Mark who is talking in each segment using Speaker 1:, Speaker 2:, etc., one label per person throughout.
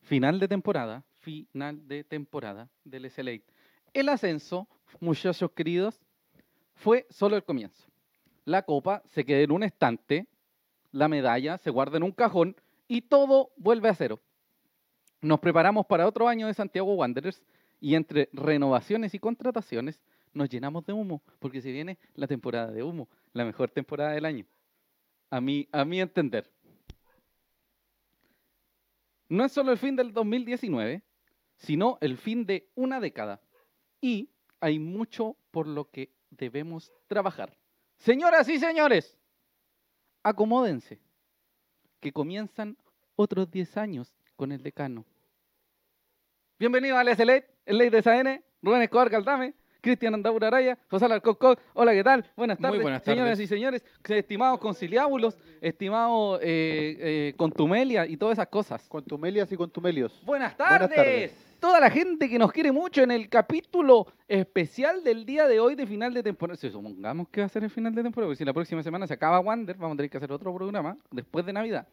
Speaker 1: final de temporada, final de temporada del SLA. El ascenso, muchachos queridos, fue solo el comienzo. La copa se queda en un estante, la medalla se guarda en un cajón y todo vuelve a cero. Nos preparamos para otro año de Santiago Wanderers y entre renovaciones y contrataciones nos llenamos de humo, porque se viene la temporada de humo, la mejor temporada del año. A mi, a mi entender. No es solo el fin del 2019, sino el fin de una década. Y hay mucho por lo que debemos trabajar. Señoras y señores, acomódense, que comienzan otros 10 años con el decano. Bienvenido al SLA, el ley de SAN, Rubén Escobar Caldame, Cristian Andaura Araya, José Alarcón Col. Hola, ¿qué tal? Buenas
Speaker 2: Muy
Speaker 1: tardes,
Speaker 2: buenas
Speaker 1: señoras
Speaker 2: tardes.
Speaker 1: y señores, estimados conciliábulos, estimados eh, eh, contumelia y todas esas cosas.
Speaker 3: Con tumelias y con tumelios.
Speaker 1: Buenas tardes.
Speaker 3: Buenas tardes.
Speaker 1: Toda la gente que nos quiere mucho en el capítulo especial del día de hoy de final de temporada. Si supongamos que va a ser el final de temporada, porque si la próxima semana se acaba Wander, vamos a tener que hacer otro programa después de Navidad.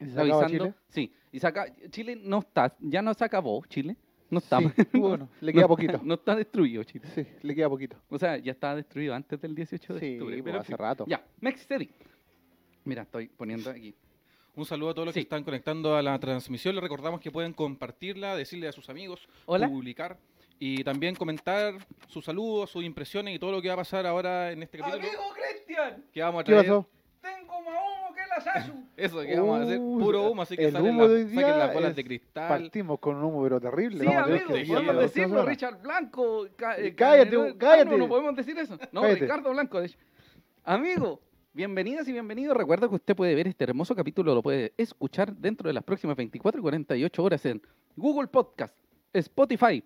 Speaker 3: ¿Y se acaba Chile?
Speaker 1: Sí, y saca, Chile no está, ya no se acabó Chile. No está.
Speaker 3: Sí, bueno, le queda
Speaker 1: no-
Speaker 3: poquito.
Speaker 1: No está destruido Chile.
Speaker 3: Sí, le queda poquito.
Speaker 1: O sea, ya estaba destruido antes del 18 de
Speaker 3: Sí,
Speaker 1: octubre.
Speaker 3: pues,
Speaker 1: pero en
Speaker 3: hace
Speaker 1: fin.
Speaker 3: rato.
Speaker 1: Ya, Mex City. Mira, estoy poniendo aquí.
Speaker 2: Un saludo a todos los
Speaker 1: Sí.
Speaker 2: que están conectando a la transmisión. Les recordamos que pueden compartirla, decirle a sus amigos,
Speaker 1: Hola.
Speaker 2: publicar y también comentar sus saludos, sus impresiones y todo lo que va a pasar ahora en este capítulo.
Speaker 1: Cristian,
Speaker 2: Que vamos a
Speaker 3: ¿Qué
Speaker 2: traer.
Speaker 3: pasó?
Speaker 1: tengo más humo que la Sasu.
Speaker 2: Eso, que vamos a hacer
Speaker 3: Uh,
Speaker 2: puro humo, así que
Speaker 3: el
Speaker 2: salen
Speaker 3: humo
Speaker 2: las-
Speaker 3: de hoy día
Speaker 2: saquen las bolas
Speaker 3: es
Speaker 2: de cristal.
Speaker 3: Partimos con un número terrible.
Speaker 1: Sí,
Speaker 3: vamos a tener
Speaker 1: amigo,
Speaker 3: que
Speaker 1: podemos
Speaker 3: seguirlo.
Speaker 1: decirlo, Richard Blanco. ca- eh,
Speaker 3: Cállate,
Speaker 1: Cardenal- ah,
Speaker 3: cállate.
Speaker 1: no, no podemos decir eso. No,
Speaker 3: Cállate.
Speaker 1: Ricardo Blanco, de hecho. Amigo, bienvenidas y bienvenidos. Recuerda que usted puede ver este hermoso capítulo, lo puede escuchar dentro de las próximas 24 y 48 horas en Google Podcast, Spotify,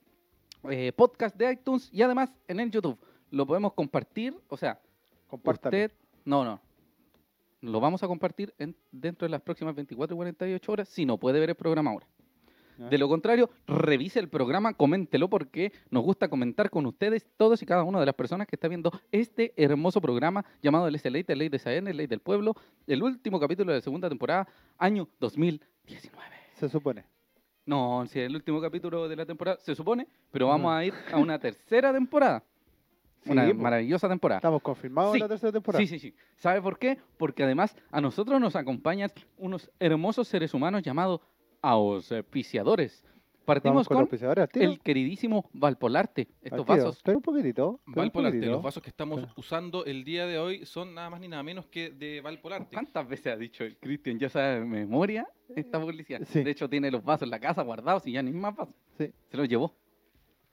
Speaker 1: eh, Podcast de iTunes y además en el YouTube. Lo podemos compartir, o sea,
Speaker 3: Compártalo.
Speaker 1: Usted, no, no. Lo vamos a compartir en- dentro de las próximas 24 y 48 horas si no puede ver el programa ahora.
Speaker 3: Ya.
Speaker 1: De lo contrario, revise el programa, coméntelo porque nos gusta comentar con ustedes, todos y cada una de las personas que está viendo este hermoso programa llamado El SLA, Ley de SAN, Ley del Pueblo, el último capítulo de la segunda temporada, año 2019.
Speaker 3: Se supone.
Speaker 1: No, si es el último capítulo de la temporada, se supone, pero vamos a ir a una tercera temporada.
Speaker 3: Sí,
Speaker 1: una
Speaker 3: po.
Speaker 1: maravillosa temporada.
Speaker 3: Estamos confirmados
Speaker 1: Sí.
Speaker 3: en la tercera temporada.
Speaker 1: Sí, sí, sí. ¿Sabe por qué? Porque además a nosotros nos acompañan unos hermosos seres humanos llamados auspiciadores.
Speaker 3: Vamos
Speaker 1: Partimos
Speaker 3: con,
Speaker 1: con,
Speaker 3: los pisadores al tiro,
Speaker 1: el queridísimo Valpolarte.
Speaker 3: al
Speaker 1: Estos
Speaker 3: tiro.
Speaker 1: vasos.
Speaker 3: Espera un poquitito. espera un
Speaker 2: Valpolarte,
Speaker 3: poquitito.
Speaker 2: los vasos que estamos usando el día de hoy son nada más ni nada menos que de
Speaker 3: ¿Ah?
Speaker 2: Valpolarte.
Speaker 1: ¿Cuántas veces ha dicho el Cristian? Ya sabe de memoria esta publicidad.
Speaker 3: Eh, Sí.
Speaker 1: De hecho, tiene los vasos en la casa guardados y ya ni más vasos.
Speaker 3: Sí.
Speaker 1: Se los llevó.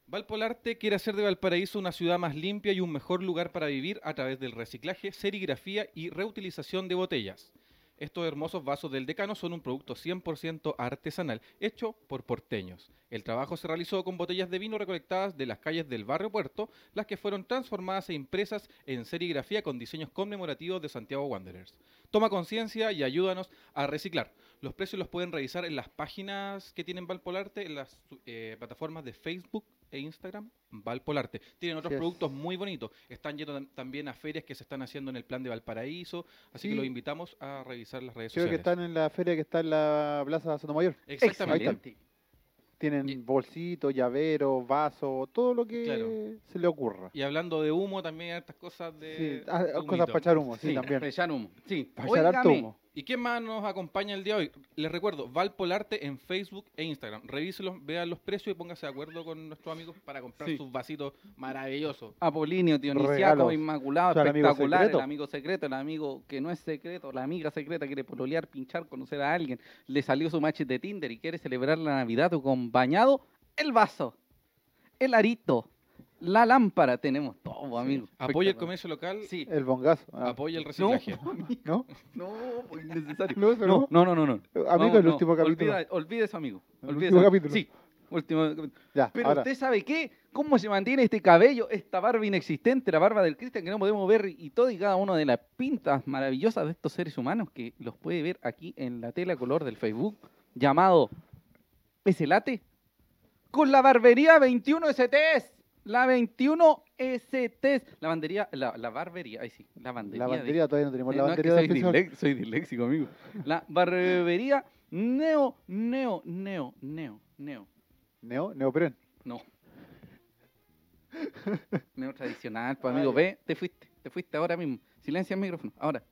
Speaker 2: Valpolarte quiere hacer de Valparaíso una ciudad más limpia y un mejor lugar para vivir a través del reciclaje, serigrafía y reutilización de botellas. Estos hermosos vasos del decano son un producto 100% artesanal, hecho por porteños. El trabajo se realizó con botellas de vino recolectadas de las calles del barrio Puerto, las que fueron transformadas e impresas en serigrafía con diseños conmemorativos de Santiago Wanderers. Toma conciencia y ayúdanos a reciclar. Los precios los pueden revisar en las páginas que tienen Valpolarte, en las eh, plataformas de Facebook e Instagram, Valpolarte. Tienen otros
Speaker 3: Así es.
Speaker 2: productos muy bonitos. Están yendo tam- también a ferias que se están haciendo en el plan de Valparaíso, así que
Speaker 3: Sí.
Speaker 2: los invitamos a revisar las redes
Speaker 3: Creo que
Speaker 2: sociales.
Speaker 3: están en la feria que está en la plaza Sotomayor.
Speaker 2: Exactamente.
Speaker 3: Ahí
Speaker 1: Excelente.
Speaker 3: Tienen
Speaker 2: Y-
Speaker 3: bolsitos, llaveros, vasos, todo lo que
Speaker 2: Claro.
Speaker 3: se le ocurra.
Speaker 2: Y hablando de humo, también hay estas cosas de.
Speaker 3: Sí, ah,
Speaker 2: de humito.
Speaker 3: cosas para echar humo, sí,
Speaker 1: Sí,
Speaker 3: también.
Speaker 1: echar humo. Sí.
Speaker 3: Para echar harto
Speaker 1: Óigame,
Speaker 3: humo.
Speaker 2: ¿Y quién más nos acompaña el día de hoy? Les recuerdo, Valpolarte en Facebook e Instagram. Revíselos, vean los precios y pónganse de acuerdo con nuestros amigos para comprar
Speaker 1: Sí.
Speaker 2: sus vasitos maravillosos.
Speaker 1: Apolinio, Dionisiaco,
Speaker 3: Regalos.
Speaker 1: Inmaculado,
Speaker 3: O sea, el amigo
Speaker 1: espectacular, el
Speaker 3: secreto.
Speaker 1: amigo secreto, el amigo que no es secreto, la amiga secreta quiere pololear, pinchar, conocer a alguien, le salió su match de Tinder y quiere celebrar la Navidad con bañado, el vaso, el arito, la lámpara, tenemos todo, amigo.
Speaker 2: Apoya
Speaker 1: Espectacular.
Speaker 2: el comercio local,
Speaker 1: Sí.
Speaker 3: El bongazo. Ah,
Speaker 2: apoya el
Speaker 1: No,
Speaker 2: reciclaje.
Speaker 3: ¿No?
Speaker 1: no, pues, innecesario.
Speaker 3: No, eso
Speaker 1: No,
Speaker 3: no.
Speaker 1: no, no, no. no.
Speaker 3: Amigo,
Speaker 1: No,
Speaker 3: el
Speaker 1: no,
Speaker 3: último capítulo.
Speaker 1: Olvida, olvide eso, amigo.
Speaker 3: El
Speaker 1: olvide
Speaker 3: último
Speaker 1: eso.
Speaker 3: capítulo.
Speaker 1: Sí, último capítulo.
Speaker 3: Ya,
Speaker 1: Pero
Speaker 3: ahora.
Speaker 1: usted sabe qué, cómo se mantiene este cabello, esta barba inexistente, la barba del Cristian que no podemos ver y todo y cada una de las pintas maravillosas de estos seres humanos que los puede ver aquí en la tela color del Facebook llamado Peselate con la barbería 21 STs. La 21 STs. La bandería, la, la barbería, ahí sí, la bandería.
Speaker 3: La bandería, todavía no tenemos la
Speaker 1: Eh, no, es que
Speaker 3: bandería de
Speaker 1: soy,
Speaker 3: oficial.
Speaker 1: dislec- soy disléxico, amigo. La barbería Neo, neo, neo, neo, neo.
Speaker 3: Neo, neopren.
Speaker 1: No. neo tradicional, pues amigo,
Speaker 3: Ay.
Speaker 1: ve, te fuiste, te fuiste ahora mismo. Silencia el micrófono, ahora.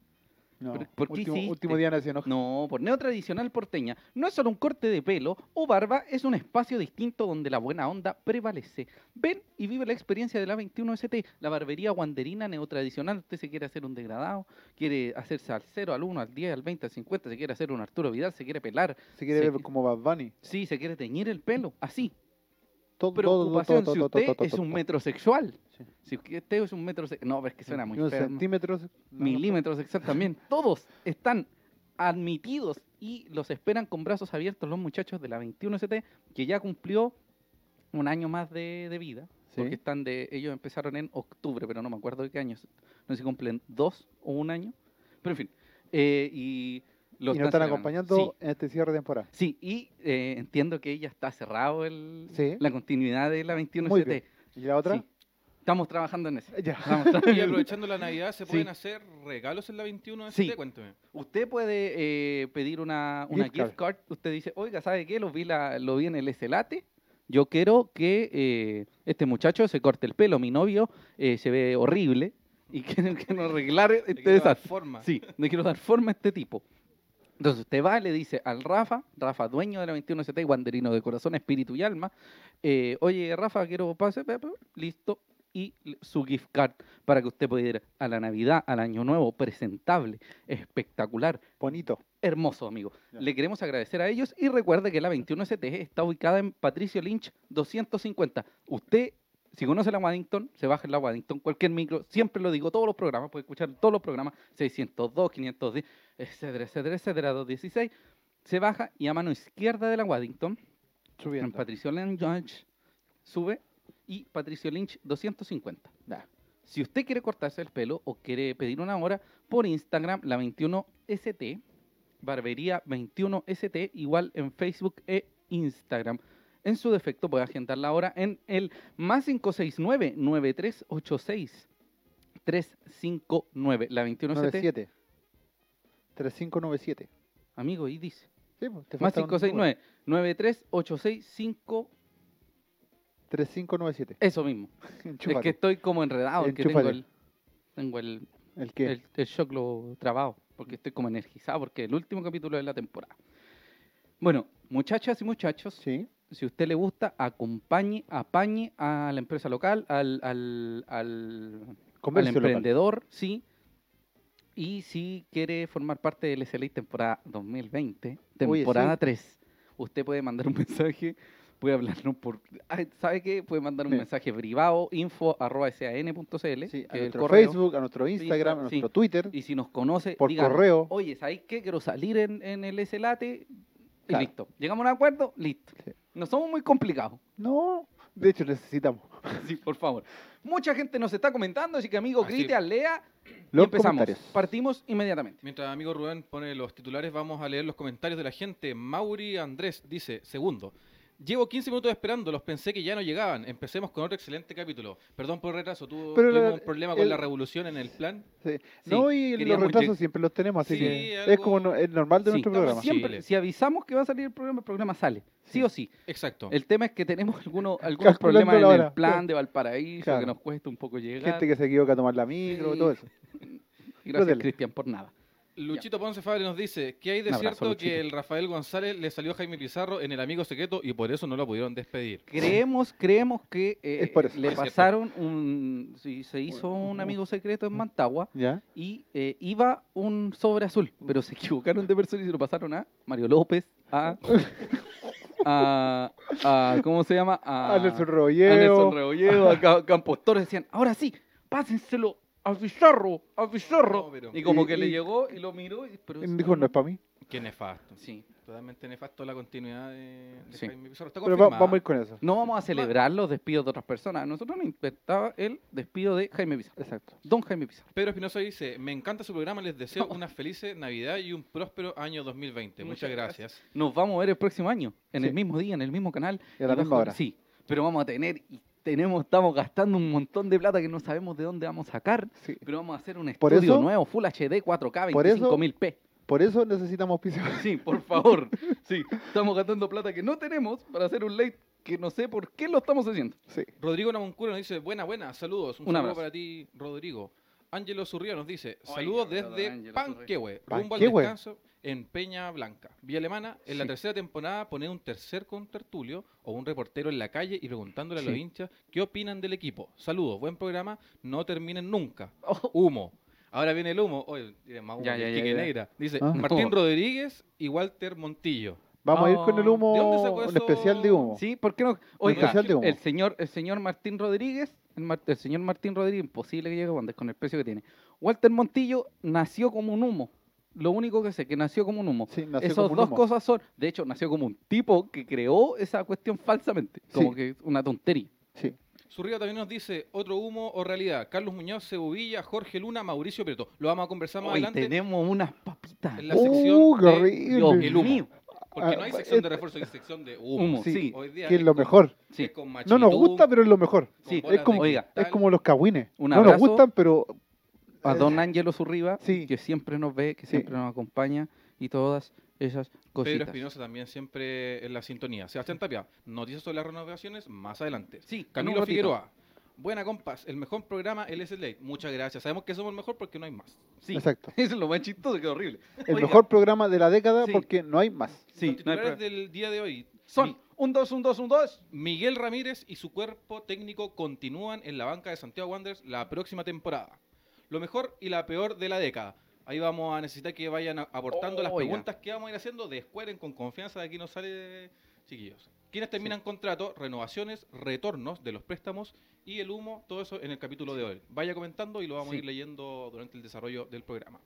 Speaker 3: No.
Speaker 1: ¿Por- por qué
Speaker 3: último,
Speaker 1: hiciste?
Speaker 3: último día no se enoja.
Speaker 1: No, por neo tradicional porteña. No es solo un corte de pelo o barba, es un espacio distinto donde la buena onda prevalece. Ven y vive la experiencia de la 21ST, la barbería guanderina neotradicional. Usted se quiere hacer un degradado, quiere hacerse al 0, al 1, al 10, al 20, al 50, se quiere hacer un Arturo Vidal, se quiere pelar,
Speaker 3: Se quiere
Speaker 1: Sí.
Speaker 3: ver como Bad Bunny.
Speaker 1: sí, se quiere teñir el pelo, así.
Speaker 3: Todo, todo, todo,
Speaker 1: Preocupación
Speaker 3: todo,
Speaker 1: si
Speaker 3: todo,
Speaker 1: usted
Speaker 3: todo,
Speaker 1: es
Speaker 3: todo,
Speaker 1: un
Speaker 3: todo.
Speaker 1: metrosexual.
Speaker 3: Sí.
Speaker 1: Si usted es un metrosexual. No, pero es que suena muy
Speaker 3: Unos
Speaker 1: feo, ¿no?
Speaker 3: centímetros.
Speaker 1: milímetros exacto, también. Todos están admitidos y los esperan con brazos abiertos los muchachos de la 21ST, que ya cumplió un año más de, de vida.
Speaker 3: Sí.
Speaker 1: Porque están de, ellos empezaron en octubre, pero no me acuerdo de qué año. No sé si cumplen dos o un año. Pero en fin. eh, y lo
Speaker 3: y nos están
Speaker 1: celebrando.
Speaker 3: acompañando
Speaker 1: Sí,
Speaker 3: en este cierre de temporada.
Speaker 1: Sí, y eh, entiendo que ya está cerrado el,
Speaker 3: Sí.
Speaker 1: la continuidad de la 21ST.
Speaker 3: Muy bien. ¿Y la otra?
Speaker 1: Sí. Ah. Estamos trabajando en eso.
Speaker 3: Ya.
Speaker 1: Estamos tra-
Speaker 2: Y aprovechando la Navidad, ¿se
Speaker 1: Sí.
Speaker 2: pueden hacer regalos en la 21 de
Speaker 1: Sí.
Speaker 2: ST? Cuéntame.
Speaker 1: Usted puede eh, pedir una, una
Speaker 3: Gift
Speaker 1: gift, card. Usted dice, oiga, ¿sabe qué? Lo vi, la, lo vi en el Eselate. Yo quiero que eh, este muchacho se corte el pelo. Mi novio eh, se ve horrible y quieren que nos arreglar
Speaker 2: Le
Speaker 1: este
Speaker 2: quiero dar
Speaker 1: desastre.
Speaker 2: forma.
Speaker 1: Sí, le quiero dar forma a este tipo. Entonces usted va y le dice al Rafa, Rafa dueño de la 21ST, guanderino de corazón, espíritu y alma, eh, oye Rafa, quiero pase, pe- pe- listo, y l- su gift card para que usted pueda ir a la Navidad, al Año Nuevo, presentable, espectacular,
Speaker 3: Bonito.
Speaker 1: Hermoso, amigo.
Speaker 3: Ya.
Speaker 1: Le queremos agradecer a ellos y recuerde que la 21ST está ubicada en Patricio Lynch 250. Usted, si conoce la Waddington, se baja en la Waddington, cualquier micro, siempre lo digo, todos los programas, puede escuchar todos los programas, 602, 510, etcétera, etcétera, etcétera, 216. Se baja y a mano izquierda de la Waddington, en
Speaker 3: Subiendo.
Speaker 1: Patricio Lynch, sube y Patricio Lynch 250.
Speaker 3: Ya.
Speaker 1: Si usted quiere cortarse el pelo o quiere pedir una hora, por Instagram, la 21ST, barbería 21ST, igual en Facebook e Instagram. En su defecto puede agendar la hora en el más 569-9386-359. La 21ST,
Speaker 3: 97. 3597.
Speaker 1: amigo, y dice.
Speaker 3: Sí, pues, te
Speaker 1: Más
Speaker 3: falta un número.
Speaker 1: 569-9386-5...
Speaker 3: 3597.
Speaker 1: Eso mismo. Es que
Speaker 3: Enchúfate.
Speaker 1: estoy como enredado, es que tengo
Speaker 3: Enchúfate.
Speaker 1: el, tengo el
Speaker 3: ¿El Eh, qué?
Speaker 1: El, el shock lo trabado, porque estoy como energizado, porque el último capítulo de la temporada. Bueno, muchachas y muchachos,
Speaker 3: Sí.
Speaker 1: si a usted le gusta, acompañe, apañe a la empresa local, al, al, al, al
Speaker 3: Comercio local.
Speaker 1: emprendedor, sí. Y si quiere formar parte del SLA temporada 2020, temporada
Speaker 3: sí.
Speaker 1: 3, usted puede mandar un mensaje, puede hablarnos por... Ay, ¿Sabe qué? Puede mandar un
Speaker 3: Mira.
Speaker 1: mensaje privado, info arroba san.cl,
Speaker 3: Sí, a
Speaker 1: ¿eh? que es el
Speaker 3: nuestro
Speaker 1: correo.
Speaker 3: Facebook, a nuestro Instagram, a
Speaker 1: sí.
Speaker 3: nuestro Twitter,
Speaker 1: Y si nos conoce,
Speaker 3: por
Speaker 1: díganos,
Speaker 3: correo.
Speaker 1: oye, ¿sabéis qué? Quiero salir en, en el S-Late. Y
Speaker 3: Claro.
Speaker 1: listo. Llegamos a un acuerdo, listo.
Speaker 3: Sí.
Speaker 1: No somos muy complicados.
Speaker 3: No, de hecho necesitamos.
Speaker 1: Sí, por favor. Mucha gente nos está comentando, así que amigo,
Speaker 2: Así
Speaker 1: grite, lea y
Speaker 3: Los
Speaker 1: empezamos.
Speaker 3: comentarios.
Speaker 1: Partimos inmediatamente.
Speaker 2: Mientras amigo Rubén pone los titulares, vamos a leer los comentarios de la gente. Mauri Andrés dice, segundo, llevo 15 minutos esperando, los pensé que ya no llegaban. Empecemos con otro excelente capítulo. Perdón por el retraso, tuvo
Speaker 3: Pero
Speaker 2: tuvimos
Speaker 3: la-
Speaker 2: un problema con
Speaker 3: el-
Speaker 2: la revolución en el plan.
Speaker 3: Sí.
Speaker 1: Sí,
Speaker 3: no, y los
Speaker 1: queríamos
Speaker 3: retrasos
Speaker 1: lleg-
Speaker 3: siempre los tenemos, así
Speaker 2: Sí,
Speaker 3: que es
Speaker 2: algo-
Speaker 3: como no- es normal
Speaker 1: Sí,
Speaker 3: de nuestro
Speaker 1: estamos
Speaker 3: programa.
Speaker 1: Siempre,
Speaker 2: Sí.
Speaker 1: si avisamos que va a salir el programa, el programa sale. Sí,
Speaker 3: Sí.
Speaker 1: o sí.
Speaker 2: Exacto.
Speaker 1: El tema es que tenemos algunos, algunos
Speaker 3: Calculando
Speaker 1: problemas en
Speaker 3: la
Speaker 1: el
Speaker 3: hora.
Speaker 1: plan de Valparaíso,
Speaker 3: Claro.
Speaker 1: que nos cuesta un poco llegar.
Speaker 3: Gente que se equivoca a tomar la micro,
Speaker 1: Sí.
Speaker 3: todo eso.
Speaker 1: Y Gracias,
Speaker 3: Rótela.
Speaker 1: Cristian, por nada.
Speaker 2: Luchito Ponce Fabre nos dice, ¿qué hay de
Speaker 1: Un abrazo,
Speaker 2: cierto
Speaker 1: Luchito.
Speaker 2: que el Rafael González le salió a Jaime Pizarro en el amigo secreto y por eso no lo pudieron despedir?
Speaker 1: Creemos, creemos que eh,
Speaker 3: Es por eso.
Speaker 1: le
Speaker 2: Es cierto.
Speaker 1: pasaron un. sí, se hizo un amigo secreto en Mantagua
Speaker 3: ¿Ya?
Speaker 1: y eh, iba un sobre azul, pero se equivocaron de persona y se lo pasaron a Mario López, a. a, a- ¿Cómo se llama? A,
Speaker 3: A Nelson
Speaker 1: Ah, a
Speaker 3: Rebolledo.
Speaker 1: Nelson Rebolledo, a Ca- Campos Torres. Decían, ahora sí, pásenselo a Bizarro, a Bizarro.
Speaker 2: No, pero-
Speaker 1: y como
Speaker 3: Y-
Speaker 1: que le
Speaker 3: y-
Speaker 1: llegó y lo miró. Y, pero
Speaker 3: Y me dijo, no es para mí.
Speaker 2: Qué nefasto.
Speaker 1: Sí.
Speaker 2: Totalmente nefasto la continuidad de, de
Speaker 1: Sí.
Speaker 2: Jaime Pizarro. Está
Speaker 3: Pero va-
Speaker 2: confirmada.
Speaker 3: vamos a ir con eso.
Speaker 1: No vamos a celebrar los despidos de otras personas. A nosotros nos importaba el despido de Jaime Pizarro.
Speaker 3: Exacto.
Speaker 1: Don Jaime Pizarro.
Speaker 2: Pedro Espinosa dice, me encanta su programa, les deseo una feliz Navidad y un próspero año 2020. Muchas,
Speaker 1: Muchas
Speaker 2: gracias.
Speaker 1: Nos vamos a ver el próximo año, en
Speaker 3: Sí.
Speaker 1: el mismo día, en el mismo canal.
Speaker 3: Y a la
Speaker 1: y bajo-
Speaker 3: misma hora.
Speaker 1: Sí, pero vamos a tener, y tenemos, estamos gastando un montón de plata que no sabemos de dónde vamos a sacar,
Speaker 3: Sí.
Speaker 1: pero vamos a hacer un
Speaker 3: Por
Speaker 1: estudio
Speaker 3: eso-
Speaker 1: nuevo, Full HD, 4K,
Speaker 3: por eso-
Speaker 1: 25.000p.
Speaker 3: Por eso necesitamos piso.
Speaker 1: Sí, por favor. Sí, estamos gastando plata que no tenemos para hacer un late que no sé por qué lo estamos haciendo.
Speaker 3: Sí.
Speaker 2: Rodrigo Namuncura nos dice, buena, buena, saludos. Un,
Speaker 1: Un
Speaker 2: saludo
Speaker 1: abrazo.
Speaker 2: para ti, Rodrigo. Ángelo Zurría nos dice,
Speaker 1: Oye,
Speaker 2: saludos
Speaker 1: un saludo a
Speaker 2: desde
Speaker 1: Ángelo
Speaker 2: Panquehue, rumbo al
Speaker 3: Panquehue.
Speaker 2: descanso en Peña Blanca. Vía Alemana, en la
Speaker 1: Sí.
Speaker 2: tercera temporada poner un tercer contertulio o un reportero en la calle y preguntándole a los
Speaker 3: Sí.
Speaker 2: hinchas qué opinan del equipo. Saludos, buen programa, no terminen nunca.
Speaker 1: Oh,
Speaker 2: Humo. Ahora viene el humo. Oye, tiene más humo
Speaker 1: Ya,
Speaker 2: que
Speaker 1: ya,
Speaker 2: el
Speaker 1: ya,
Speaker 2: Quique
Speaker 1: ya. Oh.
Speaker 2: Neira. Dice,
Speaker 3: Ah.
Speaker 2: Martín
Speaker 1: No.
Speaker 2: Rodríguez y Walter Montillo.
Speaker 3: Vamos a ir con el
Speaker 1: Ah,
Speaker 3: humo.
Speaker 2: ¿De dónde sacó
Speaker 3: Un
Speaker 2: eso?
Speaker 3: especial de humo.
Speaker 1: Sí, ¿por qué no?
Speaker 3: Un
Speaker 1: Oiga,
Speaker 3: especial de humo.
Speaker 1: el señor, el señor Martín Rodríguez, el, Mar- el señor Martín Rodríguez, imposible que llegue a Wander con el precio que tiene. Walter Montillo nació como un humo. Lo único que sé, que nació como un humo.
Speaker 3: Sí, nació
Speaker 1: Esas
Speaker 3: como un
Speaker 1: dos
Speaker 3: humo.
Speaker 1: cosas son, de hecho, nació como un tipo que creó esa cuestión falsamente, como
Speaker 3: Sí.
Speaker 1: que es una tontería.
Speaker 3: Sí.
Speaker 2: Surría también nos dice otro humo o realidad. Carlos Muñoz, Cebovilla, Jorge Luna, Mauricio Prieto. Lo vamos a conversar más
Speaker 1: Hoy
Speaker 2: adelante
Speaker 1: tenemos unas papitas.
Speaker 2: en la
Speaker 3: Uh,
Speaker 2: sección
Speaker 3: qué
Speaker 2: de
Speaker 3: horrible.
Speaker 1: Dios
Speaker 2: el humo.
Speaker 1: mío.
Speaker 2: Porque
Speaker 3: Ah,
Speaker 2: no hay
Speaker 3: pa-
Speaker 2: sección
Speaker 3: eh,
Speaker 2: de refuerzo, hay sección de humo.
Speaker 1: Humo,
Speaker 3: Sí.
Speaker 1: sí.
Speaker 2: Hoy día
Speaker 3: Que es
Speaker 2: es
Speaker 3: lo
Speaker 2: con-
Speaker 3: mejor.
Speaker 1: sí.
Speaker 2: es con
Speaker 3: No nos
Speaker 2: machitún,
Speaker 3: gusta, pero es lo mejor.
Speaker 2: con
Speaker 1: sí,
Speaker 2: bolas
Speaker 3: es como-
Speaker 2: de
Speaker 1: oiga,
Speaker 2: cristal.
Speaker 3: Es como los cagüines.
Speaker 1: Un
Speaker 3: No nos
Speaker 1: abrazo.
Speaker 3: gustan, pero
Speaker 1: a don Ángelo Zurriba,
Speaker 3: Eh, Sí.
Speaker 1: que siempre nos ve, que
Speaker 3: Sí.
Speaker 1: siempre nos acompaña y todas esas
Speaker 2: Pedro
Speaker 1: cositas.
Speaker 2: Espinosa también siempre en la sintonía. Sebastián Tapia, noticias sobre las renovaciones más adelante.
Speaker 1: Sí, en un
Speaker 2: Camilo
Speaker 1: ratito.
Speaker 2: Figueroa. Buena compas, el mejor programa LS Late. Muchas gracias. Sabemos que somos el mejor porque no hay más.
Speaker 1: Sí,
Speaker 3: Exacto.
Speaker 1: Eso es lo más chistoso, que horrible.
Speaker 3: El
Speaker 1: Oiga,
Speaker 3: mejor programa de la década
Speaker 1: Sí.
Speaker 3: porque no hay más.
Speaker 1: sí,
Speaker 2: Los
Speaker 1: no hay
Speaker 2: titulares
Speaker 1: problema.
Speaker 2: del día de hoy
Speaker 1: Son un 2, un 2, un 2.
Speaker 2: Miguel Ramírez y su cuerpo técnico continúan en la banca de Santiago Wanderers la próxima temporada. Lo mejor y la peor de la década. Ahí vamos a necesitar que vayan a- aportando las
Speaker 1: Oiga.
Speaker 2: preguntas que vamos a ir haciendo. Descueren con confianza de aquí nos sale, chiquillos. Quienes terminan contrato, renovaciones, retornos de los préstamos y el humo, todo eso en el capítulo de hoy. Vaya comentando y lo vamos a
Speaker 1: Sí.
Speaker 2: ir leyendo durante el desarrollo del programa.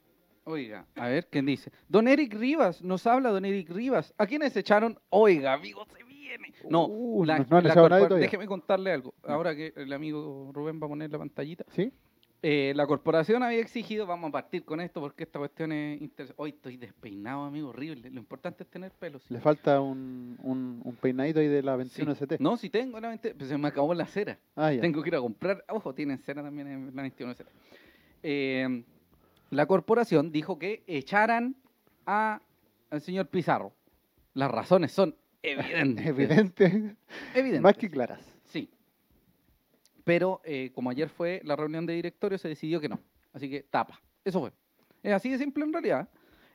Speaker 1: Oiga, a ver quién dice. Don Eric Rivas, nos habla Don Eric Rivas. ¿A quiénes echaron? Oiga, amigo, se viene. No,
Speaker 3: Uh,
Speaker 1: la-
Speaker 3: no- no han
Speaker 1: la
Speaker 3: echado a nadie
Speaker 1: corpora-
Speaker 3: todavía.
Speaker 1: déjeme contarle algo. Ahora que el amigo Rubén va a poner la pantallita.
Speaker 3: ¿Sí?
Speaker 1: Eh, la corporación había exigido, vamos a partir con esto porque esta cuestión es interesante. Hoy estoy despeinado, amigo, horrible. Lo importante es tener pelo. sí.
Speaker 3: Le falta un, un, un peinadito ahí de la
Speaker 1: Sí.
Speaker 3: 21ST.
Speaker 1: No, si tengo la 20, pues se me acabó la cera.
Speaker 3: Ah, ya.
Speaker 1: Tengo que ir a comprar. Ojo, tienen cera también en la 21 cera. Eh, la corporación dijo que echaran a, al señor Pizarro. Las razones son evidentes.
Speaker 3: Evidente.
Speaker 1: Evidentes.
Speaker 3: Más que claras.
Speaker 1: Sí. Pero eh, como ayer fue la reunión de directorio, se decidió que no. Así que tapa. Eso fue. Es así de simple en realidad.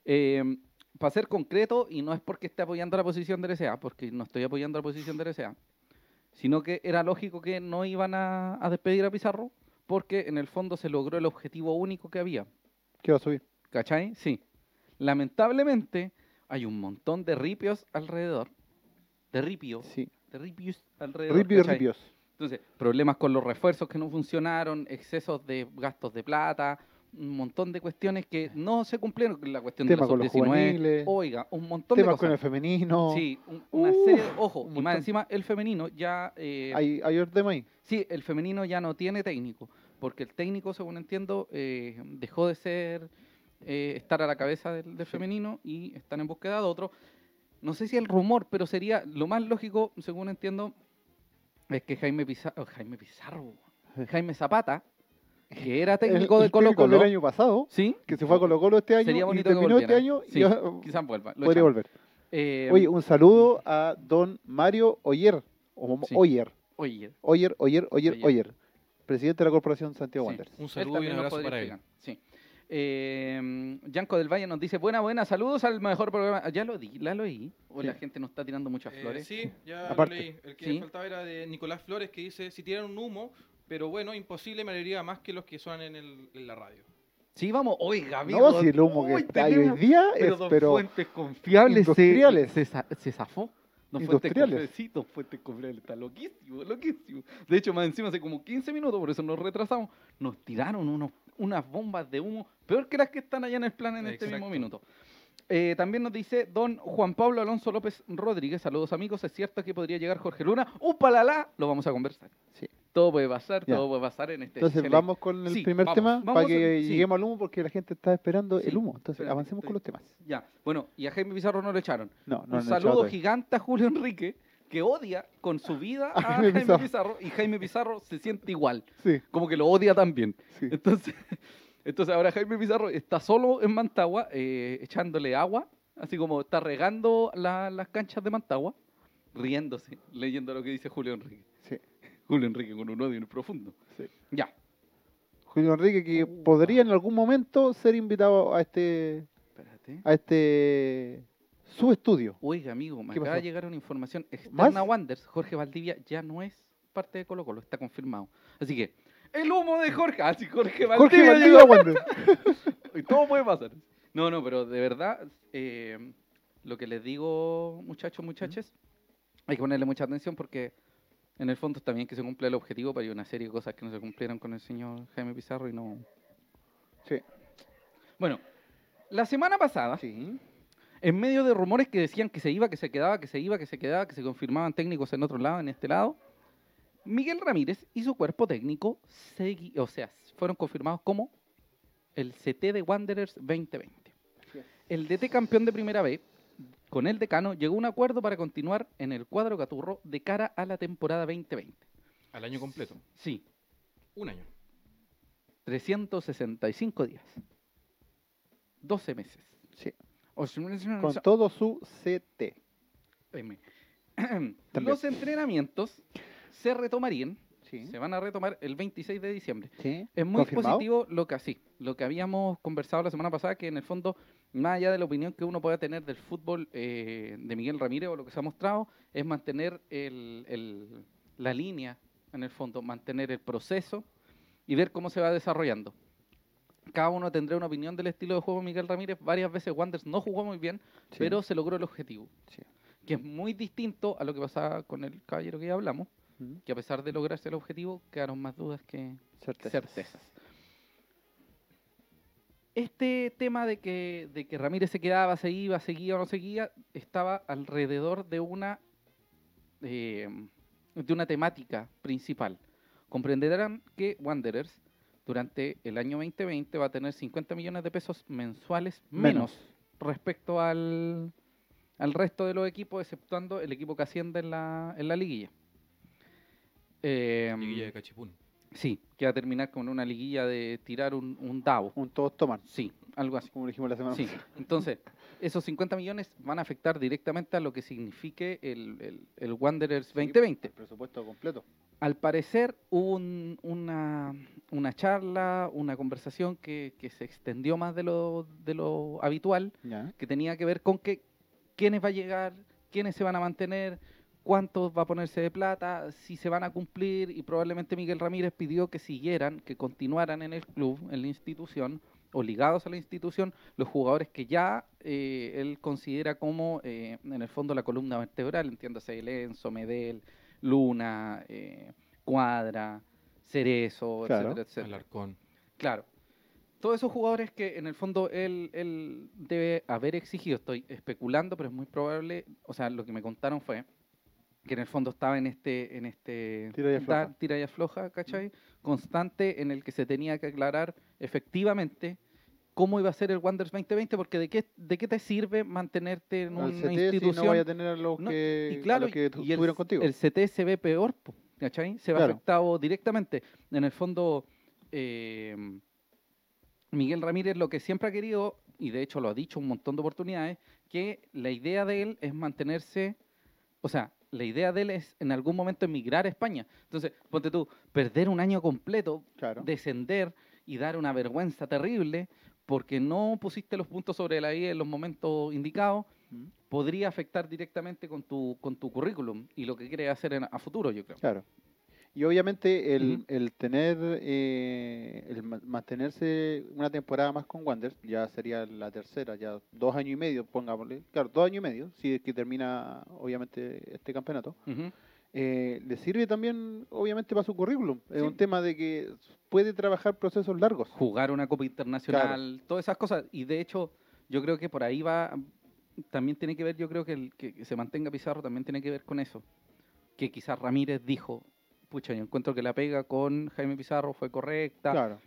Speaker 1: Em, para ser concreto, y no es porque esté apoyando la posición del SA, porque no estoy apoyando la posición del SA, sino que era lógico que no iban a, a despedir a Pizarro, porque en el fondo se logró el objetivo único que había.
Speaker 3: ¿Qué va a subir?
Speaker 1: ¿Cachai? Sí. Lamentablemente, hay un montón de ripios alrededor. De ripios.
Speaker 3: Sí.
Speaker 1: De ripios alrededor.
Speaker 3: Ripios,
Speaker 1: ¿cachai?
Speaker 3: ripios.
Speaker 1: Entonces, problemas con los refuerzos que no funcionaron, excesos de gastos de plata, un montón de cuestiones que no se cumplieron. La cuestión
Speaker 3: Tema
Speaker 1: de
Speaker 3: con
Speaker 1: los
Speaker 3: los
Speaker 1: 19
Speaker 3: juveniles.
Speaker 1: Oiga, un montón de
Speaker 3: Temas
Speaker 1: cosas.
Speaker 3: con el femenino.
Speaker 1: Sí, un- una
Speaker 3: Uf,
Speaker 1: serie. de- Ojo,
Speaker 3: un
Speaker 1: y más
Speaker 3: montón.
Speaker 1: encima, el femenino ya. eh,
Speaker 3: Hay, hay otro tema ahí.
Speaker 1: Sí, el femenino ya no tiene técnico, porque el técnico, según entiendo, eh, dejó de ser, eh, estar a la cabeza del, del femenino y están en búsqueda de otro. No sé si el rumor, pero sería lo más lógico, según entiendo, es que Jaime Pizarro, oh, Jaime Pizarro, Jaime Zapata, que era técnico
Speaker 3: El-
Speaker 1: de
Speaker 3: el
Speaker 1: Colo
Speaker 3: técnico
Speaker 1: Colo,
Speaker 3: del año pasado,
Speaker 1: ¿sí?
Speaker 3: que se fue a Colo Colo este año
Speaker 1: Sería
Speaker 3: y
Speaker 1: bonito que
Speaker 3: terminó este
Speaker 1: volviera.
Speaker 3: año
Speaker 1: Sí,
Speaker 3: y ah,
Speaker 1: Quizás vuelva. lo
Speaker 3: podría
Speaker 1: echamos.
Speaker 3: volver.
Speaker 1: Eh,
Speaker 3: Oye, un saludo a don Mario Oyer. O
Speaker 1: Sí.
Speaker 3: Oyer.
Speaker 1: oye,
Speaker 3: Oyer, Oyer, Oyer,
Speaker 1: Oyer.
Speaker 3: Oyer. Presidente de la Corporación Santiago
Speaker 1: Sí.
Speaker 3: Wanderers.
Speaker 2: Un
Speaker 1: Él
Speaker 2: saludo y
Speaker 1: también
Speaker 2: un
Speaker 1: nos
Speaker 2: abrazo
Speaker 1: podría
Speaker 2: para él.
Speaker 1: explicar, Sí. Eh, Yanko del Valle nos dice, buena, buena, saludos al mejor programa. Ah, Ya lo di, la lo oí. O la
Speaker 3: Sí.
Speaker 1: gente nos está tirando muchas
Speaker 2: Eh,
Speaker 1: flores.
Speaker 2: sí, ya lo
Speaker 3: Aparte.
Speaker 2: leí. El que
Speaker 1: Sí.
Speaker 2: faltaba era de Nicolás Flores que dice, si tiran un humo, pero bueno, imposible me alegría más que los que suenan en, el- en la radio.
Speaker 1: Sí, vamos. Oiga, amigo.
Speaker 3: No, si el humo que
Speaker 1: uy,
Speaker 3: está ahí hoy
Speaker 1: tenemos-
Speaker 3: día
Speaker 1: Pero
Speaker 3: es
Speaker 1: don
Speaker 3: pero
Speaker 1: Fuentes Confiables se-
Speaker 3: industriales.
Speaker 1: Se, za- se zafó. Don Fuentes
Speaker 3: Industriales.
Speaker 1: Confiables. Sí, Don Fuentes Confiables está loquísimo, loquísimo. De hecho, más encima hace como 15 minutos, por eso nos retrasamos. Nos tiraron unos, unas bombas de humo peor que las que están allá en el plan en este mismo
Speaker 2: Exacto.
Speaker 1: minuto. Eh, también nos dice don Juan Pablo Alonso López Rodríguez. Saludos amigos. Es cierto que podría llegar Jorge Luna. ¡Upalala! Lo vamos a conversar.
Speaker 3: Sí.
Speaker 1: Todo puede pasar,
Speaker 3: Ya.
Speaker 1: todo puede pasar en este.
Speaker 3: Entonces
Speaker 1: excelente-
Speaker 3: vamos con el
Speaker 1: Sí,
Speaker 3: primer
Speaker 1: vamos,
Speaker 3: tema
Speaker 1: vamos
Speaker 3: para
Speaker 1: a-
Speaker 3: que
Speaker 1: sí.
Speaker 3: lleguemos al humo porque la gente está esperando
Speaker 1: Sí,
Speaker 3: el humo. Entonces
Speaker 1: espérate,
Speaker 3: avancemos con los temas.
Speaker 1: Ya. Bueno, y a Jaime Pizarro no lo echaron.
Speaker 3: No, no,
Speaker 1: un
Speaker 3: no,
Speaker 1: saludo
Speaker 3: chao,
Speaker 1: gigante a Julio Enrique, que odia con su vida
Speaker 3: A
Speaker 1: a
Speaker 3: Jaime
Speaker 1: Jaime
Speaker 3: Pizarro.
Speaker 1: Pizarro. y Jaime Pizarro se siente igual,
Speaker 3: todavía.
Speaker 1: como que lo odia también.
Speaker 3: Sí, sí.
Speaker 1: Entonces, Entonces ahora Jaime Pizarro está solo en Mantagua eh, echándole agua, así como está regando la- las canchas de Mantagua, riéndose, leyendo lo que dice Julio Enrique.
Speaker 3: Sí.
Speaker 1: Julio Enrique con un odio profundo.
Speaker 3: Sí.
Speaker 1: Ya,
Speaker 3: Julio Enrique que
Speaker 1: Uh, ah.
Speaker 3: podría en algún momento ser invitado a este
Speaker 1: espérate.
Speaker 3: a este su estudio.
Speaker 1: Oiga, amigo, me
Speaker 3: ¿Qué
Speaker 1: acaba
Speaker 3: pasó?
Speaker 1: de llegar una información externa
Speaker 3: ¿Más?
Speaker 1: Wanders. Jorge Valdivia ya no es parte de Colo Colo, está confirmado. Así que, el humo de Jorge. Así Jorge Valdivia,
Speaker 3: Jorge
Speaker 1: llegó.
Speaker 3: Valdivia Wander.
Speaker 1: Y todo puede pasar. No, no, pero de verdad, eh, lo que les digo, muchachos, muchachas, hay que ponerle mucha atención porque en el fondo está bien que se cumpla el objetivo, pero hay una serie de cosas que no se cumplieron con el señor Jaime Pizarro y no.
Speaker 3: Sí.
Speaker 1: Bueno, la semana pasada,
Speaker 3: Sí.
Speaker 1: en medio de rumores que decían que se iba, que se quedaba, que se iba, que se quedaba, que se confirmaban técnicos en otro lado, en este lado, Miguel Ramírez y su cuerpo técnico, segui- o sea, fueron confirmados como el CT de Wanderers 2020. El DT campeón de primera B, con el decano, llegó a un acuerdo para continuar en el cuadro Caturro de cara a la temporada 2020.
Speaker 2: Al año completo.
Speaker 1: Sí,
Speaker 2: Un año.
Speaker 1: 365 días. 12 meses.
Speaker 3: Sí.
Speaker 1: O sea,
Speaker 3: Con todo su CT.
Speaker 1: Espérame.
Speaker 3: También.
Speaker 1: Los entrenamientos se retomarían,
Speaker 3: Sí.
Speaker 1: se van a retomar el 26 de diciembre.
Speaker 3: Sí.
Speaker 1: Es muy
Speaker 3: ¿Confirmado?
Speaker 1: positivo lo que así, lo que habíamos conversado la semana pasada, que en el fondo, más allá de la opinión que uno pueda tener del fútbol eh, de Miguel Ramírez o lo que se ha mostrado, es mantener el- el- la línea, en el fondo, mantener el proceso y ver cómo se va desarrollando. Cada uno tendrá una opinión del estilo de juego de Miguel Ramírez. Varias veces Wanders no jugó muy bien,
Speaker 3: Sí.
Speaker 1: pero se logró el objetivo
Speaker 3: Sí.
Speaker 1: que es muy distinto a lo que pasaba con el caballero que ya hablamos,
Speaker 3: Mm.
Speaker 1: que a pesar de lograrse el objetivo, quedaron más dudas que
Speaker 3: Certezas.
Speaker 1: certezas. Este tema de que, de que Ramírez se quedaba, se iba, seguía o no seguía, estaba alrededor de una, eh, de una temática principal. Comprenderán que Wanderers durante el año 2020 va a tener 50 millones de pesos mensuales menos respecto al, al resto de los equipos, exceptuando el equipo que asciende en la, en la liguilla. Eh,
Speaker 2: Liguilla de Cachipún.
Speaker 1: sí, que va a terminar con una liguilla de tirar un, un dabo.
Speaker 3: Un todos toman,
Speaker 1: Sí, algo así.
Speaker 3: como dijimos la
Speaker 2: Ah.
Speaker 3: semana
Speaker 1: Sí.
Speaker 3: pasada.
Speaker 1: Entonces, esos 50 millones van a afectar directamente a lo que signifique el, el, el Wanderers 2020.
Speaker 3: El presupuesto completo.
Speaker 1: Al parecer hubo un- una, una charla, una conversación que, que se extendió más de lo, de lo habitual,
Speaker 3: Ya.
Speaker 1: que tenía que ver con que quiénes va a llegar, quiénes se van a mantener, cuántos va a ponerse de plata, si se van a cumplir y probablemente Miguel Ramírez pidió que siguieran, que continuaran en el club, en la institución o ligados a la institución, los jugadores que ya eh, él considera como eh, en el fondo la columna vertebral, entiéndase Lenzo, Medel, Luna, eh, Cuadra, Cerezo,
Speaker 3: Claro.
Speaker 1: etcétera, etcétera.
Speaker 2: Alarcón.
Speaker 1: Claro. Todos esos jugadores que en el fondo él, él debe haber exigido, estoy especulando, pero es muy probable, o sea, lo que me contaron fue que en el fondo estaba en este, en este
Speaker 3: Tira y afloja.
Speaker 1: dar- tira y afloja, ¿cachai? Constante en el que se tenía que aclarar efectivamente cómo iba a ser el Wanderers 2020, porque de qué, de qué te sirve mantenerte en
Speaker 3: Al
Speaker 1: una
Speaker 3: CT si
Speaker 1: institución
Speaker 3: no vaya a tener a los
Speaker 1: No,
Speaker 3: que,
Speaker 1: y
Speaker 3: a
Speaker 1: claro,
Speaker 3: los que
Speaker 1: y-
Speaker 3: tu-
Speaker 1: y el,
Speaker 3: estuvieron contigo.
Speaker 1: el CT se ve peor, po, ¿cachai? Se ve
Speaker 3: Claro.
Speaker 1: afectado directamente. En el fondo, eh, Miguel Ramírez lo que siempre ha querido, y de hecho lo ha dicho un montón de oportunidades, que la idea de él es mantenerse, o sea, la idea de él es en algún momento emigrar a España. Entonces, ponte tú, perder un año completo,
Speaker 3: claro.
Speaker 1: descender y dar una vergüenza terrible porque no pusiste los puntos sobre la I en los momentos indicados
Speaker 3: Mm.
Speaker 1: podría afectar directamente con tu, con tu currículum y lo que quieres hacer en- a futuro, yo creo.
Speaker 3: Claro. Y obviamente el,
Speaker 1: Ujú.
Speaker 3: el tener, eh, el ma- mantenerse una temporada más con Wander, ya sería la tercera, ya dos años y medio, pongámosle, claro, dos años y medio, si es que termina obviamente este campeonato,
Speaker 1: Ujú.
Speaker 3: eh, le sirve también obviamente para su currículum. Es
Speaker 1: Sí.
Speaker 3: un tema de que puede trabajar procesos largos.
Speaker 1: Jugar una Copa Internacional, todas esas cosas. Y de hecho, yo creo que por ahí va, también tiene que ver, yo creo que el que que se mantenga Pizarro también tiene que ver con eso. Que quizás Ramírez dijo, pucha, yo encuentro que la pega con Jaime Pizarro fue correcta,
Speaker 3: Claro.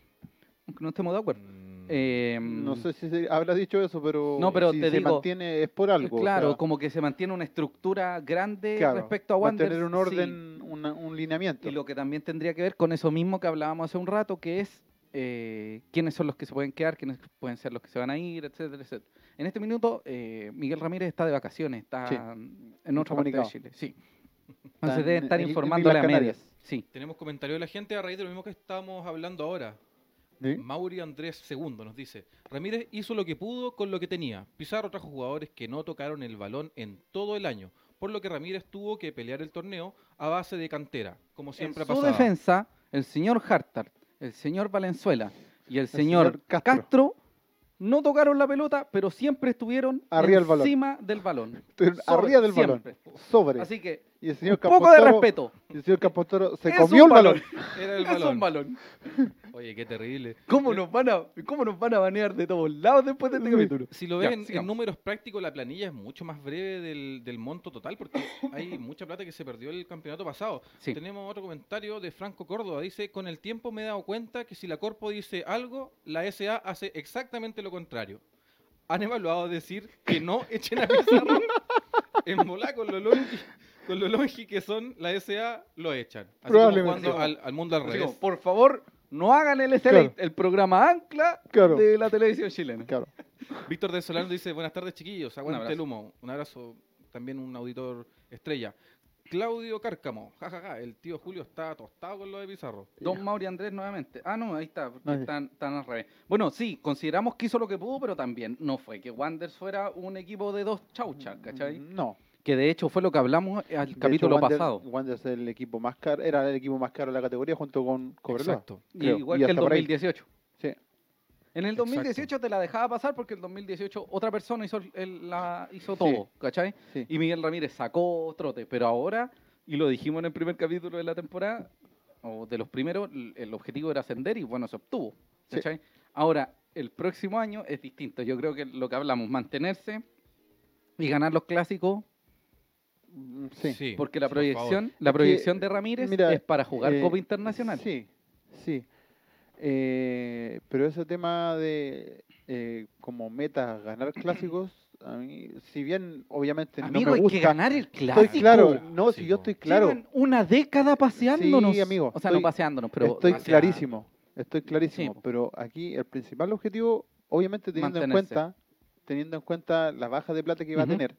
Speaker 1: aunque no estemos de acuerdo.
Speaker 2: Mm,
Speaker 1: Eh,
Speaker 3: No sé si se habrá dicho eso, pero,
Speaker 1: No, pero
Speaker 3: si
Speaker 1: te
Speaker 3: se
Speaker 1: digo-
Speaker 3: mantiene es por algo. o
Speaker 1: Claro,
Speaker 3: sea,
Speaker 1: como que se mantiene una estructura grande
Speaker 3: claro,
Speaker 1: respecto a Wander.
Speaker 3: mantener un orden, una- un lineamiento.
Speaker 1: Y lo que también tendría que ver con eso mismo que hablábamos hace un rato, que es eh, quiénes son los que se pueden quedar, quiénes pueden ser los que se van a ir, etcétera, etcétera. En este minuto, eh, Miguel Ramírez está de vacaciones, está
Speaker 3: Sí.
Speaker 1: en otra parte de
Speaker 3: Incomunicado.
Speaker 1: Chile. Sí.
Speaker 3: Está
Speaker 1: Entonces deben
Speaker 3: en-
Speaker 1: estar
Speaker 3: en- en
Speaker 1: informando a la
Speaker 3: Islas
Speaker 1: media.
Speaker 3: Canarias.
Speaker 1: Sí.
Speaker 2: Tenemos comentario de la gente a raíz de lo mismo que estamos hablando ahora.
Speaker 3: ¿Sí?
Speaker 2: Mauri Andrés II nos dice, Ramírez hizo lo que pudo con lo que tenía. Pizarro trajo jugadores que no tocaron el balón en todo el año, por lo que Ramírez tuvo que pelear el torneo a base de cantera, como siempre
Speaker 1: en
Speaker 2: ha
Speaker 1: su
Speaker 2: pasado.
Speaker 1: defensa, el señor Hartart, el señor Valenzuela y el señor,
Speaker 3: señor
Speaker 1: Castro.
Speaker 3: Castro.
Speaker 1: no tocaron la pelota, pero siempre estuvieron
Speaker 3: Arriba del balón.
Speaker 1: encima del balón.
Speaker 3: Estuvieron
Speaker 1: Sobre-
Speaker 3: arriba del
Speaker 1: siempre.
Speaker 3: balón. Sobre.
Speaker 1: Así que,
Speaker 3: y el
Speaker 1: un
Speaker 3: señor
Speaker 1: poco de
Speaker 3: Capotoro-
Speaker 1: respeto.
Speaker 3: Y el señor Capotoro se
Speaker 1: Es
Speaker 3: comió
Speaker 1: un
Speaker 3: el balón.
Speaker 2: Era el
Speaker 1: Es un
Speaker 2: balón.
Speaker 1: balón.
Speaker 2: Oye, qué terrible.
Speaker 1: ¿Cómo nos, van a, ¿Cómo nos van a banear de todos lados después de este capítulo?
Speaker 2: Si lo
Speaker 1: Ya,
Speaker 2: ven en- en,
Speaker 1: sigamos.
Speaker 2: números prácticos, la planilla es mucho más breve del, del monto total, porque hay mucha plata que se perdió el campeonato pasado.
Speaker 1: Sí.
Speaker 2: Tenemos otro comentario de Franco Córdoba. Dice, con el tiempo me he dado cuenta que si la Corpo dice algo, la SA hace exactamente lo contrario. Han evaluado decir que no echen a Pizarro. en volá con lo longi, con lo longi que son, la SA lo echan. Así como
Speaker 3: Probablemente.
Speaker 2: jugando al, al mundo al
Speaker 1: Así
Speaker 2: revés.
Speaker 1: como, por favor, no hagan el SLA,
Speaker 3: Claro.
Speaker 1: el programa ancla
Speaker 3: Claro.
Speaker 1: de la televisión chilena.
Speaker 3: Claro.
Speaker 2: Víctor de Solano dice, buenas tardes chiquillos, aguante
Speaker 1: abrazo.
Speaker 2: el humo. Un abrazo, también un auditor estrella. Claudio Cárcamo, jajaja, el tío Julio está tostado con lo de Pizarro.
Speaker 1: Don Mauri Andrés nuevamente. Ah, no, ahí está, porque
Speaker 3: Ahí.
Speaker 1: están, están al revés. Bueno, sí, consideramos que hizo lo que pudo, pero también no fue que Wanders fuera un equipo de dos chauchas, ¿cachai?
Speaker 3: Mm, No.
Speaker 1: Que de hecho fue lo que hablamos al
Speaker 3: De
Speaker 1: capítulo
Speaker 3: hecho, Wander-
Speaker 1: pasado.
Speaker 3: Wander es el equipo más caro, era el equipo más caro de la categoría junto con Cobreloa.
Speaker 2: Exacto.
Speaker 3: creo.
Speaker 1: Igual
Speaker 3: Y
Speaker 1: que el
Speaker 3: hasta por ahí.
Speaker 1: 2018.
Speaker 3: Sí.
Speaker 1: En el
Speaker 2: Exacto.
Speaker 1: 2018 te la dejaba pasar porque el 2018 otra persona hizo, el- la, hizo todo, ¿cachai?
Speaker 3: Sí.
Speaker 1: Y Miguel Ramírez sacó trote, pero ahora, y lo dijimos en el primer capítulo de la temporada, o de los primeros, l- el objetivo era ascender y bueno, se obtuvo,
Speaker 3: Sí.
Speaker 1: ¿cachai? Ahora, el próximo año es distinto. Yo creo que lo que hablamos, mantenerse y ganar los clásicos,
Speaker 3: Mm, Sí.
Speaker 1: porque la
Speaker 2: por favor.
Speaker 1: proyección, la proyección de Ramírez
Speaker 3: mira,
Speaker 1: es para jugar
Speaker 3: eh,
Speaker 1: Copa Internacional.
Speaker 3: Sí, sí. Eh, pero ese tema de eh, como meta ganar clásicos, a mí, si bien obviamente
Speaker 1: Amigo,
Speaker 3: no me
Speaker 1: hay
Speaker 3: gusta,
Speaker 1: que ganar el clásico.
Speaker 3: estoy claro, no, si yo
Speaker 2: Clásico.
Speaker 3: estoy claro,
Speaker 1: Llevan una década paseándonos.
Speaker 3: Sí, amigo,
Speaker 1: O sea, no
Speaker 3: estoy-
Speaker 1: paseándonos, pero
Speaker 3: estoy
Speaker 1: hacia-
Speaker 3: clarísimo, estoy clarísimo.
Speaker 1: po.
Speaker 3: Pero aquí el principal objetivo, obviamente teniendo
Speaker 1: Mantenerse.
Speaker 3: en cuenta, teniendo en cuenta la baja de plata que va
Speaker 1: Ujú.
Speaker 3: a tener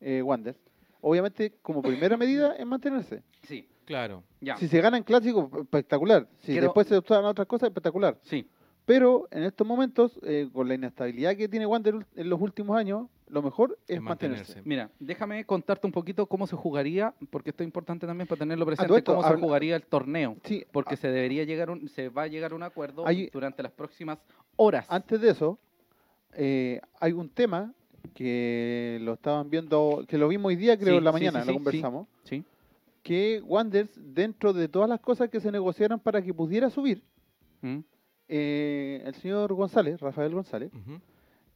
Speaker 3: eh, Wander, obviamente como primera medida es mantenerse.
Speaker 1: Sí,
Speaker 2: Claro.
Speaker 1: ya.
Speaker 3: Si se ganan clásicos, espectacular. Si
Speaker 1: Quiero-
Speaker 3: después se optan a otras cosas, espectacular.
Speaker 1: Sí.
Speaker 3: Pero en estos momentos, eh, con la inestabilidad que tiene Wander ul- en los últimos años, lo mejor es,
Speaker 2: Es mantenerse.
Speaker 3: mantenerse.
Speaker 1: Mira, déjame contarte un poquito cómo se jugaría, porque esto es importante también para tenerlo presente,
Speaker 3: todo esto,
Speaker 1: cómo se
Speaker 3: habla-
Speaker 1: jugaría el torneo.
Speaker 3: Sí,
Speaker 1: Porque se debería llegar un, se va a llegar a un acuerdo
Speaker 3: Hay-
Speaker 1: durante las próximas horas.
Speaker 3: a- antes de eso, eh, hay un tema que lo estaban viendo, que lo vimos hoy día, creo,
Speaker 1: Sí,
Speaker 3: en la
Speaker 1: sí,
Speaker 3: mañana,
Speaker 1: sí,
Speaker 3: lo
Speaker 1: sí,
Speaker 3: conversamos,
Speaker 1: Sí.
Speaker 3: que Wander, dentro de todas las cosas que se negociaron para que pudiera subir,
Speaker 1: ¿Mm?
Speaker 3: eh, el señor González, Rafael González,
Speaker 2: Ujú.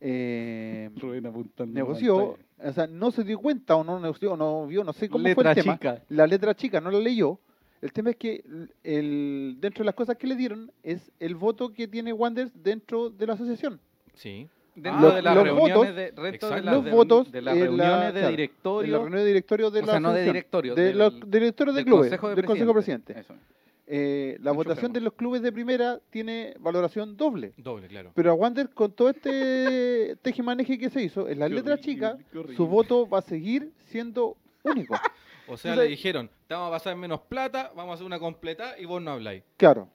Speaker 3: eh,
Speaker 1: Negoció
Speaker 3: negoció, o sea, no se dio cuenta o no negoció, o no vio, no sé cómo fue
Speaker 1: letra
Speaker 3: el tema.
Speaker 1: chica.
Speaker 3: la letra chica no la leyó. El tema es que l- el, dentro de las cosas que le dieron es el voto que tiene Wanders dentro de la asociación.
Speaker 2: Sí.
Speaker 1: Dentro
Speaker 2: Ah,
Speaker 1: de las
Speaker 2: los
Speaker 1: reuniones
Speaker 3: votos-
Speaker 1: de, dentro de
Speaker 2: Exacto.
Speaker 1: las
Speaker 3: los
Speaker 1: de-
Speaker 3: votos
Speaker 1: de las
Speaker 3: en la-
Speaker 1: reuniones de
Speaker 3: claro,
Speaker 1: directorio,
Speaker 3: En la reunión de directorio de
Speaker 1: o
Speaker 3: la
Speaker 1: sea, no de
Speaker 3: asociación,
Speaker 1: directorio,
Speaker 3: de
Speaker 1: del-
Speaker 3: los directores de
Speaker 1: del
Speaker 3: clubes,
Speaker 1: Consejo de
Speaker 3: del Consejo de Presidentes.
Speaker 1: Eso.
Speaker 3: Eh, la
Speaker 1: Mucho
Speaker 3: votación
Speaker 1: freno.
Speaker 3: de los clubes de primera tiene valoración doble.
Speaker 2: Doble, claro.
Speaker 3: Pero a Wander, con todo este tejimaneje que se hizo, en la letra chica, su voto va a seguir siendo único.
Speaker 2: O sea,
Speaker 3: Entonces-
Speaker 2: le dijeron, te vamos a pasar menos plata, vamos a hacer una completa y vos no habláis.
Speaker 3: Claro,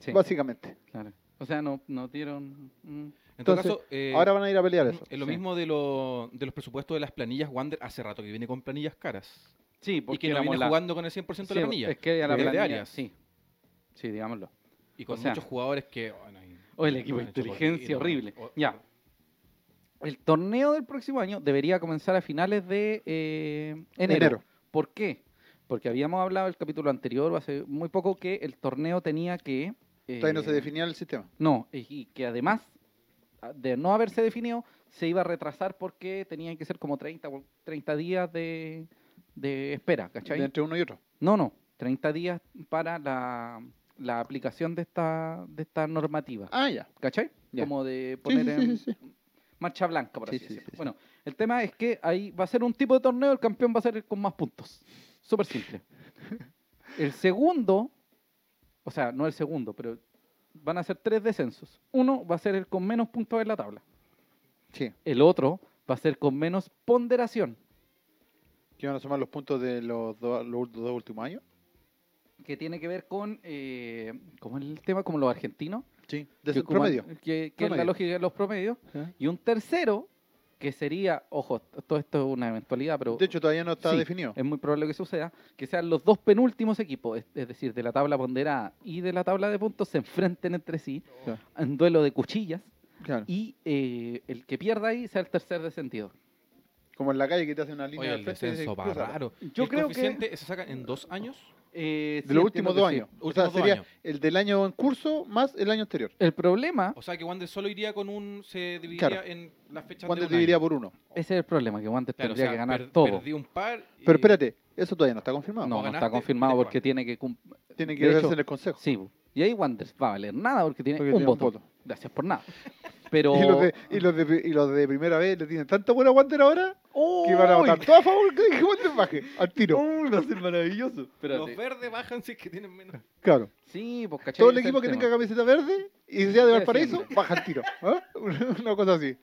Speaker 1: Sí,
Speaker 3: básicamente.
Speaker 1: claro. O sea, no, no dieron... mm.
Speaker 2: En todo
Speaker 3: Entonces,
Speaker 2: caso, eh,
Speaker 3: Ahora van a ir a pelear eso.
Speaker 2: es lo
Speaker 1: sí.
Speaker 2: mismo de, lo- de los presupuestos de las planillas Wander hace rato que viene con planillas caras.
Speaker 1: Sí,
Speaker 2: Y
Speaker 1: porque
Speaker 2: que no
Speaker 1: éramos
Speaker 2: viene
Speaker 1: la-
Speaker 2: jugando con el 100% de
Speaker 1: Sí,
Speaker 2: la planilla.
Speaker 1: Es que a la
Speaker 2: Desde
Speaker 1: planilla,
Speaker 2: áreas.
Speaker 1: sí. Sí, digámoslo.
Speaker 2: Y con
Speaker 1: o sea-
Speaker 2: muchos jugadores que... bueno, y-
Speaker 1: O el equipo de
Speaker 2: bueno,
Speaker 1: inteligencia
Speaker 2: Chocolino,
Speaker 1: horrible.
Speaker 2: o-
Speaker 1: Ya. El torneo del próximo año debería comenzar a finales de eh, enero.
Speaker 3: Enero.
Speaker 1: ¿Por qué? Porque habíamos hablado el capítulo anterior, o hace muy poco, que el torneo tenía que... eh,
Speaker 3: Todavía no se definía el sistema.
Speaker 1: No, y- y que además a- de no haberse definido, se iba a retrasar porque tenían que ser como 30, o 30 días de, de espera, ¿cachai?
Speaker 3: de entre uno y otro.
Speaker 1: No, no, 30 días para la, la aplicación de esta, de esta normativa.
Speaker 3: Ah, ya.
Speaker 1: ¿Cachai?
Speaker 3: Ya.
Speaker 1: Como de
Speaker 3: Sí,
Speaker 1: poner
Speaker 3: sí, sí,
Speaker 1: en
Speaker 3: sí, sí.
Speaker 1: marcha blanca, por
Speaker 3: Sí,
Speaker 1: así
Speaker 3: sí,
Speaker 1: decirlo.
Speaker 3: sí, sí.
Speaker 1: Bueno, el tema es que ahí va a ser un tipo de torneo, el campeón va a ser el con más puntos. Súper simple. El segundo, o sea, no el segundo, pero van a ser tres descensos. Uno va a ser el con menos puntos en la tabla.
Speaker 3: Sí,
Speaker 1: El otro va a ser con menos ponderación,
Speaker 3: que van a sumar los puntos de los do- los dos últimos años.
Speaker 1: que tiene que ver con, eh, ¿cómo es el tema? Como los argentinos.
Speaker 3: Sí,
Speaker 1: que
Speaker 3: de su
Speaker 1: ocupan-
Speaker 3: promedio.
Speaker 1: Que, que es la
Speaker 3: Promedio.
Speaker 1: lógica de los promedios. Y un tercero, que sería, ojo, todo esto es una eventualidad, pero
Speaker 3: De hecho, todavía no está
Speaker 1: Sí, Eh,
Speaker 3: definido.
Speaker 1: es muy probable que suceda, que sean los dos penúltimos equipos, es, es decir, de la tabla ponderada y de la tabla de puntos, se enfrenten entre sí
Speaker 3: Claro.
Speaker 1: en duelo de cuchillas
Speaker 3: Claro.
Speaker 1: y eh, el que pierda ahí sea el tercer descendido.
Speaker 3: Como en la calle que te hacen una línea
Speaker 2: Oye,
Speaker 3: de
Speaker 2: el descenso va raro.
Speaker 1: Yo creo
Speaker 2: ¿El
Speaker 1: que-
Speaker 2: coeficiente se saca en dos años?
Speaker 1: Eh,
Speaker 3: De
Speaker 1: sí,
Speaker 3: los últimos
Speaker 1: entiendo
Speaker 3: dos
Speaker 1: que sí.
Speaker 3: años. O
Speaker 2: Últimos
Speaker 3: sea,
Speaker 2: dos
Speaker 3: sería
Speaker 2: años.
Speaker 3: el del año en curso más el año anterior.
Speaker 1: El problema,
Speaker 2: O sea que Wander solo iría con un. Se dividiría
Speaker 3: Claro.
Speaker 2: en las fechas
Speaker 3: ¿Cuándo
Speaker 2: de un
Speaker 3: te dividiría
Speaker 2: año.
Speaker 3: por uno?
Speaker 1: ese es el problema, que Wander
Speaker 2: Claro, o
Speaker 1: tendría
Speaker 2: sea,
Speaker 1: que ganar
Speaker 2: per-
Speaker 1: todo.
Speaker 2: Perdí un par. y-
Speaker 3: Pero espérate, eso todavía no está
Speaker 1: no,
Speaker 3: confirmado.
Speaker 1: no
Speaker 2: ganaste,
Speaker 1: está confirmado
Speaker 2: tenés que
Speaker 1: porque tiene que... cum-
Speaker 3: Tiene que
Speaker 1: de
Speaker 3: verse
Speaker 1: hecho,
Speaker 3: en el consejo.
Speaker 1: Sí, bu. y ahí Wander va a valer nada porque tiene
Speaker 3: Porque
Speaker 1: un,
Speaker 3: tiene
Speaker 1: voto. Gracias por nada. Pero...
Speaker 3: Y, los de, y, los de, y los de primera vez le tienen tanta buena Wander ahora que van a
Speaker 1: ¡Uy!
Speaker 3: votar todos a favor que que Wander baje al tiro.
Speaker 1: ¡Uy, va a ser maravilloso!
Speaker 2: Los
Speaker 1: Espérate.
Speaker 2: verdes bajan si es que tienen menos.
Speaker 3: Claro.
Speaker 1: Sí, pues cachai.
Speaker 3: Todo el
Speaker 1: Ese es
Speaker 3: equipo que
Speaker 1: tema.
Speaker 3: tenga camiseta verde y sea de
Speaker 1: Ya
Speaker 3: Valparaíso
Speaker 1: siempre.
Speaker 3: baja al tiro. ¿Ah? Una cosa así.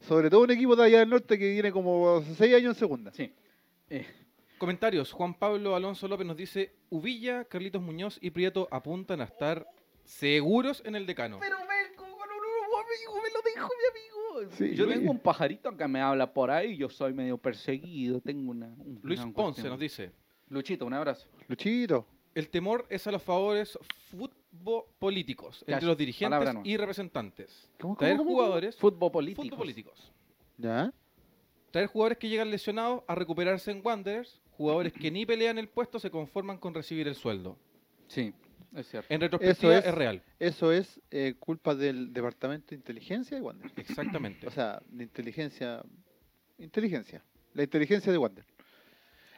Speaker 3: Sobre todo un equipo de allá del norte que tiene como 6 años en segunda.
Speaker 1: Sí. Eh,
Speaker 2: Comentarios. Juan Pablo Alonso López nos dice: Uvilla, Carlitos Muñoz y Prieto apuntan a estar seguros en el decano.
Speaker 1: Pero vengo con un nuevo amigo, me lo dijo mi amigo.
Speaker 3: Sí,
Speaker 1: yo
Speaker 3: güey.
Speaker 1: tengo un pajarito que me habla por ahí, yo soy medio perseguido, tengo una... un-
Speaker 2: Luis
Speaker 1: una
Speaker 2: Ponce
Speaker 1: cuestión.
Speaker 2: nos dice:
Speaker 1: Luchito, un abrazo.
Speaker 3: Luchito.
Speaker 2: El temor es a los favores futbolíticos entre
Speaker 1: Cacho,
Speaker 2: los dirigentes
Speaker 1: palabra nueva.
Speaker 2: y representantes.
Speaker 3: ¿Cómo, cómo,
Speaker 2: Traer
Speaker 3: cómo, cómo?
Speaker 2: jugadores.
Speaker 1: Fútbol político.
Speaker 2: Futbolíticos.
Speaker 3: ¿Ya?
Speaker 2: Traer jugadores que llegan lesionados a recuperarse en Wanderers, jugadores que ni pelean el puesto se conforman con recibir el sueldo.
Speaker 1: Sí, es cierto.
Speaker 2: En retrospectiva es.
Speaker 3: es.
Speaker 2: real.
Speaker 3: Eso es eh, culpa del Departamento de Inteligencia de Wander.
Speaker 2: Exactamente.
Speaker 3: O sea, de inteligencia. Inteligencia. La inteligencia de Wander.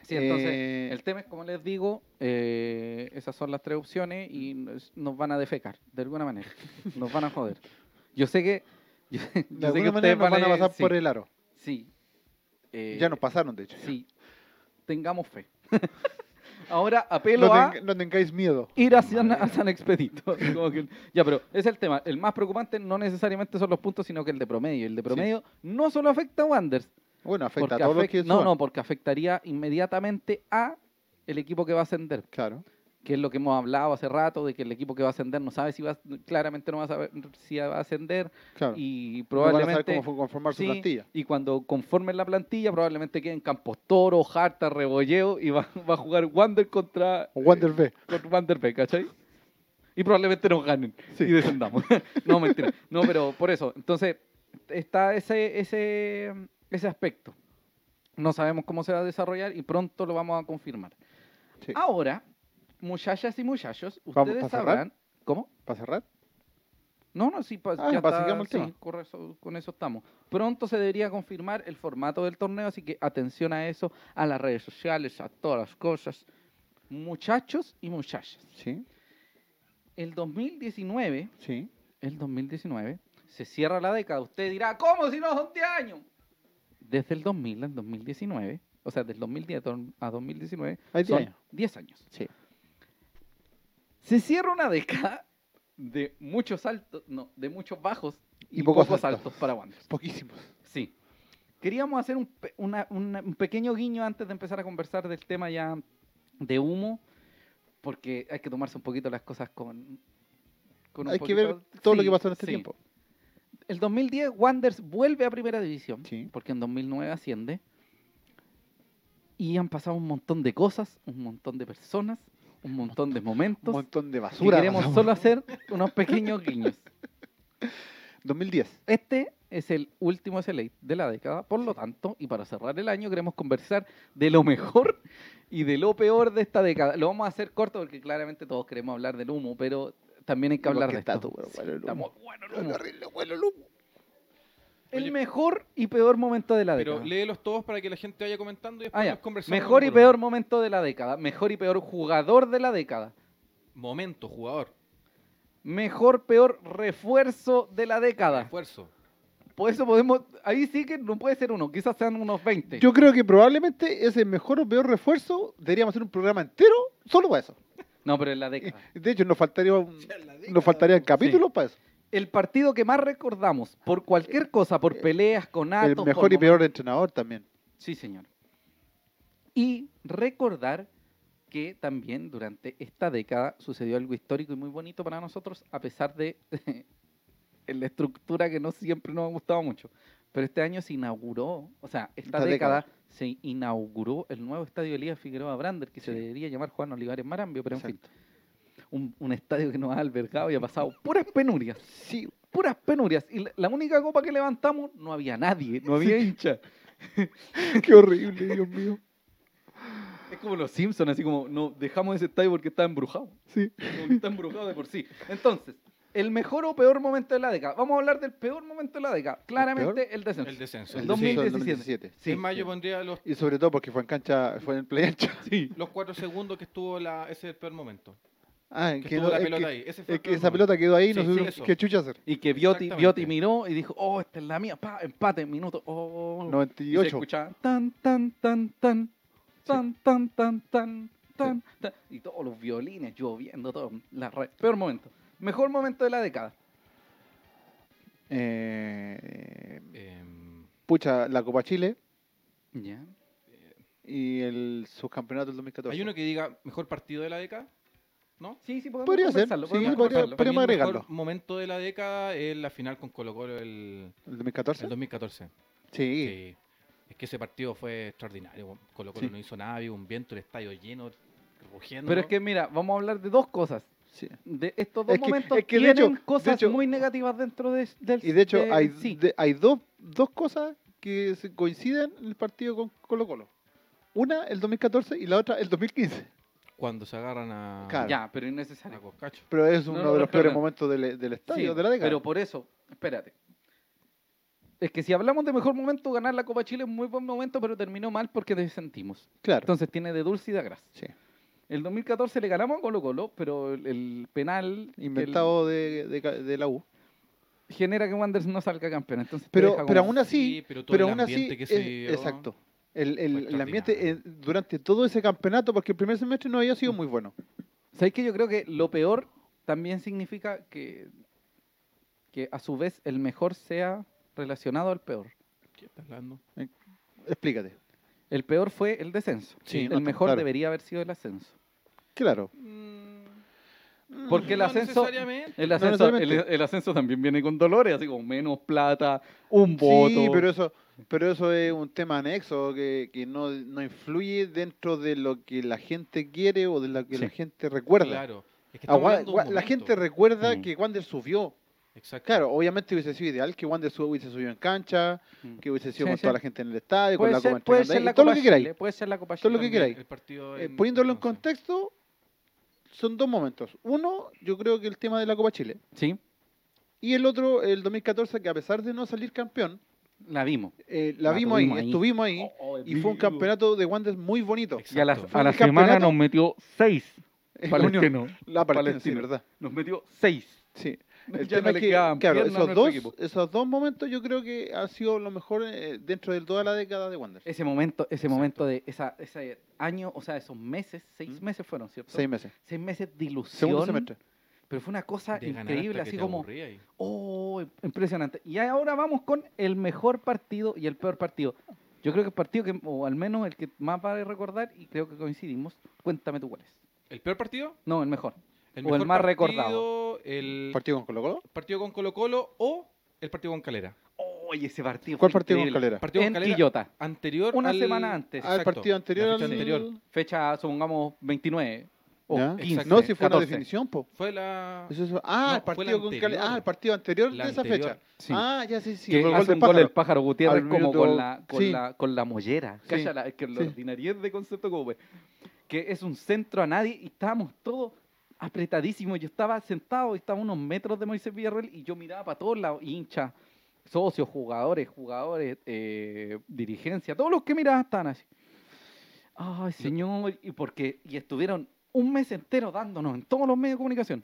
Speaker 1: Sí, entonces,
Speaker 3: Eh,
Speaker 1: el tema es, como les digo, eh, esas son las tres opciones y
Speaker 3: Mm.
Speaker 1: nos nos van a defecar, de alguna manera. Nos van a joder. Yo sé que... Yo, yo sé
Speaker 3: De
Speaker 1: que
Speaker 3: alguna manera
Speaker 1: ustedes
Speaker 3: nos van a
Speaker 1: ir-
Speaker 3: pasar
Speaker 1: sí,
Speaker 3: por el aro.
Speaker 1: Sí. Eh,
Speaker 3: ya nos pasaron, de hecho.
Speaker 1: Sí, tengamos fe. Ahora apelo
Speaker 3: No,
Speaker 1: a
Speaker 3: ten- no tengáis miedo.
Speaker 1: ir a San, a San Expedito. Así como que- ya, pero ese es el tema. El más preocupante no necesariamente son los puntos, sino que el de promedio. El de promedio no solo afecta a Wanderers.
Speaker 3: Bueno, afecta
Speaker 1: porque
Speaker 3: a todos los
Speaker 1: afec-
Speaker 3: que
Speaker 1: no,
Speaker 3: suban.
Speaker 1: no, porque afectaría inmediatamente a el equipo que va a ascender,
Speaker 3: Claro.
Speaker 1: que es lo que hemos hablado hace rato, de que el equipo que va a ascender no sabe si va, claramente no va a saber si va a ascender
Speaker 3: Claro.
Speaker 1: y
Speaker 3: No van a saber
Speaker 1: probablemente
Speaker 3: cómo conformar su
Speaker 1: Sí,
Speaker 3: plantilla.
Speaker 1: Y cuando conformen la plantilla, probablemente queden Campos Toro, Jarta, Rebolleo y va, va a jugar Wander contra,
Speaker 3: O Wander B.
Speaker 1: contra Wander B, ¿cachai? Y probablemente nos ganen
Speaker 3: Sí.
Speaker 1: y descendamos. no, mentira. No, pero por eso. Entonces, está ese, ese, ese aspecto. No sabemos cómo se va a desarrollar y pronto lo vamos a confirmar. Ah,
Speaker 3: Sí.
Speaker 1: Ahora, muchachas y muchachos,
Speaker 3: ¿Vamos
Speaker 1: ustedes
Speaker 3: a cerrar?
Speaker 1: sabrán. ¿Cómo?
Speaker 3: ¿Para cerrar?
Speaker 1: No, no, sí, pues,
Speaker 3: Ah,
Speaker 1: ya
Speaker 3: pa-
Speaker 1: está,
Speaker 3: sigamos el
Speaker 1: sí,
Speaker 3: tema.
Speaker 1: corre- so- con eso estamos. Pronto se debería confirmar el formato del torneo, así que atención a eso, a las redes sociales, a todas las cosas. Muchachos y muchachas,
Speaker 3: Sí,
Speaker 1: el 2019,
Speaker 3: sí.
Speaker 1: el 2019, se cierra la década. Usted dirá, ¿cómo si no son 10 años? Desde el 2000 al 2019, o sea, del 2010 a 2019,
Speaker 3: Hay 10
Speaker 1: son
Speaker 3: años.
Speaker 1: 10 años.
Speaker 3: Sí.
Speaker 1: Se cierra una década de muchos altos, no, de muchos bajos y,
Speaker 3: Y
Speaker 1: pocos,
Speaker 3: pocos
Speaker 1: altos.
Speaker 3: altos.
Speaker 1: para Wander.
Speaker 3: Poquísimos.
Speaker 1: Sí. Queríamos hacer un, pe- una- una- un pequeño guiño antes de empezar a conversar del tema ya de humo, porque hay que tomarse un poquito las cosas con... con un
Speaker 3: Hay que
Speaker 1: poquito-
Speaker 3: ver todo lo
Speaker 1: sí,
Speaker 3: que pasó en este
Speaker 1: sí.
Speaker 3: tiempo.
Speaker 1: El 2010 Wanderers vuelve a Primera División,
Speaker 3: Sí.
Speaker 1: porque en 2009 asciende. Y han pasado un montón de cosas, un montón de personas, un montón de
Speaker 3: Un
Speaker 1: momentos.
Speaker 3: montón de
Speaker 1: y
Speaker 3: basura.
Speaker 1: queremos
Speaker 3: pasamos.
Speaker 1: solo hacer unos pequeños guiños.
Speaker 3: 2010.
Speaker 1: Este es el último SLA de la década, por lo tanto, y para cerrar el año queremos conversar de lo mejor y de lo peor de esta década. Lo vamos a hacer corto porque claramente todos queremos hablar del humo, pero también hay que hablar de
Speaker 3: Porque está
Speaker 1: esto.
Speaker 3: duro,
Speaker 1: Sí,
Speaker 3: bueno, el
Speaker 1: está
Speaker 3: humo.
Speaker 1: muy bueno el humo.
Speaker 3: Horrible, bueno, Lugo.
Speaker 1: El
Speaker 2: Oye,
Speaker 1: mejor y peor momento de la
Speaker 2: Pero
Speaker 1: década.
Speaker 2: léelos todos para que la gente vaya comentando y después
Speaker 1: Ah, ya.
Speaker 2: los conversamos.
Speaker 1: Mejor y
Speaker 2: uno por
Speaker 1: peor
Speaker 2: uno.
Speaker 1: momento de la década. Mejor y peor jugador de la década.
Speaker 2: Momento, jugador.
Speaker 1: Mejor, peor refuerzo de la década.
Speaker 2: Esfuerzo.
Speaker 1: Por eso podemos. Ahí sí que no puede ser uno. Quizás sean unos 20.
Speaker 3: Yo creo que probablemente ese mejor o peor refuerzo deberíamos hacer un programa entero solo para eso.
Speaker 1: No, pero en la década.
Speaker 3: De hecho, nos faltaría, un- nos faltarían capítulos para eso.
Speaker 1: El partido que más recordamos, por cualquier cosa, por peleas, con
Speaker 3: Eh, El
Speaker 1: atos,
Speaker 3: mejor
Speaker 1: por
Speaker 3: y peor entrenador también.
Speaker 1: Sí, señor. Y recordar que también durante esta década sucedió algo histórico y muy bonito para nosotros, a pesar de la estructura que no siempre nos ha gustado mucho. Pero este año se inauguró, o sea, esta,
Speaker 3: Esta
Speaker 1: década,
Speaker 3: década.
Speaker 1: se inauguró el nuevo estadio Elías Figueroa Brander, que se debería llamar Juan Olivares Marambio, pero en
Speaker 3: Exacto.
Speaker 1: fin, un, un estadio que nos ha albergado y ha pasado puras penurias
Speaker 3: Sí,
Speaker 1: puras penurias. Y la, la única copa que levantamos no había nadie, no había hincha.
Speaker 3: qué horrible, Dios mío.
Speaker 1: Es como los Simpsons, así como, no, dejamos ese estadio porque está embrujado.
Speaker 3: Sí.
Speaker 1: Como que está embrujado de por sí. Entonces, el mejor o peor momento de la década. Vamos a hablar del peor momento de la década. Claramente el, descenso.
Speaker 2: El descenso.
Speaker 1: El
Speaker 3: El
Speaker 2: En
Speaker 3: dos- descenso del
Speaker 1: 2017.
Speaker 3: 2017.
Speaker 1: Sí.
Speaker 2: mayo pondría los,
Speaker 3: Y sobre todo porque fue en cancha, fue en play ancha.
Speaker 1: Sí.
Speaker 2: los cuatro segundos que estuvo la, ese es el peor momento.
Speaker 3: Ah,
Speaker 2: Que
Speaker 3: quedó-
Speaker 2: estuvo la
Speaker 3: es
Speaker 2: pelota
Speaker 3: que-
Speaker 2: ahí. Ese fue el
Speaker 3: Es que
Speaker 2: peor
Speaker 3: esa
Speaker 2: momento.
Speaker 3: pelota quedó ahí,
Speaker 2: Sí,
Speaker 3: no
Speaker 2: sí,
Speaker 3: supieron
Speaker 2: eso.
Speaker 3: qué chucha hacer.
Speaker 1: Y que Bioti,
Speaker 2: Exactamente.
Speaker 1: Bioti miró y dijo, oh, esta es la mía, pa, empate, minuto, oh. Y se
Speaker 3: 98.
Speaker 1: escuchaba tan, tan, tan, tan, tan, tan, tan, tan, tan, tan, y todos los violines lloviendo, todo, la re- peor momento, mejor momento de la década.
Speaker 3: Eh,
Speaker 2: Em,
Speaker 3: pucha, la Copa Chile
Speaker 1: Ya.
Speaker 3: y el subcampeonato del 2014.
Speaker 2: ¿Hay uno que diga mejor partido de la década? ¿No?
Speaker 1: Sí, sí, podemos
Speaker 3: Podría ser,
Speaker 1: conversarlo,
Speaker 3: sí,
Speaker 1: podemos
Speaker 3: podría-
Speaker 1: conversarlo.
Speaker 3: podría- Podríamos
Speaker 2: Para mí el mejor
Speaker 3: agregarlo.
Speaker 2: momento de la década es la final con Colo Colo el,
Speaker 3: ¿El 2014?
Speaker 2: el 2014.
Speaker 3: sí.
Speaker 2: Sí. Es que ese partido fue extraordinario. Colo Colo
Speaker 3: Sí.
Speaker 2: no hizo nada, había un viento, el estadio lleno, rugiendo.
Speaker 1: Pero es que mira, vamos a hablar de dos cosas.
Speaker 3: sí.
Speaker 1: De estos dos
Speaker 3: Es que-
Speaker 1: momentos
Speaker 3: es que de
Speaker 1: tienen
Speaker 3: hecho- de
Speaker 1: cosas
Speaker 3: hecho-
Speaker 1: muy negativas dentro de, del
Speaker 3: Y de hecho,
Speaker 1: del
Speaker 3: hay,
Speaker 1: sí.
Speaker 3: de- hay dos, dos cosas que se coinciden en el partido con Colo Colo. Una, el 2014, y la otra, el 2015.
Speaker 2: cuando se agarran a,
Speaker 3: Claro.
Speaker 1: Ya, pero
Speaker 2: a
Speaker 1: innecesario.
Speaker 2: Coscacho.
Speaker 3: Pero es
Speaker 1: No,
Speaker 3: uno
Speaker 1: no,
Speaker 3: de
Speaker 1: no,
Speaker 3: los peores
Speaker 1: espera.
Speaker 3: momentos del, del estadio,
Speaker 1: Sí,
Speaker 3: de la década.
Speaker 1: Pero por eso, espérate. Es que si hablamos de mejor momento, ganar la Copa Chile es un muy buen momento, pero terminó mal porque descentimos.
Speaker 3: claro.
Speaker 1: Entonces tiene de dulce y de grasa.
Speaker 3: sí.
Speaker 1: El 2014 le ganamos a Colo Colo, pero el, el penal que el-
Speaker 3: Inventado de, de, ca- de la U.
Speaker 1: genera que Wanderers no salga campeón. Entonces te
Speaker 3: Pero,
Speaker 1: deja como-
Speaker 3: pero aún así,
Speaker 2: Sí, pero todo
Speaker 3: pero
Speaker 2: el
Speaker 3: aún así,
Speaker 2: ambiente que
Speaker 3: es-
Speaker 2: se dio
Speaker 3: exacto. El, el-
Speaker 2: fue
Speaker 3: el ambiente
Speaker 2: extraordinario.
Speaker 3: eh, durante todo ese campeonato, porque el primer semestre no había sido muy bueno.
Speaker 1: ¿Sabes que yo creo que lo peor también significa que, que a su vez el mejor sea relacionado al peor?
Speaker 2: ¿Qué está hablando?
Speaker 3: Explícate.
Speaker 1: El peor fue el descenso.
Speaker 3: Sí,
Speaker 1: el
Speaker 3: no,
Speaker 1: mejor
Speaker 3: claro.
Speaker 1: debería haber sido el ascenso.
Speaker 3: Claro. Mm,
Speaker 1: Porque el
Speaker 2: No
Speaker 1: ascenso,
Speaker 2: necesariamente.
Speaker 1: el
Speaker 3: No
Speaker 1: ascenso, el,
Speaker 3: necesariamente.
Speaker 1: el ascenso también viene con dolores, así como menos plata, un voto.
Speaker 3: Sí, pero eso, pero eso es un tema anexo que, que no, no influye dentro de lo que la gente quiere o de lo que
Speaker 1: Sí.
Speaker 3: la gente recuerda.
Speaker 2: Claro. Es que
Speaker 3: Ah,
Speaker 2: estamos
Speaker 3: gua-
Speaker 2: hablando de un
Speaker 3: gua- la
Speaker 2: momento.
Speaker 3: gente recuerda
Speaker 1: Mm.
Speaker 3: que Wander subió.
Speaker 2: Exacto.
Speaker 3: Claro, obviamente hubiese sido ideal que Wander sub- hubiese subido en cancha,
Speaker 1: Mm.
Speaker 3: que hubiese sido
Speaker 1: Sí,
Speaker 3: con
Speaker 1: sí.
Speaker 3: toda la gente en el estadio, con
Speaker 1: puede
Speaker 3: la
Speaker 1: ser,
Speaker 3: Copa
Speaker 1: puede
Speaker 3: entrenando
Speaker 1: ser
Speaker 3: ahí,
Speaker 1: la
Speaker 3: todo
Speaker 1: Copa
Speaker 3: lo que queráis.
Speaker 1: Chile, puede ser la Copa
Speaker 3: Todo lo
Speaker 1: Chile
Speaker 3: que
Speaker 1: también.
Speaker 3: queráis.
Speaker 2: El partido
Speaker 3: Eh,
Speaker 2: en-
Speaker 3: poniéndolo en
Speaker 2: entonces.
Speaker 3: contexto, son dos momentos. Uno, yo creo que el tema de la Copa Chile.
Speaker 1: Sí,
Speaker 3: Y el otro, el 2014, que a pesar de no salir campeón,
Speaker 1: la vimos.
Speaker 3: eh, la,
Speaker 1: La
Speaker 3: vimos ahí,
Speaker 1: tuvimos ahí.
Speaker 3: estuvimos ahí, y fue un campeonato de Wander muy bonito.
Speaker 2: Exacto.
Speaker 1: Y a la,
Speaker 2: Fue
Speaker 1: a la
Speaker 3: un
Speaker 1: semana
Speaker 3: campeonato-
Speaker 1: nos metió seis.
Speaker 3: Eh, la Unión-
Speaker 1: palestinos.
Speaker 3: La Palestina, sí,
Speaker 1: Palestina.
Speaker 3: verdad.
Speaker 1: Nos metió seis.
Speaker 3: Sí. El
Speaker 1: Ya
Speaker 3: tema
Speaker 1: no
Speaker 3: es
Speaker 1: le
Speaker 3: que,
Speaker 1: quedaban
Speaker 3: claro,
Speaker 1: piernas a
Speaker 3: esos
Speaker 1: nuestro
Speaker 3: dos,
Speaker 1: equipo.
Speaker 3: esos dos momentos yo creo que han sido lo mejor eh, dentro de toda la década de Wander.
Speaker 1: Ese momento, ese
Speaker 2: Exacto.
Speaker 1: momento de esa, ese año, o sea, esos meses, seis
Speaker 3: Mm.
Speaker 1: meses fueron, ¿cierto?
Speaker 3: Seis meses.
Speaker 1: Seis meses de ilusión.
Speaker 3: Segundo semestre.
Speaker 1: Pero fue una cosa
Speaker 2: de ganar
Speaker 1: increíble,
Speaker 2: hasta
Speaker 1: así
Speaker 2: que te
Speaker 1: como,
Speaker 2: aburría y-
Speaker 1: oh, im- impresionante. Y ahora vamos con el mejor partido y el peor partido. Yo creo que el partido que, o al menos el que más va a recordar, y creo que coincidimos, cuéntame tú cuál es.
Speaker 2: ¿El peor partido?
Speaker 1: No, el mejor.
Speaker 2: El
Speaker 1: O el
Speaker 2: mejor
Speaker 1: más
Speaker 2: partido,
Speaker 1: recordado. Mm,
Speaker 2: El
Speaker 3: Partido con Colo Colo.
Speaker 2: partido con Colo Colo o el partido con Calera.
Speaker 1: Oye, ese partido.
Speaker 3: ¿Cuál
Speaker 1: fue
Speaker 3: partido con
Speaker 1: increíble.
Speaker 3: Calera?
Speaker 2: Partido con
Speaker 1: En
Speaker 2: Calera
Speaker 1: Quillota.
Speaker 2: anterior
Speaker 1: Una
Speaker 2: al-
Speaker 1: semana antes.
Speaker 3: Ah, el
Speaker 2: Exacto,
Speaker 3: partido anterior
Speaker 2: la fecha
Speaker 3: al-
Speaker 2: anterior.
Speaker 1: Fecha, supongamos, 29 o
Speaker 3: Ya.
Speaker 1: 15.
Speaker 3: No, si fue
Speaker 1: 14.
Speaker 3: una definición, po.
Speaker 2: Fue la
Speaker 3: Eso es- ah,
Speaker 2: No, fue la
Speaker 3: el partido con
Speaker 2: anterior.
Speaker 3: Cali- Ah, el partido anterior
Speaker 2: La
Speaker 3: de esa
Speaker 2: anterior.
Speaker 3: fecha.
Speaker 1: Sí.
Speaker 3: Ah, ya sí, sí.
Speaker 1: que
Speaker 3: fue el gol
Speaker 1: hace
Speaker 3: del
Speaker 1: un gol el
Speaker 3: Pájaro.
Speaker 1: pájaro Gutiérrez
Speaker 3: Al
Speaker 1: como
Speaker 3: minuto-
Speaker 1: con la, con,
Speaker 3: sí.
Speaker 1: la, con la mollera.
Speaker 3: Sí.
Speaker 1: Calla la- que la
Speaker 3: Sí.
Speaker 1: ordinariedad de concepto como fue. Que es un centro a nadie y estábamos todos apretadísimos. Yo estaba sentado, estaba a unos metros de Moisés Villarreal y yo miraba para todos lados, hinchas, socios, jugadores, jugadores, eh, dirigencia, todos los que miraban estaban así. Ay, señor, y porque y estuvieron un mes entero dándonos en todos los medios de comunicación.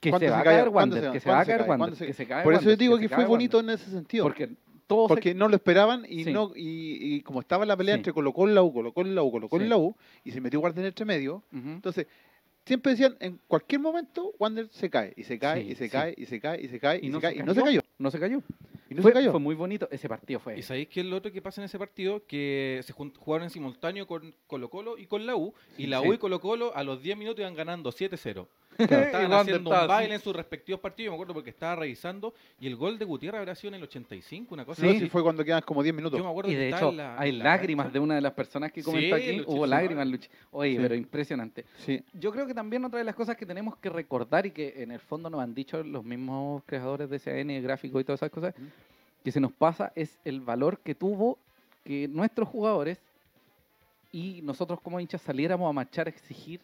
Speaker 1: Que
Speaker 3: ¿Cuándo
Speaker 1: se va
Speaker 3: se
Speaker 1: a
Speaker 3: cae?
Speaker 1: caer
Speaker 3: ¿Cuándo
Speaker 1: Wander,
Speaker 3: se-
Speaker 1: que se
Speaker 3: cuándo
Speaker 1: va a
Speaker 3: se
Speaker 1: caer
Speaker 3: cae?
Speaker 1: Wander,
Speaker 3: ¿Cuándo se
Speaker 1: que se cae
Speaker 3: Por eso yo
Speaker 1: eh, Wander,
Speaker 3: digo
Speaker 1: se
Speaker 3: que fue
Speaker 1: cae
Speaker 3: bonito
Speaker 1: Wander.
Speaker 3: en ese sentido.
Speaker 1: Porque todos se-
Speaker 3: porque no lo esperaban y
Speaker 1: Sí.
Speaker 3: no y, y como estaba la pelea
Speaker 1: Sí.
Speaker 3: entre Colo Colo y la U, Colo Colo y la U, Colo Colo y
Speaker 1: Sí.
Speaker 3: la U y se metió Guardia en entre medio,
Speaker 1: Ujú.
Speaker 3: entonces siempre decían, en cualquier momento Wander se cae, y se cae,
Speaker 1: Sí,
Speaker 3: y se
Speaker 1: sí.
Speaker 3: cae, y se cae, y se cae,
Speaker 1: Y
Speaker 3: y,
Speaker 1: no se
Speaker 3: se cae, y no se
Speaker 1: cayó.
Speaker 3: cayó.
Speaker 1: No se cayó.
Speaker 3: Y no
Speaker 1: fue,
Speaker 3: se cayó.
Speaker 1: fue muy bonito. Ese partido fue.
Speaker 2: ¿Y sabéis qué es lo otro que pasa en ese partido? Que se jun- jugaron en simultáneo con Colo Colo y con la U. Y la
Speaker 1: Sí.
Speaker 2: U y Colo Colo a los 10 minutos iban ganando 7-0.
Speaker 1: Claro.
Speaker 2: Estaban
Speaker 1: Y Wander
Speaker 2: haciendo
Speaker 1: estaba
Speaker 2: un
Speaker 1: así.
Speaker 2: baile en sus respectivos partidos. Yo me acuerdo porque estaba revisando. Y el gol de Gutiérrez habrá sido en el 85, una cosa
Speaker 3: No,
Speaker 1: Sí.
Speaker 3: si fue cuando quedan como 10 minutos.
Speaker 2: Yo me acuerdo
Speaker 1: Y
Speaker 2: que
Speaker 1: de
Speaker 2: estaba
Speaker 1: hecho,
Speaker 2: en la-
Speaker 1: hay
Speaker 2: en la
Speaker 1: lágrimas
Speaker 2: cancha.
Speaker 1: de una de las personas que
Speaker 2: Sí,
Speaker 1: comentó aquí.
Speaker 2: Luchito,
Speaker 1: Hubo
Speaker 2: sí.
Speaker 1: lágrimas, Luchi. Oye,
Speaker 3: Sí.
Speaker 1: pero impresionante.
Speaker 3: Sí.
Speaker 1: Yo creo que también otra de las cosas que tenemos que recordar y que en el fondo nos han dicho los mismos creadores de CN, gráficos y todas esas cosas,
Speaker 3: Ujú.
Speaker 1: que se nos pasa es el valor que tuvo que nuestros jugadores y nosotros como hinchas saliéramos a marchar a exigir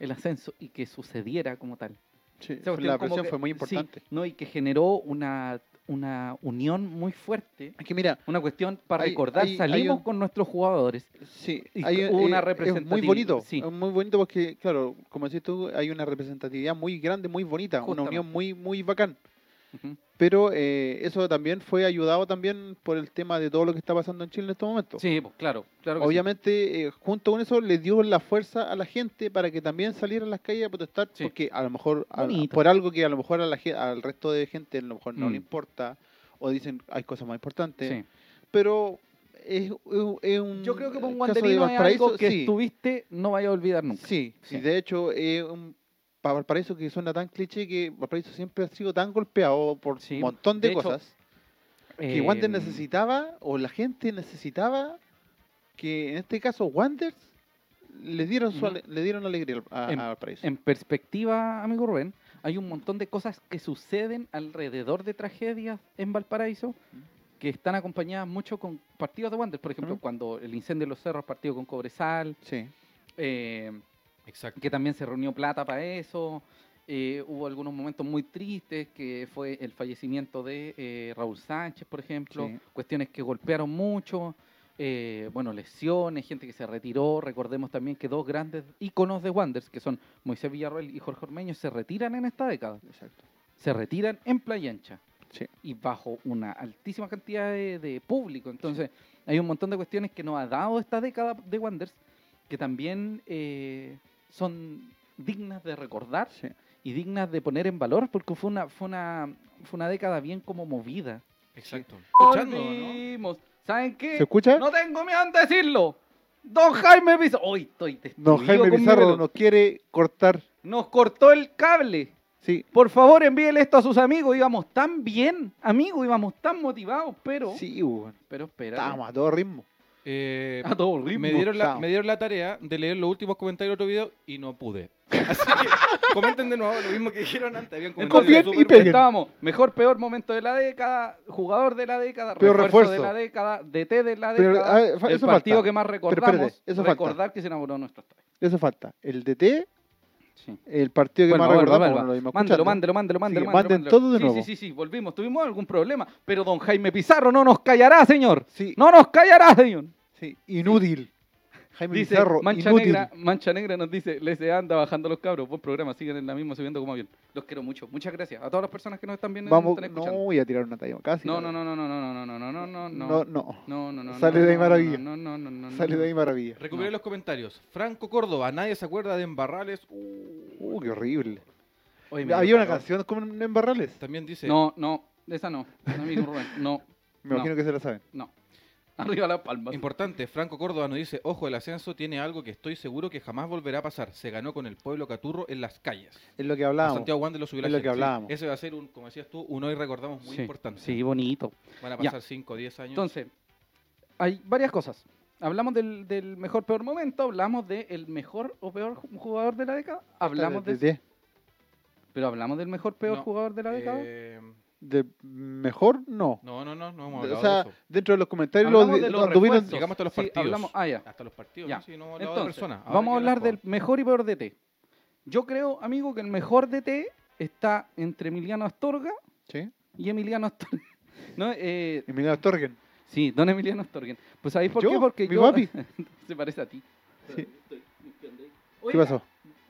Speaker 1: el ascenso y que sucediera como tal.
Speaker 3: Sí,
Speaker 1: Esa
Speaker 3: fue-
Speaker 1: cuestión
Speaker 3: la
Speaker 1: como
Speaker 3: presión
Speaker 1: que-
Speaker 3: fue muy
Speaker 1: sí,
Speaker 3: importante.
Speaker 1: ¿no? Y que generó una, una unión muy fuerte,
Speaker 3: Es que mira,
Speaker 1: una cuestión para
Speaker 3: Hay-
Speaker 1: recordar,
Speaker 3: hay- hay
Speaker 1: salimos
Speaker 3: un-
Speaker 1: con nuestros jugadores.
Speaker 3: sí,
Speaker 1: Y
Speaker 3: hay, eh,
Speaker 1: hubo una
Speaker 3: es muy
Speaker 1: representatividad,
Speaker 3: bonito.
Speaker 1: sí.
Speaker 3: Es muy bonito porque, claro, como decís tú, hay una representatividad muy grande, muy bonita, una
Speaker 1: Justamente.
Speaker 3: unión muy, muy bacán.
Speaker 1: Ujú.
Speaker 3: Pero eh, eso también fue ayudado también por el tema de todo lo que está pasando en Chile en estos momentos.
Speaker 1: Sí, pues, claro, claro que sí.
Speaker 3: Obviamente, eh, junto con eso, le dio la fuerza a la gente para que también saliera a las calles a protestar,
Speaker 1: Sí.
Speaker 3: porque a lo mejor, a-
Speaker 1: Bonito.
Speaker 3: por algo que a lo mejor a la gen- al resto de gente a lo mejor no
Speaker 1: Mm.
Speaker 3: le importa, o dicen hay cosas más importantes,
Speaker 1: Sí.
Speaker 3: pero es, es- es un.
Speaker 1: Yo creo que
Speaker 3: caso
Speaker 1: con
Speaker 3: de
Speaker 1: Guanderino es
Speaker 3: Valparaíso,
Speaker 1: algo que
Speaker 3: sí,
Speaker 1: estuviste, no vaya a olvidar nunca.
Speaker 3: Sí,
Speaker 1: Sí.
Speaker 3: y de hecho, es un. Para Valparaíso que suena tan cliché que Valparaíso siempre ha sido tan golpeado por
Speaker 1: Sí,
Speaker 3: un montón de,
Speaker 1: de hecho,
Speaker 3: cosas
Speaker 1: Eh,
Speaker 3: que Wander necesitaba o la gente necesitaba que en este caso Wander le dieron su
Speaker 1: Ujú.
Speaker 3: ale- le dieron alegría al- a,
Speaker 1: En-
Speaker 3: a Valparaíso.
Speaker 1: En perspectiva, amigo Rubén, hay un montón de cosas que suceden alrededor de tragedias en Valparaíso que están acompañadas mucho con partidos de Wander. Por ejemplo,
Speaker 3: Ujú.
Speaker 1: cuando el incendio de los cerros partido con Cobresal,
Speaker 3: sí.
Speaker 1: eh,
Speaker 2: Exacto.
Speaker 1: que también se reunió plata para eso. eh, hubo algunos momentos muy tristes, que fue el fallecimiento de eh, Raúl Sánchez, por ejemplo,
Speaker 3: Sí.
Speaker 1: cuestiones que golpearon mucho, eh, bueno, lesiones, gente que se retiró. Recordemos también que dos grandes íconos de Wanders, que son Moisés Villarroel y Jorge Ormeño, se retiran en esta década.
Speaker 3: Exacto.
Speaker 1: Se retiran en Playa Ancha
Speaker 3: Sí.
Speaker 1: y bajo una altísima cantidad de, de público. Entonces, hay un montón de cuestiones que nos ha dado esta década de Wanderers que también eh, son dignas de recordar
Speaker 3: Sí.
Speaker 1: y dignas de poner en valor porque fue una, fue una, fue una década bien como movida.
Speaker 2: Exacto. Escuchando, ¿no?
Speaker 1: Volvimos. ¿Saben qué?
Speaker 3: ¿Se escucha?
Speaker 1: No tengo miedo en decirlo. Don Jaime Pizarro. Hoy estoy
Speaker 3: No,
Speaker 1: destruido
Speaker 3: Jaime
Speaker 1: con mi
Speaker 3: Pizarro
Speaker 1: reloj.
Speaker 3: nos quiere cortar.
Speaker 1: Nos cortó el cable.
Speaker 3: Sí.
Speaker 1: Por favor, envíele esto a sus amigos. Íbamos tan bien, amigos, íbamos tan motivados, pero.
Speaker 3: Sí, bueno.
Speaker 1: Pero espera.
Speaker 3: Estábamos a todo ritmo.
Speaker 2: Eh,
Speaker 1: A todo ritmo.
Speaker 2: me, dieron la,
Speaker 3: estábamos.
Speaker 2: me dieron la tarea de leer los últimos comentarios de otro video y no pude. Así que comenten de nuevo lo mismo que dijeron antes. Habían comentarios
Speaker 3: Confíen
Speaker 2: súper
Speaker 3: y peguen.
Speaker 1: Estábamos mejor, peor momento de la década, jugador de la década,
Speaker 3: Pero
Speaker 1: refuerzo, de
Speaker 3: refuerzo.
Speaker 1: la década, DT de la
Speaker 3: Pero,
Speaker 1: década.
Speaker 3: a ver, fa-
Speaker 1: el
Speaker 3: eso
Speaker 1: partido
Speaker 3: falta.
Speaker 1: que más
Speaker 3: espérate,
Speaker 1: recordamos.
Speaker 3: eso falta.
Speaker 1: recordar que se enamoró nuestro estadio.
Speaker 3: Eso falta. El DT,
Speaker 1: Sí.
Speaker 3: el partido que
Speaker 1: Bueno,
Speaker 3: más
Speaker 1: bueno,
Speaker 3: recordamos,
Speaker 1: bueno,
Speaker 3: lo vimos
Speaker 1: Mándelo,
Speaker 3: escuchando.
Speaker 1: mándelo, mándelo, mándelo.
Speaker 3: que
Speaker 1: mándelo,
Speaker 3: manden
Speaker 1: mándelo.
Speaker 3: todo de
Speaker 1: Sí, Sí,
Speaker 3: nuevo.
Speaker 1: sí, sí, volvimos. Tuvimos algún problema, pero don Jaime Pizarro no nos callará, señor.
Speaker 3: Sí,
Speaker 1: No nos callará, señor.
Speaker 3: sí, inútil. Jaime
Speaker 1: Dice,
Speaker 3: Pizarro,
Speaker 1: Mancha
Speaker 3: inútil.
Speaker 1: Negra, Mancha Negra nos dice, les anda bajando los cabros, buen programa, siguen en la misma subiendo como avión. Los quiero mucho. Muchas gracias a todas las personas que nos están viendo y nos
Speaker 3: Vamos,
Speaker 1: están
Speaker 3: no
Speaker 1: escuchando.
Speaker 3: voy a tirar una talla casi.
Speaker 1: No, no, no, no, no, no, no, no, no, no, no,
Speaker 3: No,
Speaker 1: no.
Speaker 3: no.
Speaker 1: No, no, no.
Speaker 3: Sale
Speaker 1: no,
Speaker 3: de ahí
Speaker 1: no,
Speaker 3: maravilla.
Speaker 1: No, no, no, no. no,
Speaker 3: Sale
Speaker 1: no.
Speaker 3: de ahí maravilla.
Speaker 2: Recuperé
Speaker 1: No.
Speaker 2: los comentarios. Franco Córdoba, nadie se acuerda de Embarrales.
Speaker 3: Uh, qué horrible.
Speaker 1: Oye, me dio
Speaker 3: Había una
Speaker 1: calor.
Speaker 3: canción como en en Barrales.
Speaker 2: También dice.
Speaker 1: No, no, esa no. Amigo Rubén, no,
Speaker 3: Me imagino que se la saben.
Speaker 1: no. Arriba las palmas.
Speaker 2: Importante, Franco Córdoba nos dice, ojo, el ascenso tiene algo que estoy seguro que jamás volverá a pasar. Se ganó con el pueblo caturro en las calles.
Speaker 3: Es lo que
Speaker 2: A
Speaker 3: hablábamos.
Speaker 2: Santiago Wander lo subió la
Speaker 3: es lo
Speaker 2: gente,
Speaker 3: que
Speaker 2: sí.
Speaker 3: hablábamos.
Speaker 2: Ese va a ser, un, como decías tú, un hoy recordamos muy
Speaker 1: Sí,
Speaker 2: importante.
Speaker 1: Sí, bonito.
Speaker 2: Van a
Speaker 1: Ya.
Speaker 2: pasar 5 o 10 años.
Speaker 1: Entonces, hay varias cosas. Hablamos del, del mejor peor momento, hablamos del mejor o peor ju- jugador de la década, hablamos
Speaker 3: de,
Speaker 1: de,
Speaker 3: de-
Speaker 1: pero hablamos del mejor peor
Speaker 2: No,
Speaker 1: jugador de la década.
Speaker 2: Eh,
Speaker 3: de- mejor no.
Speaker 2: no, no, no, no hemos hablado
Speaker 3: o sea,
Speaker 2: de eso.
Speaker 3: dentro de los comentarios lo
Speaker 1: Hablamos
Speaker 3: di-
Speaker 1: de los
Speaker 3: lo anduvieron-
Speaker 1: refuerzos.
Speaker 2: Llegamos hasta los
Speaker 1: Sí,
Speaker 2: partidos.
Speaker 1: hablamos- ah, ya.
Speaker 2: Hasta los partidos,
Speaker 1: Ya.
Speaker 2: ¿no? Sí, no hemos hablado
Speaker 1: Entonces,
Speaker 2: de personas. Ahora
Speaker 1: vamos a
Speaker 2: que
Speaker 1: hablar del
Speaker 2: hablamos-
Speaker 1: mejor y peor DT. Yo creo, amigo, que el mejor DT está entre Emiliano Astorga
Speaker 3: Sí.
Speaker 1: y Emiliano Astorga. ¿No? Eh,
Speaker 3: Emiliano Torgen.
Speaker 1: sí, don Emiliano Astorga. Pues ¿sabéis por
Speaker 3: Yo,
Speaker 1: qué? Porque
Speaker 3: mi
Speaker 1: yo...
Speaker 3: papi.
Speaker 1: se parece a ti.
Speaker 3: Sí. ¿Qué
Speaker 1: Oiga, Oiga,
Speaker 3: pasó? ¿Qué pasa? ¿Qué pasa?
Speaker 1: oiga,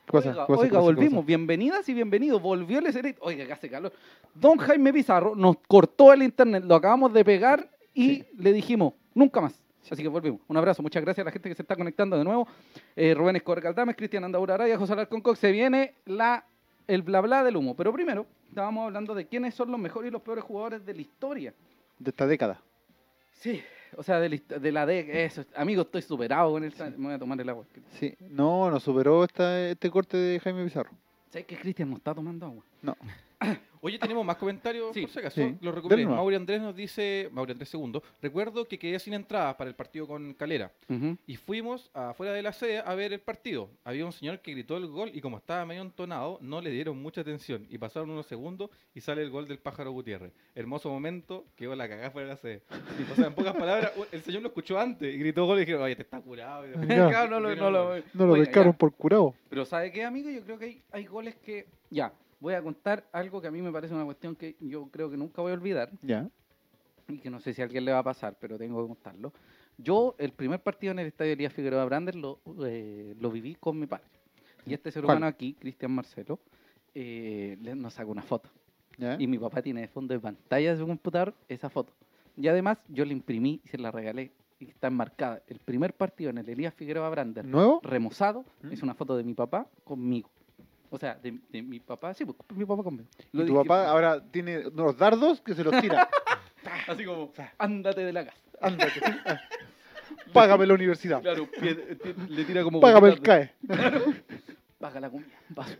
Speaker 3: ¿Qué pasa? ¿Qué pasa?
Speaker 1: volvimos. Bienvenidas y bienvenidos. Volvió el escenario. Oiga, que hace calor. Don Jaime Pizarro nos cortó el internet, lo acabamos de pegar y le dijimos, nunca más. Así que volvemos. Un abrazo, muchas gracias a la gente que se está conectando de nuevo. Eh, Rubén Escobar Galdames, Cristian Andaura Araya, José Alarcón Cox. Se viene la, el bla bla del humo. Pero primero, estábamos hablando de quiénes son los mejores y los peores jugadores de la historia.
Speaker 3: de esta década.
Speaker 1: Sí, o sea, de la, histo- de la de eso. Amigo, estoy superado con el. Me voy a tomar el agua.
Speaker 3: Sí. No, nos superó esta, este corte de Jaime Pizarro.
Speaker 1: ¿Sabes que Cristian no está tomando agua?
Speaker 3: No.
Speaker 2: Oye, tenemos más comentarios,
Speaker 1: Sí.
Speaker 2: por si acaso.
Speaker 3: Sí.
Speaker 2: Los recuperé.
Speaker 3: Denle nomás.
Speaker 2: Mauri Andrés nos dice, Mauri Andrés segundo, recuerdo que quedé sin entradas para el partido con Calera y fuimos afuera de la sede a ver el partido. Había un señor que gritó el gol y como estaba medio entonado, no le dieron mucha atención y pasaron unos segundos y sale el gol del pájaro Gutiérrez. Hermoso momento, quedó la cagada fuera de la sede. O sea, en pocas palabras, u- el señor lo escuchó antes y gritó gol y dijeron, oye, te está curado. y después-
Speaker 3: Ya.
Speaker 1: Claro, no lo, no lo-
Speaker 3: No lo
Speaker 1: Oiga,
Speaker 3: pescaron
Speaker 1: ya.
Speaker 3: por curado.
Speaker 1: Pero ¿sabe qué, amigo? Yo creo que hay, hay goles que... Ya, voy a contar algo que a mí me parece una cuestión que yo creo que nunca voy a olvidar
Speaker 3: Ya.
Speaker 1: y que no sé si a alguien le va a pasar, pero tengo que contarlo. Yo, el primer partido en el Estadio Elías Figueroa Brander lo, eh, lo viví con mi padre. Y este ser
Speaker 3: ¿Cuál?
Speaker 1: humano aquí, Cristian Marcelo, eh, le- nos sacó una foto.
Speaker 3: Ya.
Speaker 1: Y mi papá tiene de fondo de pantalla de su computador esa foto. Y además yo la imprimí y se la regalé. Y está enmarcada. El primer partido en el Elías Figueroa Brander
Speaker 3: ¿Nuevo?
Speaker 1: remozado
Speaker 3: ¿Mm?
Speaker 1: es una foto de mi papá conmigo. O sea, de, de mi papá, sí, pues, mi papá conmigo. Lo
Speaker 3: Y tu
Speaker 1: dije,
Speaker 3: papá ahora tiene unos dardos que se los tira.
Speaker 1: Así como,
Speaker 3: ah.
Speaker 1: ándate de la casa.
Speaker 3: Ándate. Ah. Págame la universidad.
Speaker 1: Claro, pie- eh, ti- le tira como...
Speaker 3: Págame el
Speaker 1: bolitas de-
Speaker 3: CAE.
Speaker 1: Paga la comida. vas.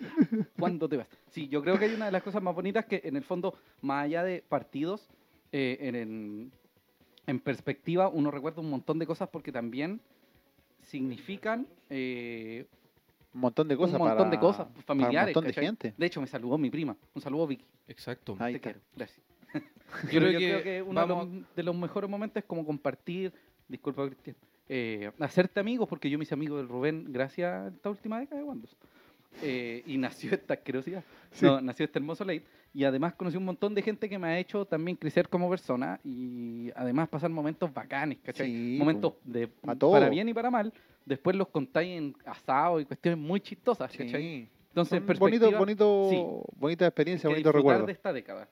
Speaker 1: ¿Cuándo te vas? Sí, yo creo que hay una de las cosas más bonitas que en el fondo, más allá de partidos, eh, en, en- en perspectiva uno recuerda un montón de cosas porque también significan eh,
Speaker 3: Un montón de cosas.
Speaker 1: un montón
Speaker 3: para-
Speaker 1: de cosas
Speaker 3: para un
Speaker 1: familiares.
Speaker 3: montón de
Speaker 1: ¿cachai?
Speaker 3: gente.
Speaker 1: De hecho, me saludó mi prima. Un saludo, Vicky.
Speaker 2: Exacto.
Speaker 3: Ahí
Speaker 1: Te
Speaker 3: está.
Speaker 1: quiero, gracias. Pero
Speaker 2: Yo creo
Speaker 1: yo
Speaker 2: que
Speaker 1: creo que uno de los-
Speaker 2: vamos-
Speaker 1: de, los, mejores momentos es como compartir, disculpa Cristian, eh, hacerte amigos, porque yo me hice amigo del Rubén gracias a esta última década de Wandos. Eh, y nació esta asquerosidad,
Speaker 3: Sí.
Speaker 1: No, nació este hermoso late. Y además conocí un montón de gente que me ha hecho también crecer como persona y además pasar momentos bacanes, ¿cachai?
Speaker 3: Sí,
Speaker 1: momentos de,
Speaker 3: A todo.
Speaker 1: para bien y para mal. Después los contáis en asado y cuestiones muy chistosas,
Speaker 3: Sí.
Speaker 1: ¿cachai? Entonces,
Speaker 3: Son
Speaker 1: perspectiva,
Speaker 3: bonito, bonito,
Speaker 1: sí.
Speaker 3: bonita experiencia,
Speaker 1: que
Speaker 3: bonito
Speaker 1: disfrutar
Speaker 3: recuerdo.
Speaker 1: de esta década.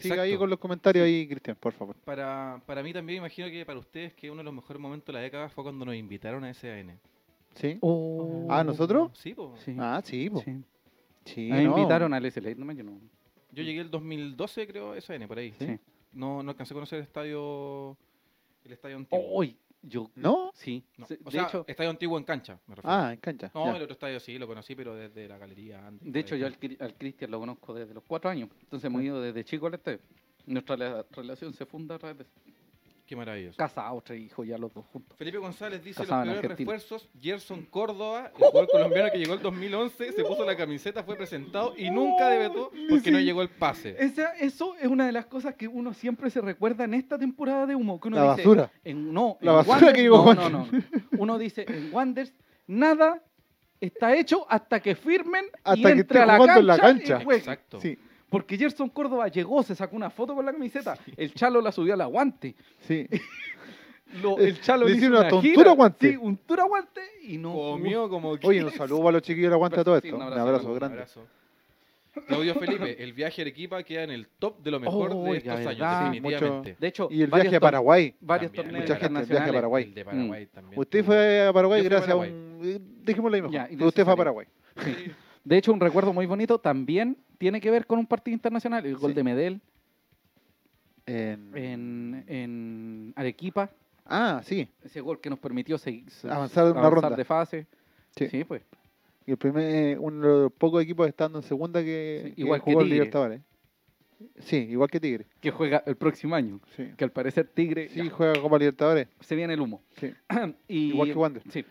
Speaker 3: Siga ahí con los comentarios ahí, Cristian, por favor.
Speaker 2: Para, para mí también imagino que para ustedes que uno de los mejores momentos de la década fue cuando nos invitaron a SAN.
Speaker 3: ¿Sí?
Speaker 1: Oh.
Speaker 3: Ah, ¿nosotros?
Speaker 2: Sí, po.
Speaker 1: Sí.
Speaker 3: Ah, sí, po.
Speaker 1: Sí.
Speaker 3: Sí,
Speaker 1: Me
Speaker 3: no.
Speaker 1: invitaron al SLA, no me yo no.
Speaker 2: Yo llegué el 2012 creo a SAN por ahí.
Speaker 1: Sí.
Speaker 2: No, no alcancé a conocer el estadio el estadio antiguo.
Speaker 1: Hoy, yo,
Speaker 3: ¿No?
Speaker 1: sí.
Speaker 2: No,
Speaker 1: Se-
Speaker 2: o
Speaker 1: Oh, de
Speaker 2: sea,
Speaker 1: hecho,
Speaker 2: estadio antiguo en cancha, me refiero.
Speaker 3: Ah, en cancha.
Speaker 2: no,
Speaker 3: ya.
Speaker 2: el otro estadio sí lo conocí, pero desde la galería antes.
Speaker 1: de
Speaker 2: por
Speaker 1: hecho
Speaker 2: ahí.
Speaker 1: yo al, Cri- al Cristian lo conozco desde los cuatro años. Entonces
Speaker 3: Ah.
Speaker 1: hemos ido desde chico al este. Nuestra la- relación se funda a través de
Speaker 2: Qué maravilloso.
Speaker 1: casados, tres hijos, ya los dos juntos.
Speaker 2: Felipe González dice
Speaker 1: Casado en
Speaker 2: los peores
Speaker 1: Argentina.
Speaker 2: refuerzos. Gerson Córdoba, el jugador colombiano que llegó el 2011, se puso la camiseta, fue presentado y
Speaker 1: Oh,
Speaker 2: nunca debutó porque no llegó el pase.
Speaker 1: Esa, eso es una de las cosas que uno siempre se recuerda en esta temporada de humo. Que uno
Speaker 3: La
Speaker 1: dice,
Speaker 3: basura.
Speaker 1: En, no,
Speaker 3: La
Speaker 1: en
Speaker 3: basura
Speaker 1: Wanderers-
Speaker 3: que llegó
Speaker 1: no,
Speaker 3: Juan.
Speaker 1: no, no, no. Uno dice, en Wanders nada está hecho hasta que firmen y
Speaker 3: Hasta que
Speaker 1: entre
Speaker 3: esté
Speaker 1: a la cancha,
Speaker 3: jugando en la cancha.
Speaker 1: y juegue.
Speaker 2: Exacto.
Speaker 3: Sí,
Speaker 1: Porque Gerson Córdoba llegó, se sacó una foto con la camiseta, el Chalo la subió al aguante.
Speaker 3: sí.
Speaker 1: Lo-
Speaker 3: Eh,
Speaker 1: el Chalo
Speaker 3: le
Speaker 1: le hizo
Speaker 3: hicieron
Speaker 1: una
Speaker 3: una tontura
Speaker 1: gira,
Speaker 3: aguante.
Speaker 1: Sí, un tura aguante y no
Speaker 2: Comió como que-
Speaker 3: Oye, un saludo a los chiquillos de la aguanta todo
Speaker 1: Sí,
Speaker 3: esto.
Speaker 1: un
Speaker 3: Un
Speaker 1: abrazo,
Speaker 3: abrazo,
Speaker 1: un
Speaker 3: grande.
Speaker 2: Abrazo. Claudio Felipe, el viaje a Arequipa queda en el top de lo mejor
Speaker 1: Oh,
Speaker 2: de
Speaker 1: la
Speaker 2: estos
Speaker 1: verdad.
Speaker 2: años, definitivamente.
Speaker 1: jugó. De hecho,
Speaker 3: Y el
Speaker 1: varios
Speaker 3: viaje a
Speaker 1: tor-
Speaker 3: Paraguay.
Speaker 1: Varios
Speaker 2: También,
Speaker 1: torneos
Speaker 2: mucha gente,
Speaker 3: el viaje a
Speaker 1: internacionales.
Speaker 3: Paraguay.
Speaker 2: El de Paraguay también.
Speaker 3: Usted fue a Paraguay
Speaker 2: Yo fui a
Speaker 3: gracias a,
Speaker 2: Paraguay.
Speaker 3: un... eh, Dejémoslo ahí mejor.
Speaker 1: Ya, y de
Speaker 3: Usted fue
Speaker 1: Cesarito.
Speaker 3: a Paraguay.
Speaker 1: De hecho, un recuerdo muy bonito también tiene que ver con un partido internacional. El gol
Speaker 3: Sí.
Speaker 1: de Medel
Speaker 3: En-
Speaker 1: en, en Arequipa.
Speaker 3: Ah, sí.
Speaker 1: Ese gol que nos permitió seguir,
Speaker 3: Avanzar una ronda.
Speaker 1: de fase. Sí,
Speaker 3: Sí.
Speaker 1: pues.
Speaker 3: Y el primer, eh, uno de los pocos equipos estando en segunda que,
Speaker 1: Sí,
Speaker 3: que
Speaker 1: igual que
Speaker 3: jugó el
Speaker 1: Tigre.
Speaker 3: Libertadores. Sí, igual que Tigre.
Speaker 1: Que juega el próximo año.
Speaker 3: Sí,
Speaker 1: Que al parecer Tigre
Speaker 3: Sí,
Speaker 1: ya,
Speaker 3: juega Copa Libertadores.
Speaker 1: se viene el humo.
Speaker 3: Sí.
Speaker 1: Y-
Speaker 3: Igual que Wander.
Speaker 1: Sí.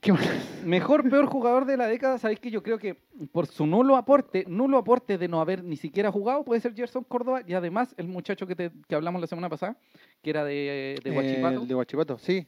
Speaker 3: ¿Qué más?
Speaker 1: Mejor, peor jugador de la década, sabéis que yo creo que por su nulo aporte, nulo aporte de no haber ni siquiera jugado, puede ser Gerson Córdoba y además el muchacho que, te- que hablamos la semana pasada, que era de, de
Speaker 3: Eh,
Speaker 1: Huachipato.
Speaker 3: el de Huachipato, sí.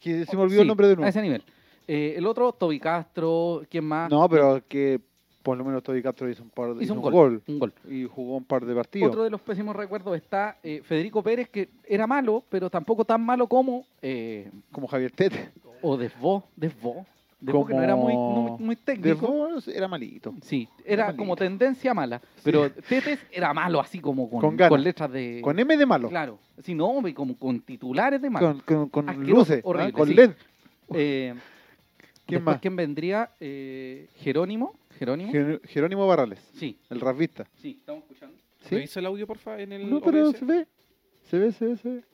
Speaker 3: Que se me olvidó el
Speaker 1: Sí,
Speaker 3: nombre de nuevo.
Speaker 1: A ese nivel. Eh, el otro, Toby Castro, ¿quién más?
Speaker 3: No, pero que por lo menos Toby Castro hizo un par de
Speaker 1: hizo un gol. Un gol.
Speaker 3: y jugó un par de partidos.
Speaker 1: Otro de los pésimos recuerdos está eh, Federico Pérez, que era malo, pero tampoco tan malo como. eh,
Speaker 3: Como Javier Tete.
Speaker 1: o Desbo, Desbo. De Boer no era muy, no- muy
Speaker 3: De
Speaker 1: técnico.
Speaker 3: Boer era malito.
Speaker 1: Sí,
Speaker 3: era
Speaker 1: era
Speaker 3: malito.
Speaker 1: como tendencia mala. Pero Tetes era malo, así como con,
Speaker 3: Con ganas.
Speaker 1: con letras de.
Speaker 3: Con M de malo.
Speaker 1: Claro. Sí, no, hombre, como con titulares de malo.
Speaker 3: Con, con, con
Speaker 1: Asqueroso,
Speaker 3: luces, ¿ah?
Speaker 1: horrible,
Speaker 3: con
Speaker 1: sí.
Speaker 3: LED.
Speaker 1: Eh,
Speaker 3: ¿Quién
Speaker 1: después,
Speaker 3: más?
Speaker 1: ¿Quién vendría? Eh, Jerónimo. Jerónimo.
Speaker 3: Jer- Jerónimo Barrales,
Speaker 1: sí,
Speaker 3: el rasvista.
Speaker 1: sí, estamos escuchando.
Speaker 3: ¿Sí?
Speaker 2: ¿Revisa el audio, porfa, en el
Speaker 3: No, pero
Speaker 2: OBS?
Speaker 3: se ve. Se ve, se ve, se ve.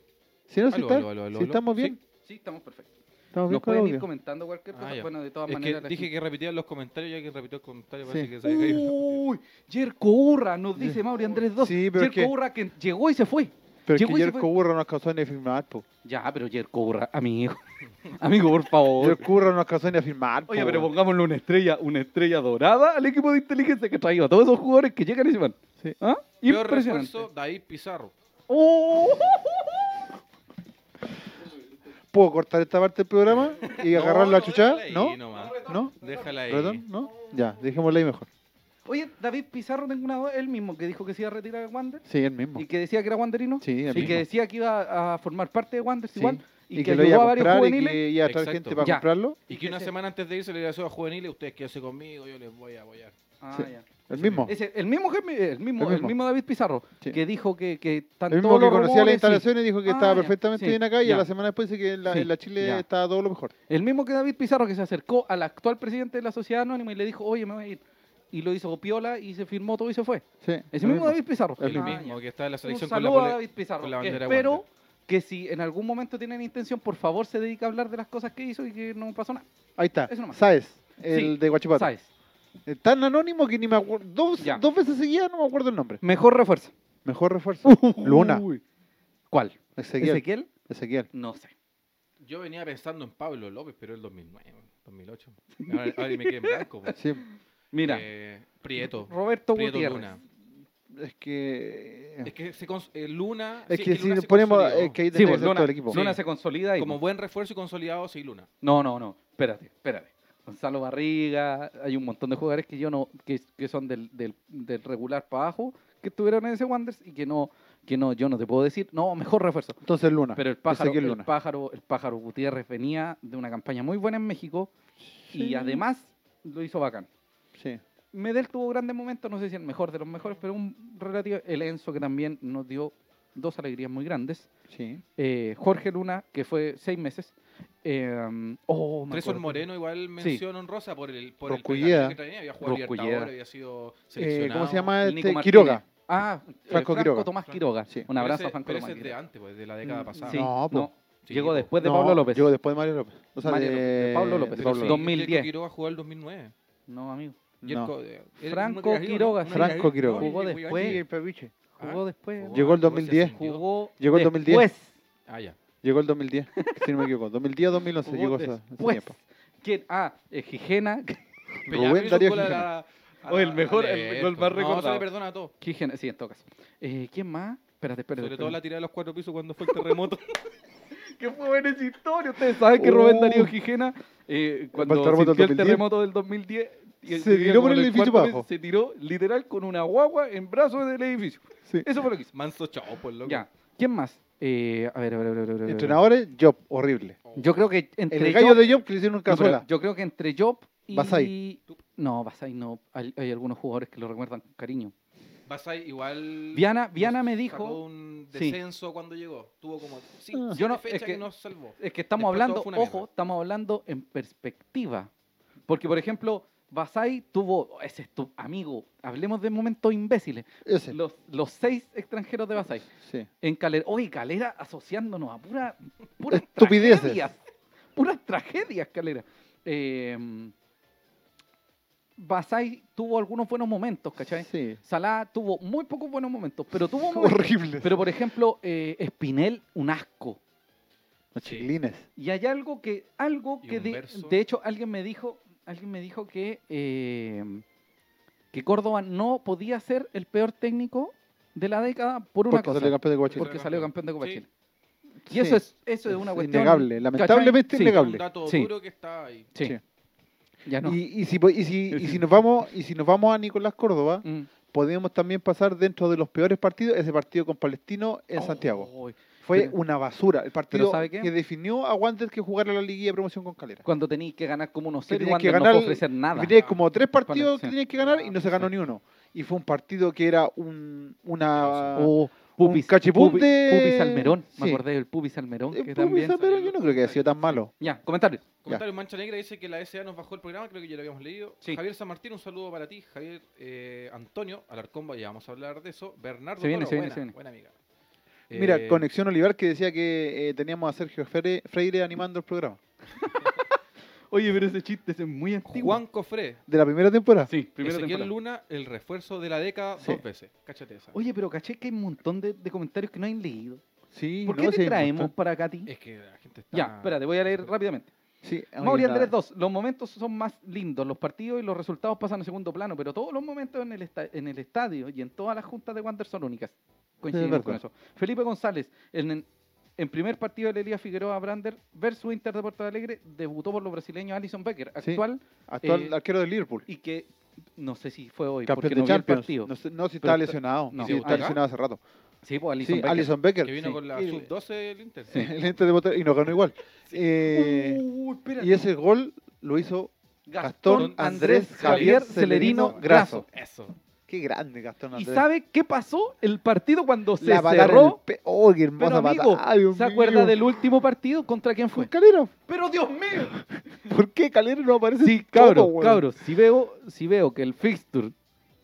Speaker 3: Si no, si
Speaker 2: Aló,
Speaker 3: está-
Speaker 2: aló, aló, aló,
Speaker 3: si
Speaker 2: aló.
Speaker 3: estamos
Speaker 2: Sí.
Speaker 3: bien,
Speaker 1: Sí, estamos perfectos.
Speaker 3: estamos bien
Speaker 1: Nos
Speaker 3: con el
Speaker 1: pueden ir
Speaker 3: audio.
Speaker 1: comentando cualquier cosa.
Speaker 2: Ah, ya.
Speaker 1: bueno, de todas
Speaker 2: Es
Speaker 1: maneras.
Speaker 2: que
Speaker 1: la
Speaker 2: dije
Speaker 1: gente-
Speaker 2: que repitieran los comentarios, ya que repitió el comentario,
Speaker 3: Sí.
Speaker 2: parece que se había caído.
Speaker 1: Uy, Jerko Urra, nos dice Mauri Andrés 2.
Speaker 3: Eh, Sí, pero es
Speaker 1: Jerko
Speaker 3: que-
Speaker 1: Urra que llegó y se fue.
Speaker 3: Pero es
Speaker 1: Llegó
Speaker 3: que
Speaker 1: y se
Speaker 3: Jerko
Speaker 1: fue.
Speaker 3: Burro nos causó ni firmar, po.
Speaker 1: Ya, pero Jerko Urra, amigo. amigo, por favor.
Speaker 3: Jerko Burro nos causó ni firmar, po.
Speaker 1: Oye, pero
Speaker 3: weón.
Speaker 1: pongámosle una estrella, una estrella dorada al equipo de inteligencia que traigo. A todos esos jugadores que llegan y se van.
Speaker 3: Sí.
Speaker 1: ¿Ah?
Speaker 2: Peor
Speaker 1: Impresionante.
Speaker 2: refuerzo, David Pizarro.
Speaker 1: ¡Oh!
Speaker 3: ¿Puedo cortar esta parte del programa y agarrar la chucha?
Speaker 2: déjala ahí
Speaker 3: ¿No?
Speaker 2: nomás.
Speaker 3: ¿No?
Speaker 2: Déjala ahí.
Speaker 3: ¿Perdón? ¿No? Ya, dejémosla ahí mejor.
Speaker 1: Oye, David Pizarro, tengo una duda, él mismo que dijo que se iba a retirar de Wander
Speaker 3: Sí, el mismo.
Speaker 1: y que decía que era Wanderino
Speaker 3: Sí, el
Speaker 1: y que
Speaker 3: mismo.
Speaker 1: decía que iba a formar parte de Wander
Speaker 3: Sí.
Speaker 1: igual y, que,
Speaker 3: lo
Speaker 1: ayudó
Speaker 3: iba
Speaker 1: a
Speaker 3: a
Speaker 1: varios
Speaker 3: comprar y
Speaker 1: juveniles.
Speaker 3: que iba a traer
Speaker 2: Exacto.
Speaker 3: gente para
Speaker 1: Ya.
Speaker 3: comprarlo.
Speaker 2: Y que una
Speaker 1: Ese-
Speaker 2: semana antes de irse le decía a juveniles, ustedes quédense conmigo, yo les voy a apoyar.
Speaker 1: Ah,
Speaker 3: Sí.
Speaker 1: ya.
Speaker 3: El mismo.
Speaker 1: Ese, el mismo, Jeremy- el mismo,
Speaker 3: El
Speaker 1: el
Speaker 3: mismo.
Speaker 1: mismo David Pizarro
Speaker 3: Sí.
Speaker 1: que dijo que, que están
Speaker 3: El mismo
Speaker 1: todos
Speaker 3: que
Speaker 1: los
Speaker 3: conocía las
Speaker 1: rumores, sí.
Speaker 3: instalaciones dijo que
Speaker 1: Ah,
Speaker 3: estaba
Speaker 1: ya.
Speaker 3: perfectamente
Speaker 1: Sí,
Speaker 3: bien acá y
Speaker 1: ya.
Speaker 3: a la semana después dice que en la,
Speaker 1: Sí,
Speaker 3: en la Chile
Speaker 1: ya.
Speaker 3: estaba todo lo mejor.
Speaker 1: El mismo que David Pizarro que se acercó al actual presidente de la sociedad anónima y le dijo, oye, me voy a ir. Y lo hizo piola y se firmó todo y se fue.
Speaker 3: Sí,
Speaker 1: Ese
Speaker 3: lo
Speaker 1: mismo David Pizarro.
Speaker 3: El
Speaker 2: El
Speaker 3: Ah,
Speaker 2: mismo que está en la
Speaker 1: Un
Speaker 2: selección con la
Speaker 1: saludo a
Speaker 2: pole-
Speaker 1: David Pizarro.
Speaker 2: con la
Speaker 1: que
Speaker 2: bandera
Speaker 1: espero
Speaker 2: Wander.
Speaker 1: que si en algún momento tienen intención, por favor se dedique a hablar de las cosas que hizo y que no pasó nada.
Speaker 3: Ahí está.
Speaker 1: Eso nomás.
Speaker 3: Sáez, el
Speaker 1: Sí,
Speaker 3: de Guachipato.
Speaker 1: ¿Sabes?
Speaker 3: Eh, Tan anónimo que ni me acuerdo. Dos,
Speaker 1: Ya.
Speaker 3: dos veces seguía, no me acuerdo el nombre.
Speaker 1: Mejor refuerzo.
Speaker 3: Mejor refuerzo. Luna.
Speaker 1: ¿Cuál?
Speaker 3: Ezequiel. Ezequiel.
Speaker 1: ¿Ezequiel? No sé.
Speaker 2: Yo venía pensando en Pablo López, pero el 2009, 2008. Ahora, ahora me quedé en blanco. po.
Speaker 3: Sí.
Speaker 1: Mira,
Speaker 2: Eh, Prieto.
Speaker 1: Roberto
Speaker 2: Prieto
Speaker 1: Gutiérrez.
Speaker 2: Luna.
Speaker 3: Es que.
Speaker 2: Es que se cons- eh, Luna.
Speaker 3: Es
Speaker 2: sí,
Speaker 3: que si
Speaker 2: Luna se
Speaker 3: ponemos.
Speaker 2: consolidó.
Speaker 3: Es que ahí
Speaker 1: Sí,
Speaker 3: tenés
Speaker 1: pues,
Speaker 3: que ser
Speaker 1: Luna,
Speaker 3: todo el equipo.
Speaker 1: Luna
Speaker 2: Sí.
Speaker 1: se consolida y...
Speaker 2: Como buen refuerzo y consolidado, sí, Luna.
Speaker 1: No, no, no. Espérate, espérate. Gonzalo Barriga, hay un montón de jugadores que yo no, que, que son del, del, del regular para abajo, que estuvieron en ese Wanderers y que no, que no, yo no te puedo decir, no, mejor refuerzo.
Speaker 3: Entonces Luna.
Speaker 1: Pero el pájaro,
Speaker 3: Ah, Ezequiel
Speaker 1: el
Speaker 3: Luna.
Speaker 1: pájaro, el pájaro Gutiérrez venía de una campaña muy buena en México y
Speaker 3: Sí.
Speaker 1: además lo hizo bacán.
Speaker 3: Sí.
Speaker 1: Medel tuvo grandes momentos, no sé si el mejor de los mejores, pero un relativo, el Enzo que también nos dio dos alegrías muy grandes.
Speaker 3: Sí.
Speaker 1: Eh, Jorge Luna, que fue seis meses. Eh, oh, me
Speaker 2: Tresor
Speaker 1: acuerdo.
Speaker 2: Moreno igual mención honrosa por el, por el pergamino
Speaker 3: Rosculleda.
Speaker 2: que traía. Había jugado
Speaker 1: Rosculleda.
Speaker 2: Libertadores, había sido
Speaker 3: Eh,
Speaker 2: seleccionado.
Speaker 3: ¿Cómo se llama
Speaker 1: El Nico
Speaker 3: este?
Speaker 1: Martínez.
Speaker 3: Quiroga.
Speaker 1: Ah, eh,
Speaker 3: Franco
Speaker 1: Franco,
Speaker 3: Quiroga.
Speaker 1: Tomás Quiroga.
Speaker 3: Sí.
Speaker 1: Un abrazo
Speaker 2: pero
Speaker 1: a
Speaker 2: ese,
Speaker 1: Franco
Speaker 2: pero
Speaker 1: Tomás
Speaker 2: ese es de
Speaker 1: Quiroga.
Speaker 2: antes, pues, de la década
Speaker 1: Mm,
Speaker 2: pasada.
Speaker 1: Sí,
Speaker 3: No,
Speaker 1: no,
Speaker 3: po.
Speaker 2: Sí,
Speaker 1: Llegó
Speaker 2: po.
Speaker 1: después de
Speaker 3: No,
Speaker 1: Pablo López.
Speaker 3: Llegó después de Mario López. O sea,
Speaker 1: Mario
Speaker 3: de,
Speaker 1: López, de Pablo López.
Speaker 3: de
Speaker 2: Pero sí,
Speaker 1: López. 2010.
Speaker 2: Jerko Quiroga jugó el 2009.
Speaker 1: No, amigo.
Speaker 3: No.
Speaker 2: Jerko, eh, era
Speaker 1: Franco
Speaker 2: un gargajillo,
Speaker 1: Quiroga,
Speaker 2: un
Speaker 1: sí.
Speaker 2: gargajillo,
Speaker 3: Franco Quiroga.
Speaker 2: no,
Speaker 1: Jugó
Speaker 2: y- y-
Speaker 1: después.
Speaker 2: y-
Speaker 1: Sí,
Speaker 2: y-
Speaker 1: el Jugó
Speaker 2: Ah,
Speaker 1: después.
Speaker 2: jugó
Speaker 3: Llegó
Speaker 2: después, se
Speaker 3: el 2010.
Speaker 2: ascendió.
Speaker 1: Jugó
Speaker 3: Llegó el 2010.
Speaker 1: después.
Speaker 2: Ah, ya.
Speaker 3: Llegó el 2010, si no me equivoco. 2010 2011
Speaker 1: Jugó
Speaker 3: llegó esa, esa
Speaker 1: después.
Speaker 3: etapa.
Speaker 1: ¿Quién? Ah, eh, Gijena.
Speaker 3: Rubén
Speaker 2: Peñarol
Speaker 3: Darío
Speaker 2: hizo un gol a
Speaker 3: Quijano.
Speaker 2: la- a
Speaker 1: O el
Speaker 2: la-
Speaker 1: mejor,
Speaker 2: a
Speaker 1: el
Speaker 2: Leto.
Speaker 1: gol más
Speaker 2: No, se
Speaker 1: recordado.
Speaker 2: le perdona a todos.
Speaker 1: Gijena, sí, en todo caso. Eh, ¿Quién más? Espérate, espérate.
Speaker 2: Sobre
Speaker 1: espérate.
Speaker 2: todo la tirada de los cuatro pisos cuando fue el terremoto.
Speaker 1: que fue buena esa historia. Ustedes saben que Rubén
Speaker 3: Uh.
Speaker 1: Darío Gijena, eh, cuando
Speaker 3: el terremoto del
Speaker 1: sintió el
Speaker 3: 2010.
Speaker 1: terremoto del 2010, y-
Speaker 3: Se
Speaker 1: y
Speaker 3: tiró
Speaker 1: era
Speaker 3: por
Speaker 1: como
Speaker 3: el
Speaker 1: en
Speaker 3: edificio
Speaker 1: cuarto
Speaker 3: abajo.
Speaker 1: mes, Se tiró literal con una guagua en brazos del edificio.
Speaker 3: Sí.
Speaker 1: Eso fue lo que hizo.
Speaker 2: Manso chao, por loco.
Speaker 1: Ya. ¿Quién más? Eh, a ver, a ver, a ver, a ver, a ver.
Speaker 3: Entrenadores, Job, horrible.
Speaker 1: Yo creo que entre
Speaker 3: El gallo
Speaker 1: Job-
Speaker 3: de Job que le hicieron un
Speaker 1: no, pero
Speaker 3: cazuela.
Speaker 1: yo creo que entre Job y
Speaker 3: Basay.
Speaker 1: No, Basay no. Hay, hay algunos jugadores que lo recuerdan con cariño.
Speaker 2: Basay igual.
Speaker 1: Viana- Viana
Speaker 2: nos
Speaker 1: me
Speaker 2: Sacó
Speaker 1: dijo-
Speaker 2: un
Speaker 1: Sí.
Speaker 2: descenso cuando llegó. Tuvo como
Speaker 3: Ah.
Speaker 2: cinco
Speaker 1: Yo no-
Speaker 2: fechas
Speaker 1: es que-
Speaker 2: que, nos salvó.
Speaker 1: Es que estamos
Speaker 2: Después todo
Speaker 1: hablando,
Speaker 2: fue una mierda.
Speaker 1: ojo, estamos hablando en perspectiva. Porque, por ejemplo, Basay tuvo, ese es tu amigo, hablemos de momentos imbéciles.
Speaker 3: Ese.
Speaker 1: Los, los seis extranjeros de Basay.
Speaker 3: Sí.
Speaker 1: En Calera, oye, Calera asociándonos a pura, puras
Speaker 3: Estupideces.
Speaker 1: tragedias. Puras tragedias, Calera. Eh, Basay tuvo algunos buenos momentos, ¿cachai?
Speaker 3: Sí.
Speaker 1: Salah tuvo muy pocos buenos momentos, pero tuvo momentos.
Speaker 3: Horrible.
Speaker 1: Pero, por ejemplo, eh, Espinel, un asco.
Speaker 3: Los
Speaker 2: Sí.
Speaker 3: chiquilines.
Speaker 1: Y hay algo que, algo
Speaker 2: Y
Speaker 1: que
Speaker 2: un
Speaker 1: de,
Speaker 2: verso.
Speaker 1: de hecho alguien me dijo, alguien me dijo que, eh, que Córdoba no podía ser el peor técnico de la década por una
Speaker 3: Porque
Speaker 1: cosa,
Speaker 3: salió campeón de Guachipato.
Speaker 1: porque salió campeón de Copa
Speaker 2: Sí.
Speaker 1: Chile. Y
Speaker 3: Sí.
Speaker 1: eso es, eso es una cuestión.
Speaker 3: Innegable,
Speaker 1: Sí.
Speaker 3: lamentablemente
Speaker 2: Un
Speaker 3: innegable.
Speaker 2: dato
Speaker 1: Sí.
Speaker 2: duro que está ahí.
Speaker 1: Sí.
Speaker 3: Sí.
Speaker 1: Ya no.
Speaker 3: Y, y si, po- y, si, y si nos vamos, y si nos vamos a Nicolás Córdoba,
Speaker 1: Mm.
Speaker 3: podemos también pasar dentro de los peores partidos ese partido con Palestino en
Speaker 1: Oh,
Speaker 3: Santiago.
Speaker 1: oh, oh.
Speaker 3: Fue
Speaker 1: Pero-
Speaker 3: una basura. El partido
Speaker 1: sabe qué?
Speaker 3: que definió a Wander que jugara la liguilla de promoción con Calera.
Speaker 1: Cuando tenéis que ganar como unos
Speaker 3: Que
Speaker 1: 0
Speaker 3: tenías
Speaker 1: cuando
Speaker 3: que
Speaker 1: no
Speaker 3: ganar-
Speaker 1: puedo ofrecer nada.
Speaker 3: Tenías como tres partidos
Speaker 1: Sí.
Speaker 3: que tenías que ganar y no se ganó
Speaker 1: Sí.
Speaker 3: ni uno. Y fue un partido que era un, una...
Speaker 1: O Pupis,
Speaker 3: cachipún
Speaker 1: Pupis,
Speaker 3: de-
Speaker 1: Pupis Almerón. Me
Speaker 3: Sí.
Speaker 1: acordé del Pupis Almerón.
Speaker 3: Eh,
Speaker 1: Que
Speaker 3: Pupis
Speaker 1: también...
Speaker 3: Almerón, yo no creo que haya sido tan malo.
Speaker 1: Ya, comentarios.
Speaker 2: Comentario Mancha Negra dice que la SA nos bajó el programa, creo que ya lo habíamos leído.
Speaker 1: Sí.
Speaker 2: Javier San Martín, un saludo para ti. Javier eh, Antonio Alarcón, ya vamos a hablar de eso. Bernardo,
Speaker 1: Se viene,
Speaker 2: Toro,
Speaker 1: se viene,
Speaker 2: buena,
Speaker 1: se viene.
Speaker 2: buena amiga.
Speaker 3: Mira,
Speaker 2: Eh,
Speaker 3: Conexión Olivar que decía que eh, teníamos a Sergio Freire, Freire animando el programa.
Speaker 1: Oye, pero ese chiste es muy
Speaker 2: Juan Cofré,
Speaker 3: De la primera temporada.
Speaker 1: Sí, primera
Speaker 2: Ezequiel
Speaker 1: temporada.
Speaker 2: Luna, el refuerzo de la década
Speaker 3: Sí.
Speaker 2: dos veces. Cáchate esa.
Speaker 1: Oye, pero caché que hay un montón de, de comentarios que no han leído.
Speaker 3: Sí,
Speaker 1: ¿Por
Speaker 3: no,
Speaker 1: qué
Speaker 3: sí,
Speaker 1: te traemos
Speaker 3: importante.
Speaker 1: para acá a ti?
Speaker 2: Es que la gente está.
Speaker 1: Ya, espérate, voy a leer rápidamente.
Speaker 3: Sí, oye,
Speaker 1: Mauri
Speaker 3: nada.
Speaker 1: Andrés 2. Los momentos son más lindos, los partidos y los resultados pasan a segundo plano, pero todos los momentos en el, esta- en el estadio y en todas las juntas de Wander son únicas. Coincidimos
Speaker 3: Es
Speaker 1: con
Speaker 3: verdad.
Speaker 1: eso. Felipe González, en, en- en primer partido de la Liga Figueroa Brander versus Inter de Porto Alegre, debutó por los brasileños Alison Becker,
Speaker 3: Sí.
Speaker 1: actual,
Speaker 3: Actual
Speaker 1: Eh,
Speaker 3: arquero del Liverpool.
Speaker 1: y que no sé si fue hoy,
Speaker 3: Campeón
Speaker 1: porque
Speaker 3: de
Speaker 1: no vi el
Speaker 3: Champions.
Speaker 1: partido.
Speaker 3: No, sé- no, si
Speaker 1: Pero
Speaker 3: está
Speaker 1: está-
Speaker 3: lesionado.
Speaker 1: no.
Speaker 3: Sí, está
Speaker 2: ¿Acá?
Speaker 3: lesionado hace rato.
Speaker 1: Sí, pues Alison
Speaker 3: Sí,
Speaker 1: Becker.
Speaker 3: Alison Becker.
Speaker 2: Que vino
Speaker 3: sí.
Speaker 2: con la
Speaker 3: Y-
Speaker 2: sub-12 del Inter.
Speaker 3: el ente de Bote- y nos ganó igual. Eh,
Speaker 1: Uh, espérate.
Speaker 3: y ese gol lo hizo Gastón
Speaker 1: Gastón Andrés Javier Celerino Graso.
Speaker 2: Eso.
Speaker 3: Qué grande Gastón
Speaker 1: ¿Y
Speaker 3: Andrés.
Speaker 1: sabe qué pasó el partido cuando se
Speaker 3: la patada en el
Speaker 1: cerró?
Speaker 3: pe- Oh, qué
Speaker 1: Pero
Speaker 3: hermosa
Speaker 1: amigo,
Speaker 3: patada. Ay, Dios
Speaker 1: ¿se acuerda
Speaker 3: mío.
Speaker 1: del último partido contra quién
Speaker 3: Fue
Speaker 1: fue?
Speaker 3: Calera.
Speaker 1: Pero Dios mío.
Speaker 3: ¿Por qué Calera no aparece?
Speaker 1: Sí,
Speaker 3: en todo,
Speaker 1: cabros,
Speaker 3: weón?
Speaker 1: cabros, si veo, si veo que el fixture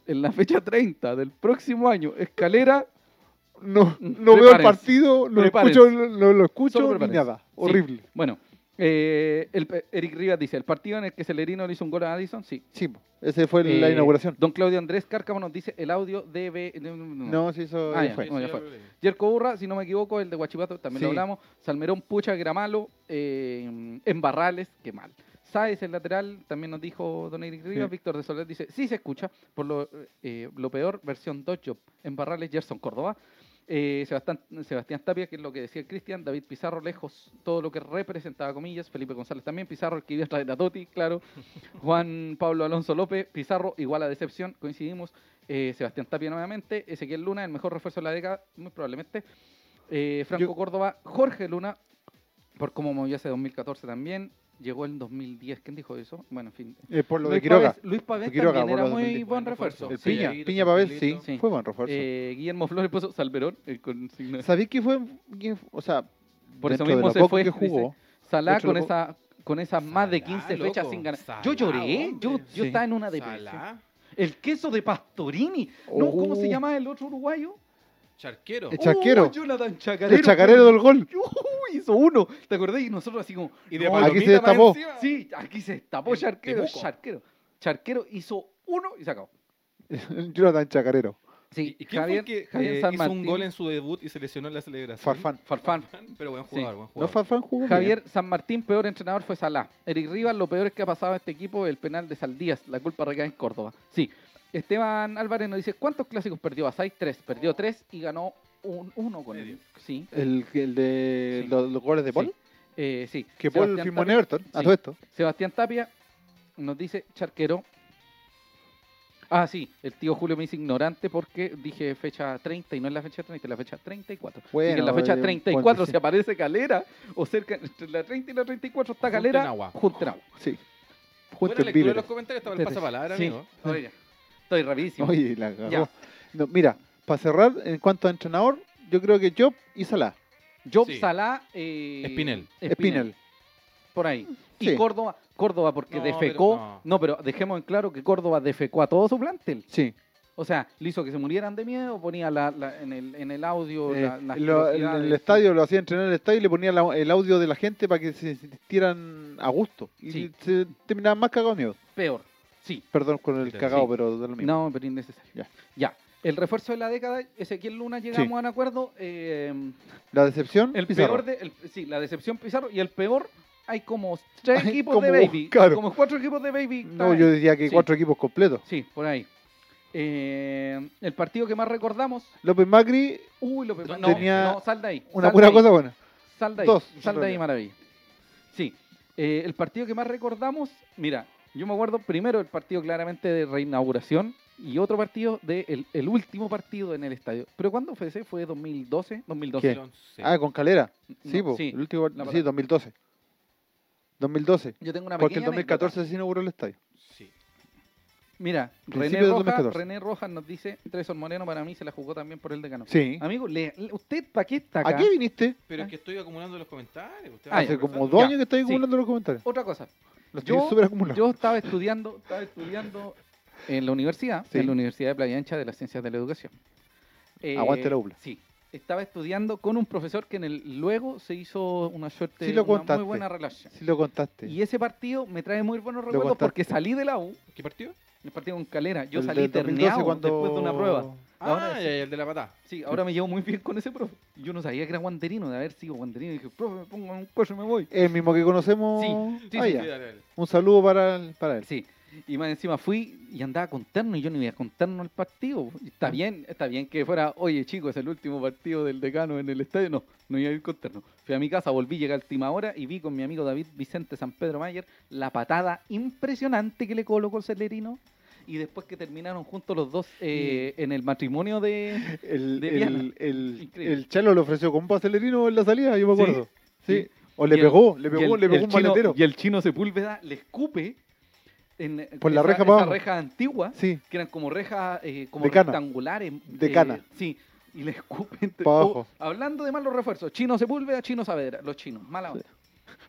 Speaker 1: en la fecha 30 del próximo año, escalera,
Speaker 3: No, no veo el
Speaker 1: Prepárense.
Speaker 3: partido, no
Speaker 1: Prepárense.
Speaker 3: escucho, no lo
Speaker 1: Solo
Speaker 3: escucho ni
Speaker 1: prepárense.
Speaker 3: nada.
Speaker 1: Sí.
Speaker 3: Horrible.
Speaker 1: bueno, eh, el, pe- Eric Rivas dice, el partido en el que Celerino le hizo un gol a Addison, sí.
Speaker 3: Sí, po. ese fue la
Speaker 1: Eh,
Speaker 3: inauguración.
Speaker 1: Don Claudio Andrés Cárcamo nos dice, el audio debe... no, no, no.
Speaker 3: No, se hizo.
Speaker 1: Ah,
Speaker 3: ya
Speaker 1: ya.
Speaker 3: fue.
Speaker 1: Bueno, ya fue.
Speaker 2: lo leí.
Speaker 1: Yerko Urra, si no me equivoco, el de Guachipato, también lo
Speaker 3: Sí.
Speaker 1: hablamos. Salmerón, Pucha, Gramalo, eh, en Barrales, qué mal. Sáez, el lateral, también nos dijo Don Eric Rivas.
Speaker 3: Sí.
Speaker 1: Víctor de Soler dice, sí se escucha, por lo, eh, lo peor, versión Dodge en Barrales, Gerson Córdoba. Eh, Sebastián, Sebastián Tapia, que es lo que decía Cristian, David Pizarro lejos, todo lo que representaba comillas, Felipe González también, Pizarro el que iba a traer a Totti, claro, Juan Pablo Alonso López, Pizarro igual a decepción, coincidimos, eh, Sebastián Tapia nuevamente, Ezequiel Luna, el mejor refuerzo de la década, muy probablemente, eh, Franco
Speaker 3: Yo-
Speaker 1: Córdoba, Jorge Luna, por cómo movió hace 2014 también, llegó en 2010, ¿quién dijo eso? Bueno, en fin.
Speaker 3: Eh, por lo de
Speaker 1: Luis
Speaker 3: Quiroga.
Speaker 1: Pavés- Luis Pavés
Speaker 3: Quiroga,
Speaker 1: también
Speaker 3: por
Speaker 1: era
Speaker 3: lo de
Speaker 1: muy
Speaker 3: 2010.
Speaker 1: buen
Speaker 2: Buen
Speaker 1: refuerzo.
Speaker 3: El
Speaker 2: Sí,
Speaker 3: Piña,
Speaker 2: ahí,
Speaker 3: Piña Pavel, sí,
Speaker 2: tranquilito.
Speaker 1: Sí.
Speaker 3: fue buen refuerzo.
Speaker 1: Eh, Guillermo Flores puso Salverón, eh, con signo-
Speaker 3: ¿Sabéis que fue? quién fu- o sea,
Speaker 1: Por eso
Speaker 3: dentro
Speaker 1: mismo
Speaker 3: de lo
Speaker 1: se
Speaker 3: poco
Speaker 1: fue,
Speaker 3: que jugó.
Speaker 1: Salah
Speaker 3: Dentro
Speaker 1: con
Speaker 3: de lo
Speaker 1: esa con esas más de 15
Speaker 2: Salah,
Speaker 1: fechas
Speaker 2: loco.
Speaker 1: sin ganar.
Speaker 2: Salah,
Speaker 1: yo lloré, yo,
Speaker 2: hombre.
Speaker 1: yo
Speaker 3: Sí.
Speaker 1: estaba en una depresión.
Speaker 2: Salá,
Speaker 1: El queso de Pastorini. No, ¿Cómo se
Speaker 3: Oh.
Speaker 1: llama el otro uruguayo?
Speaker 2: charquero.
Speaker 3: El chaquero.
Speaker 1: Oh, Jonathan Chacarero.
Speaker 3: El chacarero del gol.
Speaker 1: Uy, hizo uno. ¿Te acordás? Y nosotros así como.
Speaker 2: Y de
Speaker 1: no,
Speaker 2: palomita
Speaker 3: aquí se
Speaker 2: más
Speaker 3: destapó.
Speaker 2: encima.
Speaker 1: Sí, aquí se destapó
Speaker 2: En
Speaker 1: Charquero.
Speaker 2: Temuco.
Speaker 1: Charquero. Charquero hizo uno y se acabó.
Speaker 3: Jonathan Chacarero.
Speaker 1: Sí,
Speaker 2: ¿Y quién
Speaker 1: Javier,
Speaker 2: fue el que
Speaker 1: Javier
Speaker 2: eh,
Speaker 1: San
Speaker 2: hizo un
Speaker 1: Martín.
Speaker 2: gol en su debut y se lesionó en la celebración?
Speaker 3: Farfán.
Speaker 1: Farfán.
Speaker 2: Pero buen
Speaker 1: Sí.
Speaker 2: jugador, buen
Speaker 3: No,
Speaker 2: jugador.
Speaker 3: Farfán jugó.
Speaker 1: Javier San Martín, peor entrenador fue Salah. Eric Rivas, lo peor que ha pasado a este equipo es el penal de Saldías. La culpa recae en Córdoba. Sí. Esteban Álvarez nos dice, ¿cuántos clásicos perdió Asai? Tres. Perdió tres y ganó un, uno con él.
Speaker 2: Medio.
Speaker 1: Sí.
Speaker 3: bien. El, el de
Speaker 1: Sí.
Speaker 3: los, los goles de Paul.
Speaker 1: Sí. Eh, sí.
Speaker 3: Que Paul
Speaker 1: Sebastián
Speaker 3: firmó en
Speaker 1: Tapia-
Speaker 3: Everton. A
Speaker 1: Sí.
Speaker 3: todo esto.
Speaker 1: Sebastián Tapia nos dice, Charquero. Ah, sí, el tío Julio me dice ignorante porque dije fecha 30 y no es la fecha 30, es la fecha 34. y que en la
Speaker 3: Bueno,
Speaker 1: fecha
Speaker 3: eh,
Speaker 1: 34
Speaker 3: ponte,
Speaker 1: se aparece Calera o cerca, entre la 30 y la 34 está Calera.
Speaker 2: Junten agua.
Speaker 1: Junten agua.
Speaker 3: Sí.
Speaker 2: Buena
Speaker 3: Junto en
Speaker 2: lectura de los
Speaker 3: Bieber.
Speaker 2: comentarios, estaba el pasapalabra,
Speaker 1: Sí.
Speaker 2: amigo.
Speaker 1: Ahora ya. Estoy rapidísimo.
Speaker 3: Oye, la cagó.
Speaker 1: Ya.
Speaker 3: No, mira, para cerrar, en cuanto a entrenador, yo creo que Job y Salah.
Speaker 1: Job
Speaker 2: Sí.
Speaker 1: Salah. eh,
Speaker 2: Espinel.
Speaker 3: Espinel.
Speaker 1: Por ahí.
Speaker 3: Sí.
Speaker 1: Y Córdoba, Córdoba porque
Speaker 2: No,
Speaker 1: defecó.
Speaker 2: pero no.
Speaker 1: no. pero dejemos en claro que Córdoba defecó a todo su plantel.
Speaker 3: Sí.
Speaker 1: O sea, le hizo que se murieran de miedo, ponía la, la- en, el, en el audio
Speaker 3: Eh,
Speaker 1: Oh, la- las
Speaker 3: lo- en
Speaker 1: curiosidades.
Speaker 3: el estadio lo hacía entrenar en el estadio y le ponía la- el audio de la gente para que se sintieran a gusto. Y
Speaker 1: Sí.
Speaker 3: se terminaban más cagados miedo.
Speaker 1: Peor. Sí.
Speaker 3: Perdón con el
Speaker 2: Sí.
Speaker 3: cagado, pero da lo mismo.
Speaker 1: No, pero innecesario.
Speaker 3: Ya.
Speaker 1: Ya. El refuerzo de la década, Ezequiel Luna, llegamos a un acuerdo. eh,
Speaker 3: La decepción,
Speaker 1: El
Speaker 3: Pizarro.
Speaker 1: peor de, el- sí, la decepción Pizarro y el peor hay como tres
Speaker 3: Hay
Speaker 1: equipos
Speaker 3: como-
Speaker 1: de baby,
Speaker 3: claro.
Speaker 1: como cuatro equipos de baby.
Speaker 3: No, yo diría que
Speaker 1: Sí.
Speaker 3: cuatro equipos completos.
Speaker 1: Sí, por ahí. Eh, el partido que más recordamos,
Speaker 3: López Macri,
Speaker 1: uy, López,
Speaker 2: No,
Speaker 1: no,
Speaker 3: tenía
Speaker 1: no, sal de ahí.
Speaker 3: una
Speaker 1: sal de
Speaker 3: pura
Speaker 1: ahí,
Speaker 3: cosa buena.
Speaker 1: Sal de ahí,
Speaker 3: dos, en
Speaker 1: sal de ahí,
Speaker 3: realidad.
Speaker 1: maravilla. Sí, eh, el partido que más recordamos, mira, yo me acuerdo primero el partido claramente de reinauguración Y otro partido, de el, el último partido en el estadio. ¿Pero cuándo fue ese? ¿Fue 2012? 2012.
Speaker 3: ¿Qué?
Speaker 2: 11.
Speaker 3: Ah, con Calera. Sí,
Speaker 1: No,
Speaker 3: po,
Speaker 1: sí,
Speaker 3: el último,
Speaker 1: la
Speaker 3: sí,
Speaker 1: palabra.
Speaker 3: 2012. 2012.
Speaker 1: Yo tengo una
Speaker 3: Porque en
Speaker 1: pequeña anécdota.
Speaker 3: 2014 se inauguró el estadio.
Speaker 2: Sí.
Speaker 1: Mira, René
Speaker 3: Principio del
Speaker 1: Rojas,
Speaker 3: 2014.
Speaker 1: René Rojas nos dice, Treson Moreno para mí se la jugó también por el decano.
Speaker 3: Sí.
Speaker 1: Amigo, le- le- ¿usted para qué está Ah, acá?
Speaker 3: ¿A qué Ah, viniste?
Speaker 2: Pero es que estoy acumulando los comentarios. usted
Speaker 1: Ah,
Speaker 2: va
Speaker 1: ya.
Speaker 3: Hace como
Speaker 2: conversando.
Speaker 3: dos
Speaker 1: Ya,
Speaker 3: años que estoy
Speaker 1: sí.
Speaker 3: acumulando los comentarios.
Speaker 1: Otra cosa,
Speaker 3: Los
Speaker 1: Yo-
Speaker 3: estoy súper acumulados.
Speaker 1: yo estaba estudiando, estaba estudiando en la universidad,
Speaker 3: Sí.
Speaker 1: en la Universidad de Playa Ancha de las Ciencias de la Educación. Eh,
Speaker 3: Aguante la UPLA.
Speaker 1: Sí, estaba estudiando con un profesor que en el luego se hizo una suerte,
Speaker 3: Sí, lo
Speaker 1: una muy
Speaker 3: contaste.
Speaker 1: buena relación.
Speaker 3: Sí lo contaste.
Speaker 1: Y ese partido me trae muy buenos recuerdos
Speaker 3: contaste.
Speaker 1: porque salí de la U,
Speaker 2: ¿Qué partido?
Speaker 1: el partido con Calera, yo
Speaker 3: El
Speaker 1: salí
Speaker 3: del 2012
Speaker 1: terneado después de una prueba. Ahora
Speaker 2: Ah, ya, ya, el de la patada.
Speaker 1: Sí, ahora me llevo muy bien con ese profe. Yo no sabía que era guanderino, de haber sido guanderino. Y dije, profe, me pongo en un coche y me voy.
Speaker 3: El mismo que conocemos.
Speaker 1: Sí, sí,
Speaker 3: Ah,
Speaker 1: sí,
Speaker 3: ya.
Speaker 2: Sí, dale, dale.
Speaker 3: Un saludo para, el- para él.
Speaker 1: Sí. Y más encima fui y andaba con terno y yo no iba a con terno al partido. Y
Speaker 3: Ah.
Speaker 1: Está bien, está bien que fuera, oye chicos, es el último partido del decano en el estadio. No, no iba a ir con terno. Fui a mi casa, volví, llegué a última hora y vi con mi amigo David Vicente San Pedro Mayer la patada impresionante que le colocó el celerino. Y después que terminaron juntos los dos eh, en el matrimonio de...
Speaker 3: El,
Speaker 1: De
Speaker 3: el-
Speaker 1: Viana.
Speaker 3: el-
Speaker 1: Increíble.
Speaker 3: el Chalo le ofreció con un acelerino en la salida, yo me
Speaker 1: Sí.
Speaker 3: acuerdo. Sí.
Speaker 1: Sí.
Speaker 3: O le
Speaker 1: Y el-
Speaker 3: pegó, le
Speaker 1: y
Speaker 3: pegó,
Speaker 1: el-
Speaker 3: le pegó
Speaker 1: el
Speaker 3: un
Speaker 1: chino-
Speaker 3: maletero.
Speaker 1: Y el chino Sepúlveda le escupe en
Speaker 3: Por la
Speaker 1: esa-
Speaker 3: reja pa'
Speaker 1: esa
Speaker 3: abajo.
Speaker 1: reja antigua.
Speaker 3: Sí.
Speaker 1: que eran como rejas eh, como
Speaker 3: De cana.
Speaker 1: rectangulares.
Speaker 3: De
Speaker 1: eh,
Speaker 3: cana.
Speaker 1: Sí, y le escupen.
Speaker 3: Pa' abajo.
Speaker 1: Oh, hablando de malos refuerzos, Chino Sepúlveda, Chino Saavedra, los chinos, mala onda.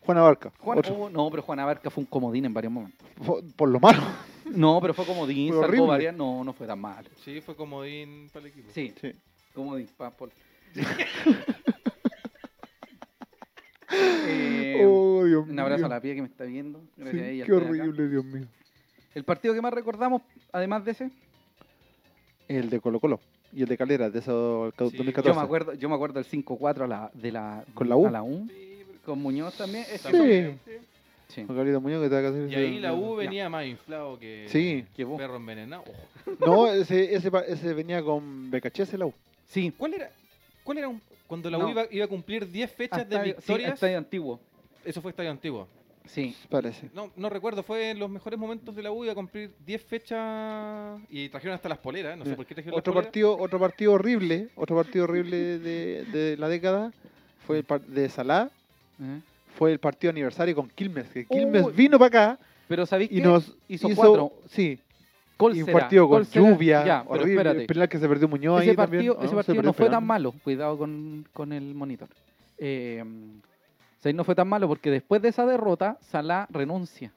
Speaker 3: Juana Barca.
Speaker 1: Juan-
Speaker 3: otro.
Speaker 1: oh, no, pero Juan Abarca fue un comodín en varios momentos.
Speaker 3: Por, por lo malo.
Speaker 1: No, pero fue comodín,
Speaker 3: Fue
Speaker 1: salvó
Speaker 3: horrible.
Speaker 1: varias, no, no fue tan malo.
Speaker 2: Sí, fue comodín para el equipo.
Speaker 1: Sí, comodín, pa- por- Eh,
Speaker 3: oh, Dios mío.
Speaker 1: un abrazo a la pía que me está viendo. Gracias
Speaker 3: Sí,
Speaker 1: a ella
Speaker 3: Qué
Speaker 1: estoy acá.
Speaker 3: horrible, Dios mío.
Speaker 1: El partido que más recordamos, además de ese,
Speaker 3: El de Colo Colo y el de Calera, de esos ca-
Speaker 2: Sí,
Speaker 3: 2014.
Speaker 1: yo me acuerdo, yo me acuerdo el 5-4 a la, de la,
Speaker 3: Con la U.
Speaker 1: a la U.
Speaker 2: Sí, pero-
Speaker 1: Con Muñoz también. Ese
Speaker 3: Sí.
Speaker 2: también.
Speaker 1: Sí.
Speaker 3: Con Gabriel Muñoz, que te va a hacer-
Speaker 2: Y ahí la U
Speaker 1: Ya.
Speaker 2: venía más inflado que
Speaker 3: Sí.
Speaker 1: Que vos.
Speaker 2: perro envenenado. Ojo.
Speaker 3: No, ese, ese, pa- ese venía con BKHS la U.
Speaker 1: Sí.
Speaker 2: ¿Cuál era? ¿Cuál era un- cuando la U
Speaker 1: No.
Speaker 2: iba, iba a cumplir 10 fechas
Speaker 1: Hasta-
Speaker 2: de
Speaker 1: sí,
Speaker 2: victorias?
Speaker 1: hasta ahí antiguo.
Speaker 2: Eso fue estadio antiguo.
Speaker 1: Sí.
Speaker 3: Parece.
Speaker 2: No, no recuerdo, fue en los mejores momentos de la U iba a cumplir 10 fechas y trajeron hasta las poleras, no sé
Speaker 3: Mira,
Speaker 2: por qué trajeron
Speaker 3: Otro
Speaker 2: las poleras.
Speaker 3: partido, otro partido horrible, otro partido horrible de, de la década fue el par- de Salah, fue el partido aniversario con Quilmes, que Quilmes
Speaker 1: Uy.
Speaker 3: vino para acá
Speaker 1: Pero sabéis
Speaker 3: y
Speaker 1: que
Speaker 3: nos
Speaker 1: hizo cuatro.
Speaker 3: sí,
Speaker 1: ¿Cuál
Speaker 3: y un
Speaker 1: será?
Speaker 3: partido con
Speaker 1: ¿Cuál será?
Speaker 3: lluvia,
Speaker 1: Ya, pero
Speaker 3: horrible,
Speaker 1: espérate.
Speaker 3: el penal que se perdió Muñoz
Speaker 1: ese
Speaker 3: ahí
Speaker 1: partido,
Speaker 3: también.
Speaker 1: ese
Speaker 3: se
Speaker 1: partido
Speaker 3: perdió
Speaker 1: no
Speaker 3: el
Speaker 1: fue
Speaker 3: penal.
Speaker 1: tan malo. Cuidado con, con el monitor. Eh, o sea, no fue tan malo porque después de esa derrota, Salah renuncia.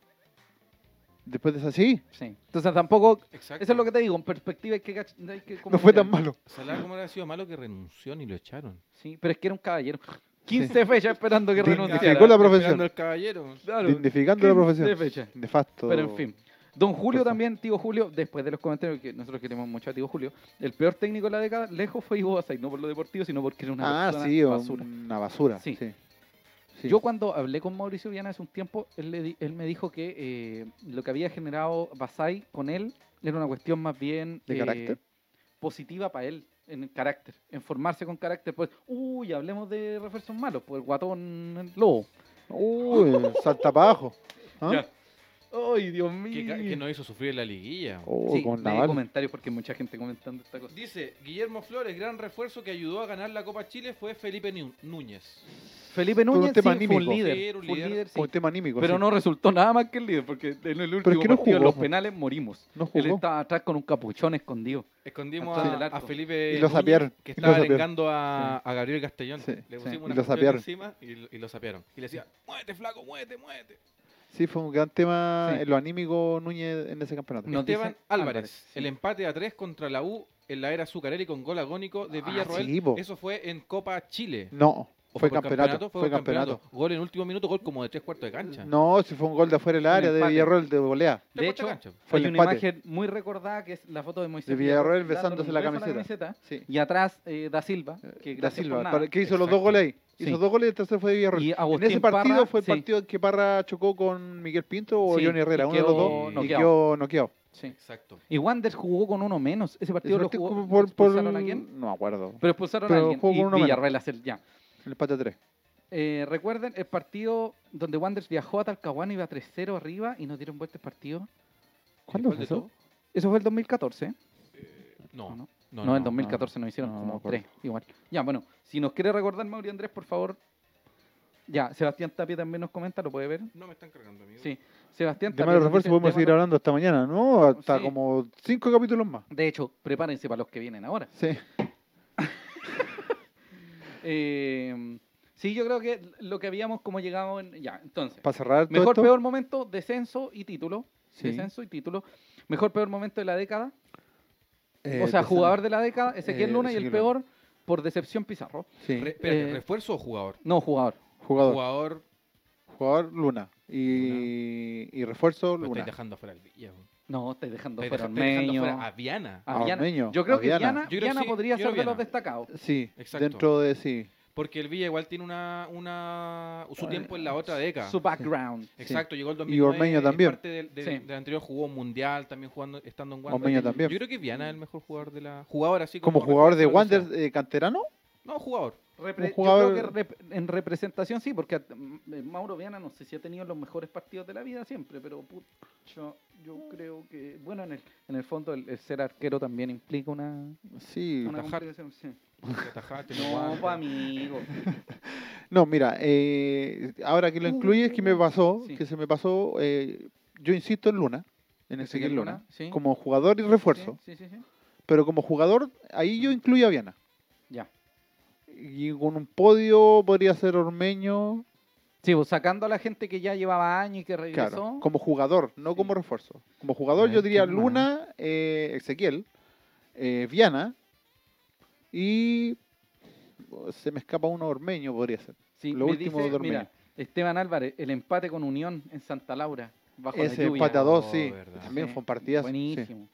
Speaker 3: Después de esa sí,
Speaker 1: Sí. Entonces tampoco.
Speaker 2: Exacto.
Speaker 1: Eso es lo que te digo. En perspectiva hay que. cach- hay que como
Speaker 3: no fue
Speaker 1: mirar.
Speaker 3: tan malo.
Speaker 2: Salah, ¿cómo habrá sido malo que renunció ni lo echaron?
Speaker 1: Sí, pero es que era un caballero. 15 fechas esperando que
Speaker 3: Digna-
Speaker 1: renuncie.
Speaker 3: Dignificó la profesión.
Speaker 2: Esperando al caballero.
Speaker 1: Claro.
Speaker 3: Dignificando
Speaker 1: 15
Speaker 3: la profesión.
Speaker 1: fechas.
Speaker 3: Nefasto.
Speaker 1: Pero en fin. Don Julio
Speaker 3: Perfecto.
Speaker 1: también, tío Julio, después de los comentarios que nosotros queremos mucho a tío Julio, el peor técnico de la década, lejos fue Ivo Basay, no por lo deportivo, sino porque era una
Speaker 3: ah,
Speaker 1: persona
Speaker 3: sí,
Speaker 1: basura.
Speaker 3: una basura.
Speaker 1: Sí.
Speaker 3: Sí. Sí.
Speaker 1: Yo cuando hablé con Mauricio Viana hace un tiempo, él, le di- él me dijo que eh, lo que había generado Basay con él era una cuestión más bien
Speaker 3: ¿De
Speaker 1: eh,
Speaker 3: carácter?
Speaker 1: positiva para él, en el carácter, en formarse con carácter. Pues, uy, hablemos de refuerzos malos, pues el guatón el lobo.
Speaker 3: Uy, salta para abajo. ¿Ah?
Speaker 1: Ya. Ay, Dios
Speaker 2: Que,
Speaker 1: mío.
Speaker 2: ca- que nos hizo sufrir en la liguilla.
Speaker 3: Oh,
Speaker 1: Sí,
Speaker 3: con
Speaker 1: leí
Speaker 3: Naval.
Speaker 1: comentarios porque hay mucha gente comentando esta cosa.
Speaker 2: Dice Guillermo Flores, gran refuerzo que ayudó a ganar la Copa Chile fue Felipe Ñu- Núñez.
Speaker 1: Felipe
Speaker 3: Por un
Speaker 1: Núñez sí,
Speaker 3: tema
Speaker 1: fue un
Speaker 3: anímico.
Speaker 1: líder.
Speaker 2: Sí, era un
Speaker 1: fue un
Speaker 2: líder.
Speaker 1: líder, sí.
Speaker 3: Con tema anímico.
Speaker 1: Pero
Speaker 3: sí.
Speaker 1: no resultó nada más que el líder, porque en el último
Speaker 3: es que no
Speaker 1: partido, en
Speaker 3: jugó,
Speaker 1: los
Speaker 3: po.
Speaker 1: penales, morimos.
Speaker 3: No
Speaker 1: Él
Speaker 3: jugó.
Speaker 1: estaba atrás con un capuchón escondido.
Speaker 2: Escondimos
Speaker 1: Atrás del
Speaker 2: a,
Speaker 1: arco.
Speaker 2: a Felipe
Speaker 3: Y lo
Speaker 2: Núñez,
Speaker 3: sapearon,
Speaker 2: que
Speaker 3: y lo
Speaker 2: estaba
Speaker 3: sapearon.
Speaker 2: arengando a, a Gabriel Castellón.
Speaker 3: Sí,
Speaker 2: Le
Speaker 1: sí.
Speaker 2: pusimos
Speaker 1: Y
Speaker 2: una
Speaker 3: lo
Speaker 2: cuestión
Speaker 3: sapearon.
Speaker 2: encima y, lo- y lo sapearon. Y le decía, muévete flaco, muévete, muévete.
Speaker 3: Sí, fue un gran tema
Speaker 1: Sí.
Speaker 3: en lo anímico Núñez en ese campeonato.
Speaker 1: No. Nos
Speaker 2: Esteban
Speaker 1: dice
Speaker 2: Álvarez,
Speaker 1: Álvarez, em- sí.
Speaker 2: el empate a 3 contra la U en la era Zuccarelli con gol agónico de
Speaker 3: Ah,
Speaker 2: Villarroel.
Speaker 3: sí, po.
Speaker 2: Eso fue en Copa Chile.
Speaker 3: No,
Speaker 2: ¿O
Speaker 3: fue
Speaker 2: por
Speaker 3: campeonato.
Speaker 2: Fue,
Speaker 3: Fue
Speaker 2: por campeonato.
Speaker 3: campeonato.
Speaker 2: Gol en último minuto, gol como de tres cuartos de cancha.
Speaker 3: No, si fue un gol de afuera del
Speaker 1: Un
Speaker 3: área de
Speaker 1: empate.
Speaker 3: Villarroel de volea.
Speaker 1: De
Speaker 2: cuartos
Speaker 1: hecho,
Speaker 2: de cancha.
Speaker 3: Fue
Speaker 1: Hay
Speaker 3: el
Speaker 1: una
Speaker 3: empate.
Speaker 1: imagen muy recordada que es la foto de Moisés
Speaker 3: De Villarroel
Speaker 1: Villarroel dándole
Speaker 3: besándose
Speaker 1: un
Speaker 3: la
Speaker 1: beso a
Speaker 3: camiseta. Sí.
Speaker 1: Y atrás eh, Da Silva, que
Speaker 3: Da
Speaker 1: gracias por
Speaker 3: Silva,
Speaker 1: nada.
Speaker 3: para- que hizo los dos
Speaker 2: Exacto.
Speaker 3: goles ahí. Hizo
Speaker 1: Sí.
Speaker 3: dos goles y el tercero fue de Villarroel.
Speaker 1: Y
Speaker 3: En
Speaker 1: Agustín
Speaker 3: ese partido
Speaker 1: Parra,
Speaker 3: fue el
Speaker 1: sí,
Speaker 3: partido en que Parra chocó con Miguel Pinto o
Speaker 1: Sí,
Speaker 3: Johnny Herrera,
Speaker 1: y
Speaker 3: uno de los
Speaker 1: quedó
Speaker 3: dos, y
Speaker 1: noqueado.
Speaker 3: quedó noqueado.
Speaker 1: sí.
Speaker 2: Exacto.
Speaker 1: Y Wander jugó con uno menos. Ese
Speaker 3: Ese
Speaker 1: partido lo
Speaker 3: partido
Speaker 1: jugó.
Speaker 3: como por, por-
Speaker 1: ¿Expulsaron a quién?
Speaker 3: No me acuerdo.
Speaker 1: Pero expulsaron
Speaker 3: Pero
Speaker 1: a alguien.
Speaker 3: jugó
Speaker 1: y
Speaker 3: con uno menos.
Speaker 1: Villarreal hace el- ya.
Speaker 3: El empate 3.
Speaker 1: Eh, recuerden el partido donde Wanderers viajó a Talcahuano, iba 3-0 arriba y nos dieron vuelta el partido.
Speaker 3: ¿Cuándo
Speaker 2: ¿Cuál
Speaker 3: fue
Speaker 2: de
Speaker 3: eso?
Speaker 2: todos?
Speaker 1: Eso fue el 2014.
Speaker 2: No,
Speaker 1: ¿No?
Speaker 2: no,
Speaker 1: No,
Speaker 2: no.
Speaker 1: en 2014 nos hicieron
Speaker 3: No, no me
Speaker 1: como
Speaker 3: acuerdo.
Speaker 1: tres, igual. Ya, bueno, si nos quiere recordar Mauri Andrés, por favor. Ya, Sebastián Tapia también nos comenta, lo puede ver.
Speaker 2: No me están cargando, amigo.
Speaker 1: Sí, Sebastián
Speaker 3: De
Speaker 1: Tapia.
Speaker 3: malos
Speaker 1: nos
Speaker 3: refuerzos
Speaker 1: dice,
Speaker 3: podemos
Speaker 1: de
Speaker 3: seguir
Speaker 1: malos-
Speaker 3: hablando hasta mañana, ¿no? Hasta
Speaker 1: Sí.
Speaker 3: como cinco capítulos más.
Speaker 1: De hecho, prepárense para los que vienen ahora.
Speaker 3: Sí.
Speaker 1: Eh, sí, yo creo que lo que habíamos como llegado en. Ya, entonces.
Speaker 3: Para cerrar todo
Speaker 1: Mejor
Speaker 3: esto,
Speaker 1: peor momento, descenso y título.
Speaker 3: Sí.
Speaker 1: Descenso y título. Mejor peor momento de la década.
Speaker 3: eh,
Speaker 1: o sea,
Speaker 3: te-
Speaker 1: jugador de la década, Ezequiel
Speaker 3: Eh,
Speaker 1: Luna y el
Speaker 3: Ezequiel
Speaker 1: peor por decepción Pizarro.
Speaker 3: Sí.
Speaker 2: Re- espérate,
Speaker 1: Eh,
Speaker 2: ¿Refuerzo o jugador?
Speaker 1: No, jugador.
Speaker 3: Jugador. jugador.
Speaker 2: Jugador,
Speaker 3: Luna. Y, y refuerzo
Speaker 2: lo estáis
Speaker 3: Luna.
Speaker 2: dejando fuera el Villa. weón.
Speaker 1: No, estáis dejando
Speaker 2: Estáis
Speaker 1: fuera
Speaker 2: dej- estáis dejando
Speaker 1: Ormeño, Ah,
Speaker 2: fuera a Viana.
Speaker 1: a
Speaker 3: a
Speaker 1: Viana.
Speaker 3: Ormeño,
Speaker 1: Yo creo
Speaker 3: a
Speaker 1: que
Speaker 3: Viana.
Speaker 1: Viana,
Speaker 2: Yo creo
Speaker 1: Viana
Speaker 2: que sí,
Speaker 1: podría
Speaker 2: yo
Speaker 1: ser
Speaker 2: creo
Speaker 1: de los
Speaker 2: Viana.
Speaker 1: destacados.
Speaker 3: Sí,
Speaker 2: Exacto.
Speaker 3: dentro de sí.
Speaker 2: Porque el Villa igual tiene una, una su
Speaker 3: Bueno,
Speaker 2: tiempo en la otra década.
Speaker 1: Su background.
Speaker 2: Exacto, llegó el 2009.
Speaker 3: Y Ormeño
Speaker 2: es
Speaker 3: también.
Speaker 2: Parte del, del-
Speaker 1: Sí.
Speaker 2: del anterior jugó un mundial, también jugando, estando en Wander.
Speaker 3: Ormeño también.
Speaker 2: Yo creo que Viana es el mejor jugador de la jugador así como,
Speaker 3: Como jugador de
Speaker 2: referencia,
Speaker 3: Wander eh, canterano,
Speaker 2: No, jugador.
Speaker 1: Repre-
Speaker 3: Un jugador-
Speaker 1: Yo creo que rep- en representación sí, porque mm, Mauro Viana no sé si ha tenido los mejores partidos de la vida siempre, pero pucho, yo creo que, bueno, en el, en el fondo el, el ser arquero también implica una,
Speaker 3: sí.
Speaker 1: una
Speaker 2: atajar.
Speaker 1: complicación, sí.
Speaker 2: que atajaste,
Speaker 1: No, eh,
Speaker 2: Wander.
Speaker 1: pa' amigo.
Speaker 3: No, mira, eh, ahora que lo
Speaker 1: Uh,
Speaker 3: incluyes, que me pasó,
Speaker 1: sí.
Speaker 3: que se me pasó, eh, yo insisto en Luna, en Ezequiel Luna,
Speaker 1: sí.
Speaker 3: como jugador y refuerzo,
Speaker 1: Sí, sí, sí, sí.
Speaker 3: pero como jugador, ahí yo incluyo a Viana.
Speaker 1: Ya.
Speaker 3: Y con un podio podría ser Ormeño,
Speaker 1: Sí, pues, sacando a la gente que ya llevaba años y que regresó.
Speaker 3: claro, como jugador, no
Speaker 1: Sí. Ah,
Speaker 3: como refuerzo. Como jugador
Speaker 1: A
Speaker 3: yo
Speaker 1: ver,
Speaker 3: diría
Speaker 1: ¿quién más?
Speaker 3: Luna, eh, Ezequiel, eh, Viana y oh, se me escapa uno Ormeño, podría ser.
Speaker 1: Sí,
Speaker 3: Lo
Speaker 1: me
Speaker 3: último
Speaker 1: dice,
Speaker 3: de
Speaker 1: mira,
Speaker 3: Ormeño.
Speaker 1: Esteban Álvarez, el empate con Unión en Santa Laura, bajo
Speaker 3: Ese
Speaker 1: la lluvia. Ah,
Speaker 3: empate a dos,
Speaker 2: Oh,
Speaker 3: sí,
Speaker 2: verdad.
Speaker 3: también
Speaker 1: Sí,
Speaker 3: fue un partidazo. sí.
Speaker 1: Buenísimo.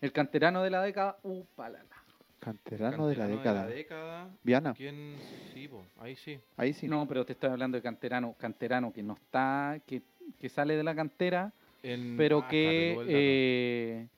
Speaker 1: El canterano de la década, upalala.
Speaker 3: Canterano de la
Speaker 2: Canterano
Speaker 3: década.
Speaker 2: década.
Speaker 3: Viana,
Speaker 2: ¿Quién? Sí, po, ahí sí.
Speaker 3: ahí sí.
Speaker 1: No, pero te estoy hablando de canterano, canterano que no está, que, que sale de la cantera,
Speaker 3: Mm,
Speaker 2: En-
Speaker 1: pero
Speaker 2: ah,
Speaker 1: que
Speaker 2: claro, llegó el dato.
Speaker 1: eh,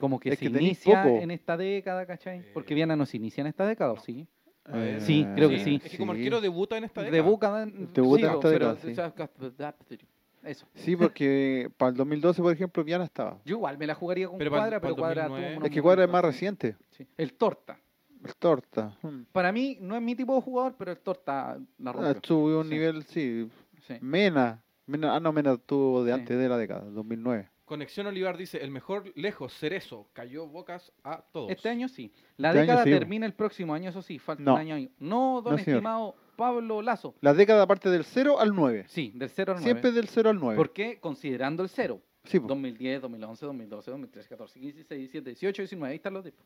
Speaker 1: como que
Speaker 3: Es
Speaker 1: se
Speaker 3: que tenéis
Speaker 1: inicia
Speaker 3: poco.
Speaker 1: en esta década, ¿cachai? Porque
Speaker 2: Eh,
Speaker 1: Viana no se inicia en esta década, ¿o
Speaker 2: no.
Speaker 1: sí?
Speaker 2: a
Speaker 3: Eh,
Speaker 2: ver.
Speaker 1: Eh, sí, creo que sí.
Speaker 2: Es que como arquero debuta en esta década.
Speaker 1: Debuta,
Speaker 3: Debuta en esta década, sí.
Speaker 1: Eso.
Speaker 3: Sí, porque para el 2012, por ejemplo, Viana estaba.
Speaker 1: Yo igual me la jugaría con
Speaker 2: Pero pa'l-
Speaker 1: Cuadra, pero
Speaker 2: pa'l
Speaker 1: Cuadra
Speaker 2: 2009.
Speaker 1: tuvo
Speaker 3: Es
Speaker 1: unos
Speaker 3: que Cuadra es más
Speaker 1: momentos así.
Speaker 3: reciente.
Speaker 1: Sí. El Torta.
Speaker 3: El Torta. mm.
Speaker 1: Para mí no es mi tipo de jugador, pero el Torta la
Speaker 3: Ah,
Speaker 1: Hmm, rompió.
Speaker 3: Tuvo un
Speaker 1: Sí.
Speaker 3: nivel, sí.
Speaker 1: Sí.
Speaker 3: Mena. Mena- Ah, no, Mena tuvo de
Speaker 1: Sí.
Speaker 3: antes de la década, 2009.
Speaker 2: Conexión Olivar dice, el mejor lejos, Cerezo, cayó bocas a todos.
Speaker 1: Este año sí. La
Speaker 3: Este año
Speaker 1: década
Speaker 3: sí, bo.
Speaker 1: termina el próximo año, eso sí, falta
Speaker 3: No.
Speaker 1: un año. ahí. No, don
Speaker 3: No, señor.
Speaker 1: estimado Pablo Lazo.
Speaker 3: La década parte del 0 al 9.
Speaker 1: Sí, del 0 al 9.
Speaker 3: Siempre del 0 al 9.
Speaker 1: ¿Por qué? Considerando el 0.
Speaker 3: Sí, po.
Speaker 1: 2010, 2011, 2012, 2013, 14, 15, 16, 17, 18, 19. Ahí están los tipos.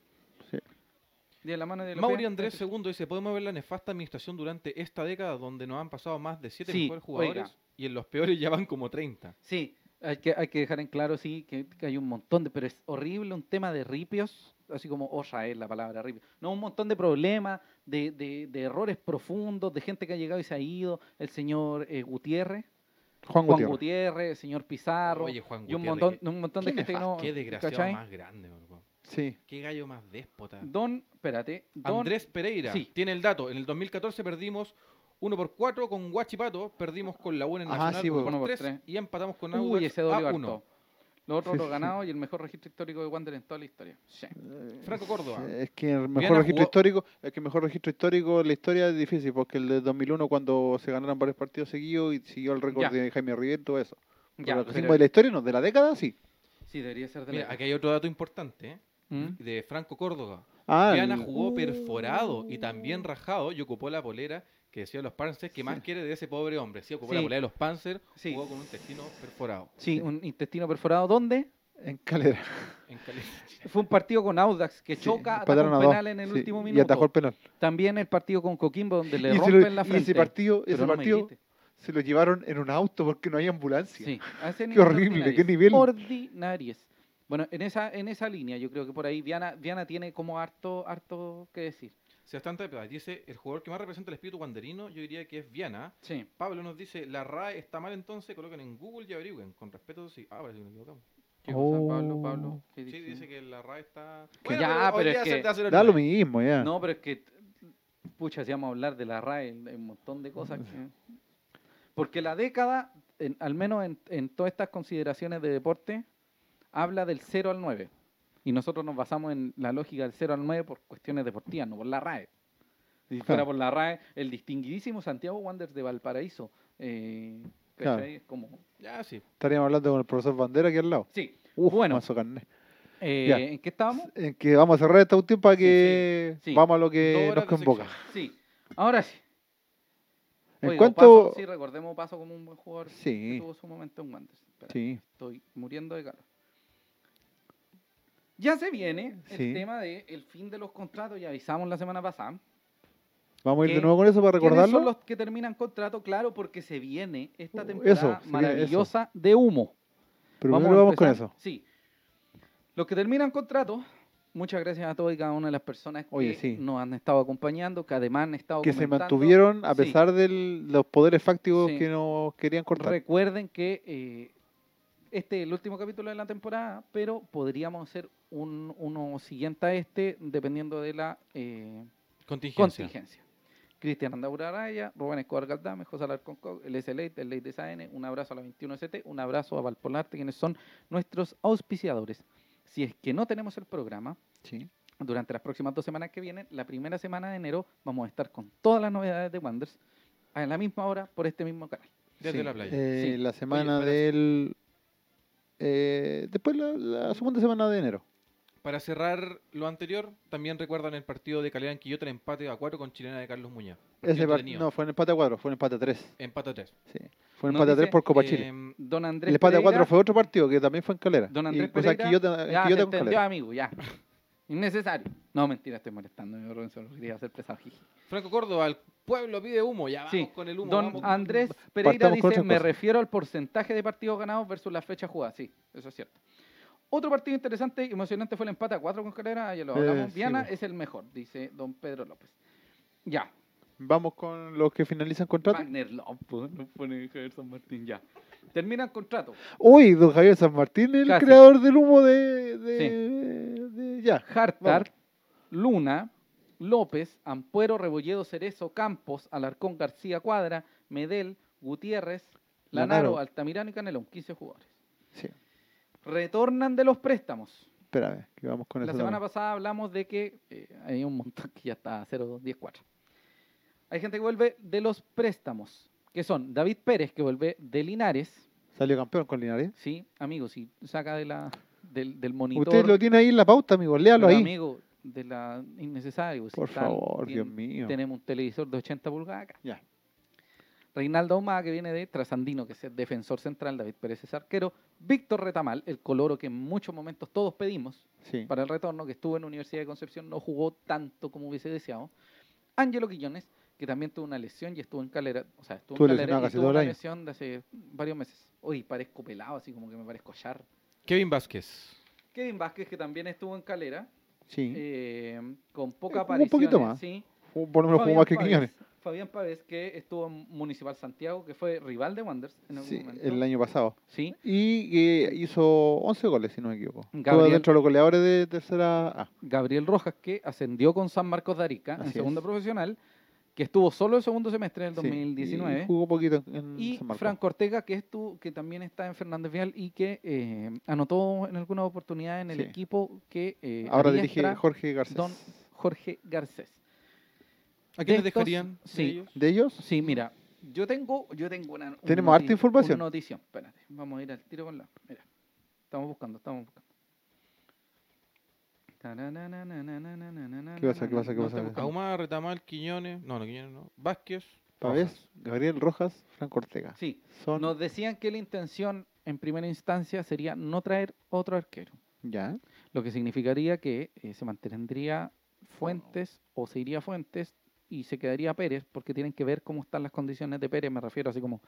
Speaker 3: Sí.
Speaker 1: De la mano de la
Speaker 2: Mauri
Speaker 1: pena.
Speaker 2: Andrés II dice, podemos ver la nefasta administración durante esta década donde nos han pasado más de 7
Speaker 1: Sí,
Speaker 2: mejores jugadores
Speaker 1: oiga.
Speaker 2: y en los peores ya van como 30.
Speaker 1: Sí, hay que, hay que dejar en claro, sí, que, que hay un montón de, pero es horrible un tema de ripios, así como osa es la palabra ripio. No, un montón de problemas, de, de- de errores profundos, de gente que ha llegado y se ha ido, el señor eh, Gutiérrez,
Speaker 3: Juan
Speaker 1: Juan
Speaker 3: Gutiérrez.
Speaker 1: Gutiérrez, el señor Pizarro,
Speaker 2: Oye, Juan
Speaker 1: y un
Speaker 2: Gutiérrez,
Speaker 1: montón,
Speaker 2: qué-
Speaker 1: un montón de
Speaker 3: qué
Speaker 1: gente que no.
Speaker 2: Qué desgraciado
Speaker 1: ¿cachai?
Speaker 2: más grande, weón.
Speaker 3: Sí.
Speaker 2: Qué gallo más déspota.
Speaker 1: Don, espérate, Don
Speaker 2: Andrés Pereira
Speaker 1: Sí.
Speaker 2: tiene el dato. En el 2014 perdimos 1 por 4 con Guachipato, perdimos con la UNE en
Speaker 3: Ajá,
Speaker 2: Nacional
Speaker 3: sí,
Speaker 2: uno
Speaker 1: pues. Uno por
Speaker 2: por 3
Speaker 1: tres.
Speaker 2: y empatamos con Audax
Speaker 1: Uy, ese doble
Speaker 2: a
Speaker 1: harto.
Speaker 2: 1.
Speaker 1: Los otros
Speaker 3: Sí,
Speaker 1: lo
Speaker 3: sí, sí.
Speaker 1: ganado y el mejor registro histórico de Wander en toda la historia. Sí.
Speaker 2: Franco Córdoba.
Speaker 3: Eh, Es que el mejor
Speaker 2: Viana
Speaker 3: registro
Speaker 2: jugó-
Speaker 3: histórico, es que el mejor registro histórico en la historia es difícil, porque el de 2001 cuando se ganaron varios partidos seguidos y siguió el récord
Speaker 1: Ya.
Speaker 3: de Jaime River y todo eso.
Speaker 1: Ya,
Speaker 3: Pero lo que hicimos
Speaker 1: pero-
Speaker 3: de la historia no, de la década sí.
Speaker 1: sí, debería ser de la-
Speaker 2: Mira, aquí hay otro dato importante, ¿eh?
Speaker 1: ¿Mm?
Speaker 2: de Franco Córdoba.
Speaker 3: Ah,
Speaker 2: Diana
Speaker 3: el-
Speaker 2: jugó perforado y también rajado y ocupó la polera que decía los Panzers que más quiere de ese pobre hombre. Sí, ocupó la
Speaker 1: Sí.
Speaker 2: polera de los Panzers,
Speaker 1: Sí.
Speaker 2: jugó con un intestino perforado.
Speaker 1: Sí, un intestino perforado, ¿dónde?
Speaker 3: en calera.
Speaker 2: En Cali.
Speaker 1: Fue un partido con Audax que
Speaker 3: Sí,
Speaker 1: choca, atajó
Speaker 3: empataron
Speaker 1: un
Speaker 3: a dos,
Speaker 1: penal en el
Speaker 3: sí,
Speaker 1: último
Speaker 3: Y
Speaker 1: minuto.
Speaker 3: atajó el penal.
Speaker 1: También el partido con Coquimbo donde le
Speaker 3: y, se
Speaker 1: rompen
Speaker 3: lo-
Speaker 1: la
Speaker 3: y
Speaker 1: frente.
Speaker 3: ese partido, ese
Speaker 1: Pero no me
Speaker 3: partido
Speaker 1: dijiste.
Speaker 3: se lo llevaron en un auto porque no hay ambulancia.
Speaker 1: Sí, a ese
Speaker 3: Qué horrible, qué
Speaker 1: ordinarias,
Speaker 3: nivel.
Speaker 1: Ordinarias. Bueno, en esa, en esa línea yo creo que por ahí Viana, Viana tiene como harto, harto que decir.
Speaker 2: Sebastián Tapia dice, el jugador que más representa el espíritu guanderino, yo diría que es Viana.
Speaker 1: Sí.
Speaker 2: Pablo nos dice, la RAE está mal entonces, coloquen en Google y averigüen. Con respeto, sí. Ah, parece que nos equivocamos.
Speaker 1: ¿Qué cosa,
Speaker 3: Oh.
Speaker 1: Pablo, Pablo? ¿Qué
Speaker 2: Sí,
Speaker 1: dice?
Speaker 2: dice que la RAE está...
Speaker 1: Ya,
Speaker 2: hoy
Speaker 1: pero
Speaker 2: día
Speaker 1: es
Speaker 2: se
Speaker 1: que-
Speaker 2: te hace la
Speaker 3: Da lo
Speaker 2: RAE.
Speaker 3: mismo, ya.
Speaker 1: No, pero es que, pucha, si vamos a hablar de la RAE, hay un montón de cosas. que- Porque la década, en- al menos en, en todas estas consideraciones de deporte, habla del 0 al 9. Y nosotros nos basamos en la lógica del 0 al 9 por cuestiones deportivas, no por la RAE. Si fuera
Speaker 3: Claro.
Speaker 1: por la RAE, el distinguidísimo Santiago Wanderers de Valparaíso. eh,
Speaker 3: Claro.
Speaker 1: ¿cachai? Como-
Speaker 2: Ya, sí.
Speaker 3: Estaríamos hablando con el profesor Bandera aquí al lado.
Speaker 1: Sí,
Speaker 3: Uf,
Speaker 1: Bueno.
Speaker 3: mazo carné.
Speaker 1: eh,
Speaker 3: Ya.
Speaker 1: ¿en qué estábamos?
Speaker 3: En que vamos a cerrar esta cuestión para que
Speaker 1: sí.
Speaker 3: vamos a lo
Speaker 2: Dos
Speaker 3: que
Speaker 2: horas
Speaker 3: nos
Speaker 2: de
Speaker 3: convoca.
Speaker 2: sección.
Speaker 1: Sí, ahora sí.
Speaker 3: En
Speaker 1: Oigo,
Speaker 3: cuanto.
Speaker 1: Paso, sí, recordemos Paso como un buen jugador. que
Speaker 3: Sí,
Speaker 1: Tuvo su momento en Wanderers. Espera,
Speaker 3: sí.
Speaker 1: Estoy muriendo de calor. Ya se viene el
Speaker 3: Sí.
Speaker 1: tema del el fin de los contratos, ya avisamos la semana pasada.
Speaker 3: Vamos a ir
Speaker 1: ¿Qué-
Speaker 3: de nuevo con eso para
Speaker 1: ¿Quiénes son
Speaker 3: recordarlo.
Speaker 1: los que terminan contrato? Claro, porque se viene esta
Speaker 3: Uh,
Speaker 1: temporada
Speaker 3: eso, se viene
Speaker 1: maravillosa de humo.
Speaker 3: Pero
Speaker 1: a
Speaker 3: primero vamos con
Speaker 1: empezar-
Speaker 3: eso.
Speaker 1: Sí. Los que terminan contrato, muchas gracias a todas y cada una de las personas que
Speaker 3: Oye, sí.
Speaker 1: nos han estado acompañando, que además han estado
Speaker 3: Que se
Speaker 1: comentando.
Speaker 3: mantuvieron a
Speaker 1: Sí.
Speaker 3: pesar del- de los poderes fácticos
Speaker 1: Sí.
Speaker 3: que nos querían cortar.
Speaker 1: Recuerden que eh, este es el último capítulo de la temporada, pero podríamos hacer un, uno siguiente a este dependiendo de la eh,
Speaker 2: Contingencia.
Speaker 1: contingencia. Cristian Andaura Araya, Rubén Escobar Galdame, José Alarcón Cog, el SLA, el Ley de SAN, un abrazo a la 21ST, un abrazo a Valpolarte, quienes son nuestros auspiciadores. Si es que no tenemos el programa,
Speaker 3: Sí.
Speaker 1: durante las próximas dos semanas que vienen, la primera semana de enero, vamos a estar con todas las novedades de Wanders a la misma hora por este mismo canal.
Speaker 2: Desde
Speaker 3: Sí.
Speaker 2: la playa.
Speaker 3: Eh,
Speaker 1: Sí.
Speaker 3: La semana
Speaker 2: espera.
Speaker 3: del. eh, después la, la segunda semana de enero.
Speaker 2: Para cerrar lo anterior, también recuerdan el partido de Calera en Quillota, el empate a 4 con chilena de Carlos Muñoz. Partido
Speaker 3: Ese par-
Speaker 2: entretenido.
Speaker 3: no, fue en empate a 4, fue en empate a 3.
Speaker 2: Empate a Em, 3.
Speaker 3: Sí. Fue en
Speaker 1: Nos
Speaker 3: empate a
Speaker 1: dice,
Speaker 3: 3 por Copa Chile.
Speaker 1: Don Andrés
Speaker 3: El empate a
Speaker 1: Pereira,
Speaker 3: 4 fue otro partido que también fue en Calera.
Speaker 1: Don
Speaker 3: Y-
Speaker 1: Andrés
Speaker 3: o sea, en
Speaker 1: Pereira,
Speaker 3: Quillota, en
Speaker 1: ya, se
Speaker 3: Quillota con
Speaker 1: entendió,
Speaker 3: Calera.
Speaker 1: amigo, ya. Innecesario. No, mentira, estoy molestando. Yo, Robinson, lo quería hacer pesado. jiji.
Speaker 2: Franco Córdoba, al pueblo pide humo. Ya vamos
Speaker 1: Sí,
Speaker 2: con el humo. vamos
Speaker 1: Don
Speaker 2: con-
Speaker 1: Andrés Pereira
Speaker 3: Partamos con
Speaker 1: dice,
Speaker 3: otra
Speaker 1: me
Speaker 3: cosa".
Speaker 1: refiero al porcentaje de partidos ganados versus la fecha jugada. Sí, eso es cierto. Otro partido interesante y emocionante fue el empate a 4 con Calera. Ya lo
Speaker 3: Eh,
Speaker 1: hablamos.
Speaker 3: sí,
Speaker 1: Viana
Speaker 3: bueno.
Speaker 1: es el mejor, dice don Pedro López. Ya,
Speaker 3: Vamos con los que finalizan contrato.
Speaker 1: Wagner López, nos pone Javier San Martín, ya. Termina el contrato.
Speaker 3: Uy, don Javier San Martín, el
Speaker 1: Casi.
Speaker 3: creador del humo de. de, de- ya.
Speaker 1: Hartar, Luna, López, Ampuero, Rebolledo, Cerezo, Campos, Alarcón, García, Cuadra, Medel, Gutiérrez, Lanaro,
Speaker 3: Lanaro.
Speaker 1: Altamirano y Canelón, 15 jugadores.
Speaker 3: Sí,
Speaker 1: Retornan de los préstamos.
Speaker 3: espérame, que vamos con
Speaker 1: La
Speaker 3: eso.
Speaker 1: semana
Speaker 3: también.
Speaker 1: pasada hablamos de que eh, hay un montón que ya está a 0, 10, 4. Hay gente que vuelve de los préstamos, que son David Pérez, que vuelve de Linares,
Speaker 3: Salió campeón con Linares.
Speaker 1: ¿sí? Amigos, si saca de la, del, del monitor...
Speaker 3: Usted lo tiene ahí en la pauta, amigo, léalo
Speaker 1: Pero,
Speaker 3: ahí.
Speaker 1: Amigo, de la innecesario. si
Speaker 3: Por
Speaker 1: están-
Speaker 3: favor, Dios
Speaker 1: tien-
Speaker 3: mío.
Speaker 1: Tenemos un televisor de 80 pulgadas acá.
Speaker 3: Ya.
Speaker 1: Reinaldo Ahumada, que viene de Trasandino, que es el defensor central, David Pérez es arquero. Víctor Retamal, el coloro que en muchos momentos todos pedimos
Speaker 3: Sí.
Speaker 1: para el retorno, que estuvo en la Universidad de Concepción, no jugó tanto como hubiese deseado. Ángelo Quillones, que también tuvo una lesión y estuvo en calera, o sea, estuvo
Speaker 3: Estuvo
Speaker 1: en calera
Speaker 3: lesionado
Speaker 1: y
Speaker 3: casi
Speaker 1: tuvo
Speaker 3: todo el
Speaker 1: una
Speaker 3: año.
Speaker 1: lesión de hace varios meses. Hoy parezco pelado, así como que me parezco char.
Speaker 2: Kevin Vázquez.
Speaker 1: Kevin Vázquez, que también estuvo en calera,
Speaker 3: Sí.
Speaker 1: eh, con poca
Speaker 3: jugó un
Speaker 1: aparición.
Speaker 3: poquito más. Jugó- Por lo menos jugó más que Quiñones.
Speaker 1: Fabián Pávez, que estuvo en Municipal Santiago, que fue rival de Wanderers en algún
Speaker 3: Sí,
Speaker 1: momento.
Speaker 3: el año pasado.
Speaker 1: Sí,
Speaker 3: Y que hizo 11 goles, si no me equivoco. Estuvo
Speaker 1: Gabriel-
Speaker 3: dentro de los goleadores de tercera A.
Speaker 1: Gabriel Rojas, que ascendió con San Marcos de Arica en
Speaker 3: Así
Speaker 1: segunda
Speaker 3: es.
Speaker 1: profesional, que estuvo solo el segundo semestre en el
Speaker 3: Sí, y
Speaker 1: 2019. Y,
Speaker 3: jugó poquito en San Marcos.
Speaker 1: Franco Ortega, que, estuvo, que también está en Fernández Vial y que eh, anotó en alguna oportunidad en el
Speaker 3: Sí.
Speaker 1: equipo que eh,
Speaker 3: Ahora dirige
Speaker 1: adiestra
Speaker 3: Jorge Garcés.
Speaker 1: don Jorge Garcés.
Speaker 2: ¿A quién les
Speaker 1: De estos-
Speaker 2: dejarían? de
Speaker 1: sí.
Speaker 2: ellos?
Speaker 3: ¿De ellos?
Speaker 1: Sí, mira, yo tengo, yo tengo una. un
Speaker 3: Tenemos harta
Speaker 1: noti-
Speaker 3: información.
Speaker 1: Una noticia, espérate, vamos a ir al tiro con la. Mira, estamos buscando, estamos buscando.
Speaker 3: ¿Qué pasa, qué pasa, qué
Speaker 1: No, estoy
Speaker 3: pasa?
Speaker 1: buscando.
Speaker 2: Ahumada, Retamal, Quiñones. No, no, Quiñones no. Vázquez.
Speaker 3: Pavés, Gabriel Rojas, Franco Ortega.
Speaker 1: Sí,
Speaker 3: Son...
Speaker 1: nos decían que la intención en primera instancia sería no traer otro arquero,
Speaker 3: Ya.
Speaker 1: lo que significaría que eh, se mantendría Fuentes o se iría Fuentes y se quedaría Pérez, porque tienen que ver cómo están las condiciones de Pérez, me refiero así como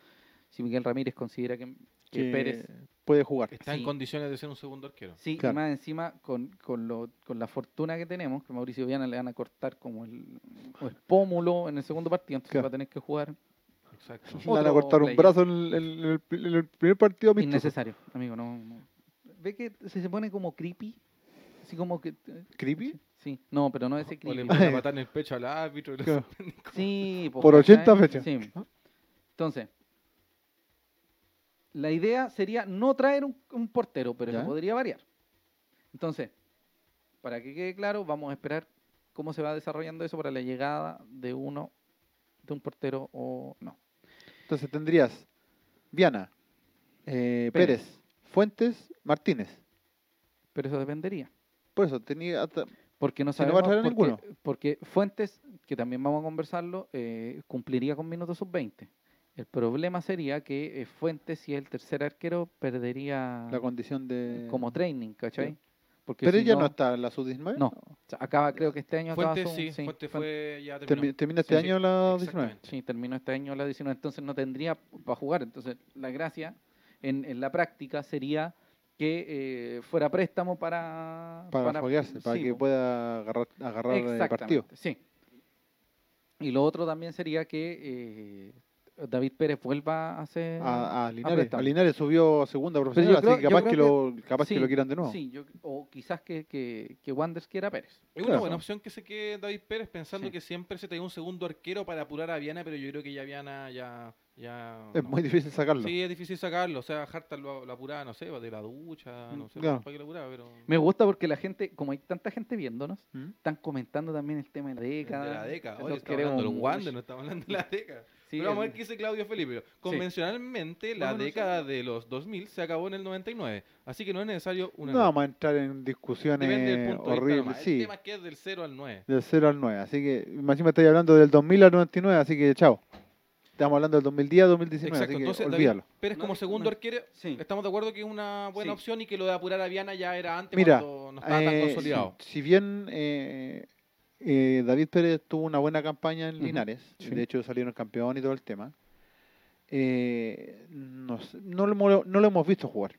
Speaker 1: si Miguel Ramírez considera que- que Pérez
Speaker 3: puede jugar.
Speaker 2: Está en
Speaker 1: Sí.
Speaker 2: condiciones de ser un segundo arquero.
Speaker 1: Sí, y
Speaker 3: Claro.
Speaker 1: más encima con, con, lo, con la fortuna que tenemos, que Mauricio Viana le van a cortar como el, o el pómulo en el segundo partido, entonces
Speaker 3: Claro.
Speaker 1: va a tener que jugar
Speaker 2: Exacto.
Speaker 3: Le van a
Speaker 1: otro
Speaker 3: cortar un
Speaker 1: player.
Speaker 3: brazo en el, en el- en el primer partido amistoso.
Speaker 1: innecesario, amigo. No, no. ¿Ve que se, se pone como creepy? Así como que... eh,
Speaker 3: ¿Creepy?
Speaker 1: Sí, no, pero no ese
Speaker 2: O le
Speaker 1: creepy.
Speaker 2: empieza a matar en el pecho al árbitro. y lo
Speaker 3: Claro.
Speaker 2: suspenden.
Speaker 1: Sí, po,
Speaker 3: Por
Speaker 1: ¿cachai?
Speaker 3: 80 fechas.
Speaker 1: Sí. Entonces, la idea sería no traer un, un portero, pero
Speaker 3: ¿Ya?
Speaker 1: eso podría variar. Entonces, para que quede claro, vamos a esperar cómo se va desarrollando eso para la llegada de uno, de un portero o no.
Speaker 3: Entonces tendrías Viana, eh, Pérez. Fuentes, Martínez.
Speaker 1: Pero eso dependería.
Speaker 3: Por eso tenía hasta-
Speaker 1: Porque no
Speaker 3: Si no
Speaker 1: sabemos.
Speaker 3: va a traer a
Speaker 1: porque-
Speaker 3: ninguno.
Speaker 1: Porque Fuentes, que también vamos a conversarlo, eh, cumpliría con minutos sub-20. El problema sería que eh, Fuentes, si es el tercer arquero, perdería
Speaker 3: la condición de.
Speaker 1: Ah. como training, ¿cachai?
Speaker 3: sí.
Speaker 1: Porque
Speaker 3: Pero
Speaker 1: si
Speaker 3: ella no, está en la sub-19.
Speaker 1: No. O sea, acaba, creo que este año acaba
Speaker 2: Fuentes,
Speaker 1: su-
Speaker 2: sí,
Speaker 1: sí,
Speaker 2: Fuentes
Speaker 1: Fuentes-
Speaker 2: fue, ya
Speaker 3: Termi-
Speaker 2: terminó.
Speaker 3: termina este
Speaker 2: Sí, sí,
Speaker 3: año la 19.
Speaker 2: Exactamente.
Speaker 1: sí, terminó este año la 19, entonces no tendría para jugar. Entonces, la gracia en, en la práctica sería que eh, fuera préstamo para...
Speaker 3: Para, foguearse, para
Speaker 1: sí,
Speaker 3: que
Speaker 1: po.
Speaker 3: pueda agarrar, agarrar el partido.
Speaker 1: Exactamente, Sí. Y lo otro también sería que eh, David Pérez vuelva a hacer...
Speaker 3: A, a Linares.
Speaker 1: préstamo.
Speaker 3: A Linares subió a segunda profesional,
Speaker 1: creo-
Speaker 3: así que
Speaker 1: yo
Speaker 3: capaz, que,
Speaker 1: creo
Speaker 3: lo, capaz
Speaker 1: Sí,
Speaker 3: que lo quieran de nuevo.
Speaker 1: Sí, yo- o quizás que, que, que Wanders quiera a Pérez.
Speaker 2: Es una
Speaker 3: Claro.
Speaker 2: buena opción que se quede David Pérez pensando
Speaker 1: Sí.
Speaker 2: que siempre se trae un segundo arquero para apurar a Viana, pero yo creo que ya Viana ya... ya
Speaker 3: Es
Speaker 2: no.
Speaker 3: muy difícil sacarlo.
Speaker 2: Sí, es difícil sacarlo. O sea, Hartal lo, lo apuraba, no sé, de la ducha, no
Speaker 3: Mm,
Speaker 2: sé
Speaker 3: claro.
Speaker 2: para qué lo apuraba, pero...
Speaker 1: Me gusta porque la gente, como hay tanta gente viéndonos,
Speaker 3: ¿Mm?
Speaker 1: están comentando también el tema de la década. eh,
Speaker 2: De la década.
Speaker 1: Los
Speaker 2: Oye, estamos
Speaker 1: queremos
Speaker 2: hablando de los
Speaker 1: mucho.
Speaker 2: Wander, no estamos hablando de la década.
Speaker 1: Sí,
Speaker 2: pero vamos a
Speaker 1: el-
Speaker 2: ver qué dice Claudio Felipe. Convencionalmente, la
Speaker 1: Vámonos a-
Speaker 2: década de los 2000 se acabó en el 99. Así que no es necesario una...
Speaker 3: No
Speaker 2: nueva.
Speaker 3: vamos a entrar en
Speaker 2: Depende del
Speaker 3: discusiones
Speaker 2: punto de vista.
Speaker 3: horribles.
Speaker 2: nomás. El
Speaker 3: Sí,
Speaker 2: tema es que es del 0 al 9.
Speaker 3: del 0 al 9. Así que, imagínate, estoy hablando del 2000 al 99, así que chao. Estamos hablando del 2010 2019,
Speaker 2: Exacto,
Speaker 3: así que
Speaker 2: entonces David
Speaker 3: olvídalo.
Speaker 2: Pérez
Speaker 1: No,
Speaker 2: como
Speaker 1: no,
Speaker 2: segundo
Speaker 1: no.
Speaker 2: arquero,
Speaker 1: Sí.
Speaker 2: estamos de acuerdo que es una buena
Speaker 1: Sí.
Speaker 2: opción y que lo de apurar a Viana ya era antes
Speaker 3: Mira,
Speaker 2: cuando no estaba tan
Speaker 3: Eh,
Speaker 2: consolidado.
Speaker 3: Si, si bien eh, eh, David Pérez tuvo una buena campaña en
Speaker 1: Ujú,
Speaker 3: Linares,
Speaker 1: sí.
Speaker 3: de hecho salieron campeón y todo el tema, eh, no, sé, no, lo, hemos- no lo hemos visto jugar.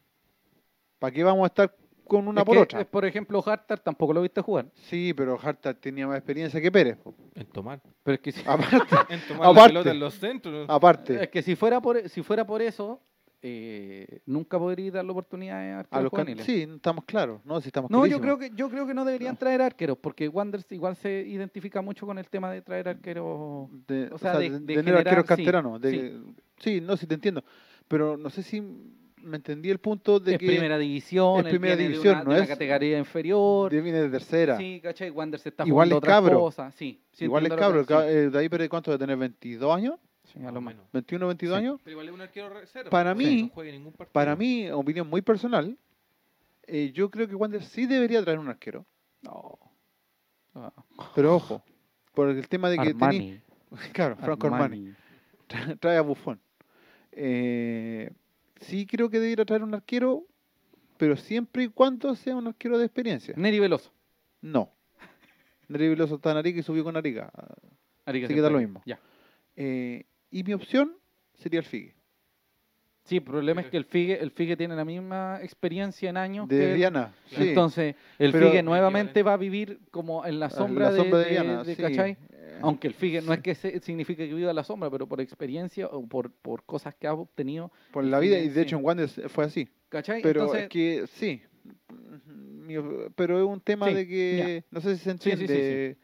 Speaker 3: ¿Para qué vamos a estar con una
Speaker 1: Es
Speaker 3: por
Speaker 1: que,
Speaker 3: otra?
Speaker 1: eh, Por ejemplo, Hartar tampoco lo viste jugar.
Speaker 3: Sí, pero Harta tenía más experiencia que Pérez. po.
Speaker 2: En tomar.
Speaker 1: Pero es que si,
Speaker 3: Aparte,
Speaker 2: En tomar la
Speaker 3: Aparte. Ah,
Speaker 2: pelota en los centros.
Speaker 1: es
Speaker 3: aparte
Speaker 1: que si fuera por si fuera por eso, eh, nunca podría dar la oportunidad a
Speaker 3: a
Speaker 1: arqueros
Speaker 3: los can-
Speaker 1: juveniles.
Speaker 3: Sí, estamos claros. No, sí, estamos
Speaker 1: No, yo
Speaker 3: clarísimos.
Speaker 1: creo que yo creo que no deberían traer arqueros, porque Wanderers igual se identifica mucho con el tema de traer arqueros.
Speaker 3: De,
Speaker 1: o
Speaker 3: o
Speaker 1: sea,
Speaker 3: sea,
Speaker 1: de-
Speaker 3: de-
Speaker 1: de
Speaker 3: de tener arqueros
Speaker 1: generar, sí,
Speaker 3: canteranos. de- Sí. no, sí te entiendo. Pero no sé si me entendí el punto de
Speaker 1: es
Speaker 3: que
Speaker 1: primera división,
Speaker 3: es
Speaker 1: él
Speaker 3: primera
Speaker 1: viene de
Speaker 3: división,
Speaker 1: una,
Speaker 3: no
Speaker 1: de una
Speaker 3: es-
Speaker 1: categoría inferior.
Speaker 3: de- viene de tercera.
Speaker 1: Sí, ¿cachai? Wanderers está
Speaker 3: Igual
Speaker 1: jugando
Speaker 3: es
Speaker 1: otras
Speaker 3: cabro.
Speaker 1: cosas. Sí, sí,
Speaker 3: Igual es
Speaker 1: entiendo lo
Speaker 3: cabro.
Speaker 1: que-
Speaker 3: el cab- eh, David Pérez, ¿cuánto debe tener? ¿22 años?
Speaker 1: sí, a lo menos.
Speaker 2: menos.
Speaker 3: 21, 22
Speaker 1: Sí.
Speaker 3: años.
Speaker 2: Pero igual es un arquero reserva.
Speaker 3: Para
Speaker 2: o sea,
Speaker 3: mí-
Speaker 2: no juegue ningún partido.
Speaker 3: Para mí, opinión muy personal, eh, yo creo que Wander sí debería traer un arquero.
Speaker 1: No. Ah,
Speaker 3: Pero ojo, por el tema de que tenís-
Speaker 1: Armani,
Speaker 3: Claro, Franco Armani.
Speaker 1: Armani.
Speaker 3: Tra- Trae a Buffon. Eh, sí creo que debería traer un arquero, pero siempre y cuando sea un arquero de experiencia.
Speaker 1: Neri Veloso. Mm.
Speaker 3: No. Nery Veloso está en Arica y subió con Arica.
Speaker 1: Arica
Speaker 3: Sí, que da lo
Speaker 1: Central.
Speaker 3: mismo.
Speaker 1: Ya.
Speaker 3: Eh, y mi opción sería el Figue.
Speaker 1: Sí, el problema es que el Figue, el Figue tiene la misma experiencia en años. que
Speaker 3: De
Speaker 1: él.
Speaker 3: Viana. Sí.
Speaker 1: Entonces, el
Speaker 3: Pero-
Speaker 1: Figue nuevamente va a vivir como en la
Speaker 3: A
Speaker 1: sombra,
Speaker 3: la sombra de, Viana.
Speaker 1: de-
Speaker 3: sí.
Speaker 1: ¿cachai?
Speaker 3: Eh,
Speaker 1: Aunque el Figue no es que se- signifique que viva la sombra, pero por experiencia o por, por cosas que ha obtenido,
Speaker 3: Por la vida, y
Speaker 1: sí.
Speaker 3: de hecho en Wander fue así.
Speaker 1: ¿cachai?
Speaker 3: Pero
Speaker 1: Entonces,
Speaker 3: es que sí. Mi op- Pero es un tema
Speaker 1: Sí,
Speaker 3: de que. No sé si se
Speaker 1: Sí, sí, sí, sí.
Speaker 3: entiende.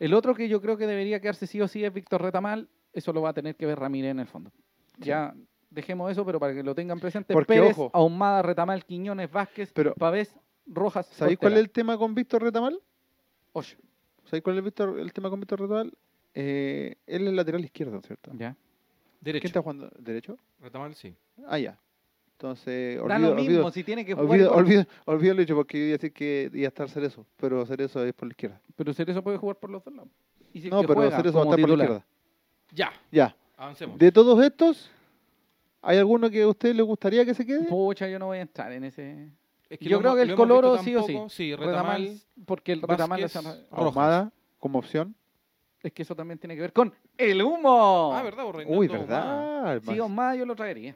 Speaker 1: el otro que yo creo que debería quedarse sí o sí es Víctor Retamal, eso lo va a tener que ver Ramírez en el fondo.
Speaker 3: Sí.
Speaker 1: Ya dejemos eso, pero para que lo tengan presente,
Speaker 3: Porque,
Speaker 1: Pérez,
Speaker 3: ojo.
Speaker 1: Ahumada, Retamal, Quiñones, Vázquez,
Speaker 3: Pero-
Speaker 1: Pavés, Rojas,
Speaker 3: ¿Sabéis cuál es el tema con Víctor Retamal?
Speaker 1: Ocho.
Speaker 3: ¿Sabéis cuál es Víctor- el tema con Víctor Retamal? Eh, él es lateral izquierdo, ¿cierto?
Speaker 1: Ya.
Speaker 2: Derecho.
Speaker 3: ¿Quién está jugando? ¿Derecho?
Speaker 2: Retamal, sí.
Speaker 3: Ah, ya. Entonces,
Speaker 1: Da
Speaker 3: olvido,
Speaker 1: lo mismo,
Speaker 3: olvido,
Speaker 1: si tiene que jugar.
Speaker 3: olvido,
Speaker 1: igual.
Speaker 3: olvido, olvido lo dicho porque yo iba a decir que iba a estar Cerezo, pero Cerezo es por la izquierda.
Speaker 1: Pero Cerezo puede jugar por los dos lados. Y si es
Speaker 3: no,
Speaker 1: que
Speaker 3: pero
Speaker 1: juega
Speaker 3: Cerezo va a
Speaker 1: como
Speaker 3: estar por la
Speaker 1: titular.
Speaker 3: izquierda.
Speaker 2: Ya,
Speaker 3: Ya.
Speaker 2: avancemos.
Speaker 3: De todos estos, ¿hay alguno que a usted le gustaría que se quede?
Speaker 1: Pucha, yo no voy a entrar en ese.
Speaker 2: Es
Speaker 1: yo
Speaker 2: lo
Speaker 1: creo
Speaker 2: hemos-
Speaker 1: que el
Speaker 2: lo hemos
Speaker 1: Coloro
Speaker 2: visto
Speaker 1: sí o sí.
Speaker 2: tampoco. Sí,
Speaker 1: Retamal,
Speaker 2: Retamal.
Speaker 1: porque el Retamal
Speaker 2: Vázquez,
Speaker 1: hace-
Speaker 2: Rojas.
Speaker 3: Ah, Ahumada, como opción.
Speaker 1: es que eso también tiene que ver con el humo.
Speaker 2: Ah, ¿verdad? Borre?
Speaker 3: Uy,
Speaker 2: No, no, nada.
Speaker 3: ¿verdad?
Speaker 1: Sí, Ahumada yo lo traería.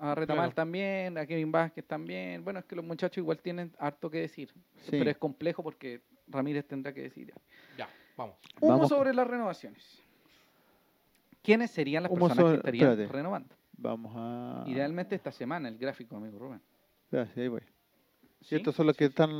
Speaker 1: A Retamal
Speaker 2: Claro.
Speaker 1: también, a Kevin Vázquez también. Bueno, es que los muchachos igual tienen harto que decir.
Speaker 3: Sí.
Speaker 1: Pero es complejo porque Ramírez tendrá que decir.
Speaker 2: Ya, vamos.
Speaker 1: Humo
Speaker 3: Vamos con-
Speaker 1: sobre las renovaciones. ¿Quiénes serían las
Speaker 3: Humo
Speaker 1: personas
Speaker 3: sobre-
Speaker 1: que estarían
Speaker 3: espérate. Ah.
Speaker 1: renovando?
Speaker 3: Vamos a...
Speaker 1: Idealmente esta semana, el gráfico, amigo Rubén.
Speaker 3: Ya, sí, ahí voy.
Speaker 1: ¿Sí?
Speaker 3: Y estos son los que están...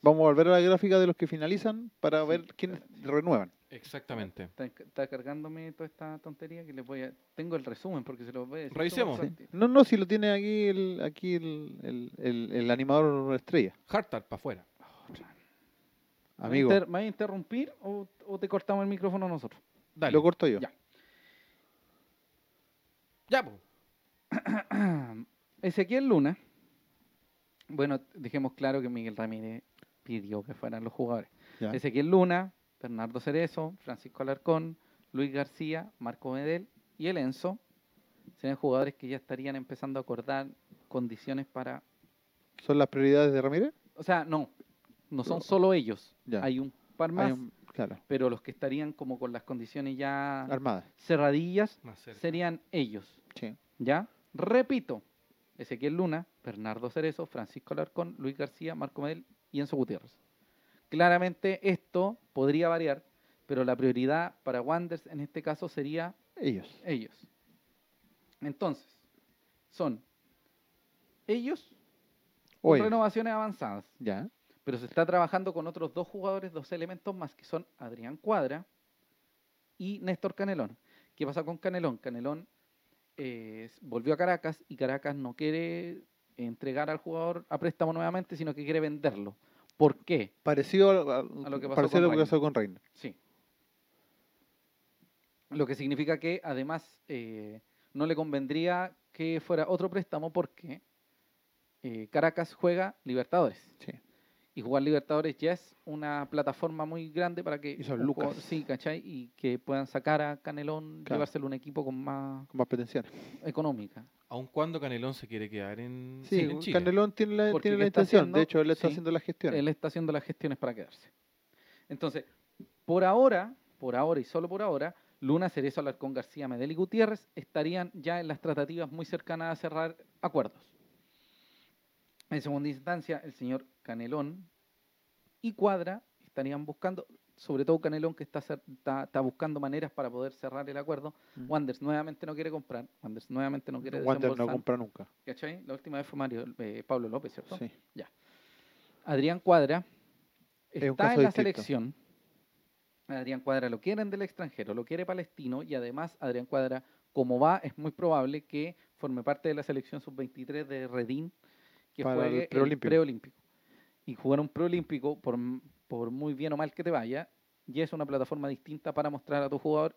Speaker 3: Vamos a volver a la gráfica de los que finalizan para ver quiénes renuevan.
Speaker 2: Exactamente.
Speaker 1: Está, está cargándome toda esta tontería que les voy a... Tengo el resumen porque se los voy a decir.
Speaker 2: Revisemos.
Speaker 1: súper salti-
Speaker 3: No, no, si lo tiene aquí el, aquí el, el, el- el animador estrella,
Speaker 2: Hartar para afuera.
Speaker 1: ¿Me
Speaker 3: amigo.
Speaker 1: inter- ¿Me vas a interrumpir o, o te cortamos el micrófono nosotros?
Speaker 2: Dale.
Speaker 3: Lo corto yo.
Speaker 1: Ya.
Speaker 2: Ya, po.
Speaker 1: Ezequiel Luna. Bueno, dejemos claro que Miguel Ramírez pidió que fueran los jugadores.
Speaker 3: Ya.
Speaker 1: Ezequiel Luna, Bernardo Cerezo, Francisco Alarcón, Luis García, Marco Medel y el Enzo serían jugadores que ya estarían empezando a acordar condiciones para...
Speaker 3: ¿Son las prioridades de Ramírez?
Speaker 1: O sea, no, no son solo ellos.
Speaker 3: Ya.
Speaker 1: Hay un par
Speaker 3: Hay
Speaker 1: más,
Speaker 3: un- claro,
Speaker 1: pero los que estarían como con las condiciones ya
Speaker 3: armada.
Speaker 1: cerradillas
Speaker 2: Más cerca.
Speaker 1: serían ellos.
Speaker 3: Sí.
Speaker 1: ¿Ya? Repito, Ezequiel Luna, Bernardo Cerezo, Francisco Alarcón, Luis García, Marco Medel y Enzo Gutiérrez. Claramente esto podría variar, pero la prioridad para Wanders en este caso sería
Speaker 3: Ellos.
Speaker 1: ellos. Entonces, son ellos
Speaker 3: O
Speaker 1: con
Speaker 3: ellos.
Speaker 1: renovaciones avanzadas,
Speaker 3: Ya.
Speaker 1: pero se está trabajando con otros dos jugadores, dos elementos más, que son Adrián Cuadra y Néstor Canelón. ¿Qué pasa con Canelón? Canelón eh, s- volvió a Caracas y Caracas no quiere entregar al jugador a préstamo nuevamente, sino que quiere venderlo. ¿Por qué?
Speaker 3: Parecido a, a-
Speaker 1: lo que pasó
Speaker 3: parecido
Speaker 1: con
Speaker 3: a lo que pasó con Reina.
Speaker 1: Sí. Lo que significa que además eh, no le convendría que fuera otro préstamo porque eh, Caracas juega Libertadores.
Speaker 3: Sí.
Speaker 1: Y jugar Libertadores ya es una plataforma muy grande para que.
Speaker 3: Y son
Speaker 1: un
Speaker 3: lucas.
Speaker 1: jugador- Sí, ¿cachai? Y que puedan sacar a Canelón,
Speaker 3: Claro.
Speaker 1: llevárselo a un equipo con más
Speaker 3: Con más potencial.
Speaker 1: Mm. económica.
Speaker 2: Aun cuando Canelón se quiere quedar en,
Speaker 3: Sí,
Speaker 2: en Chile.
Speaker 3: Canelón tiene la,
Speaker 1: Porque
Speaker 3: tiene
Speaker 1: ¿qué
Speaker 3: la
Speaker 1: está
Speaker 3: intención.
Speaker 1: haciendo?
Speaker 3: de hecho, él está
Speaker 1: Sí.
Speaker 3: haciendo la gestión.
Speaker 1: Él está haciendo las gestiones para quedarse. Entonces, por ahora, por ahora y solo por ahora, Luna, Cerezo, Alarcón, García, Medel y Gutiérrez estarían ya en las tratativas muy cercanas a cerrar acuerdos. En segunda instancia, el señor Canelón y Cuadra estarían buscando, sobre todo Canelón, que está, cer- está, está buscando maneras para poder cerrar el acuerdo.
Speaker 3: Mm.
Speaker 1: Wanders nuevamente no quiere comprar, Wanders nuevamente no quiere
Speaker 3: Wander no
Speaker 1: desembolsar.
Speaker 3: compra nunca.
Speaker 1: ¿Cachai? La última vez fue Mario, eh, Pablo López, ¿cierto?
Speaker 3: Sí.
Speaker 1: Adrián Cuadra
Speaker 3: Es un
Speaker 1: está
Speaker 3: caso
Speaker 1: en la
Speaker 3: distinto.
Speaker 1: selección. Adrián Cuadra lo quieren del extranjero, lo quiere palestino y además Adrián Cuadra, como va, es muy probable que forme parte de la selección sub-23 de Redín, que
Speaker 3: Para el
Speaker 1: juegue el
Speaker 3: preolímpico.
Speaker 1: preolímpico. Y jugar un preolímpico, por, m- por muy bien o mal que te vaya, ya es una plataforma distinta para mostrar a tu jugador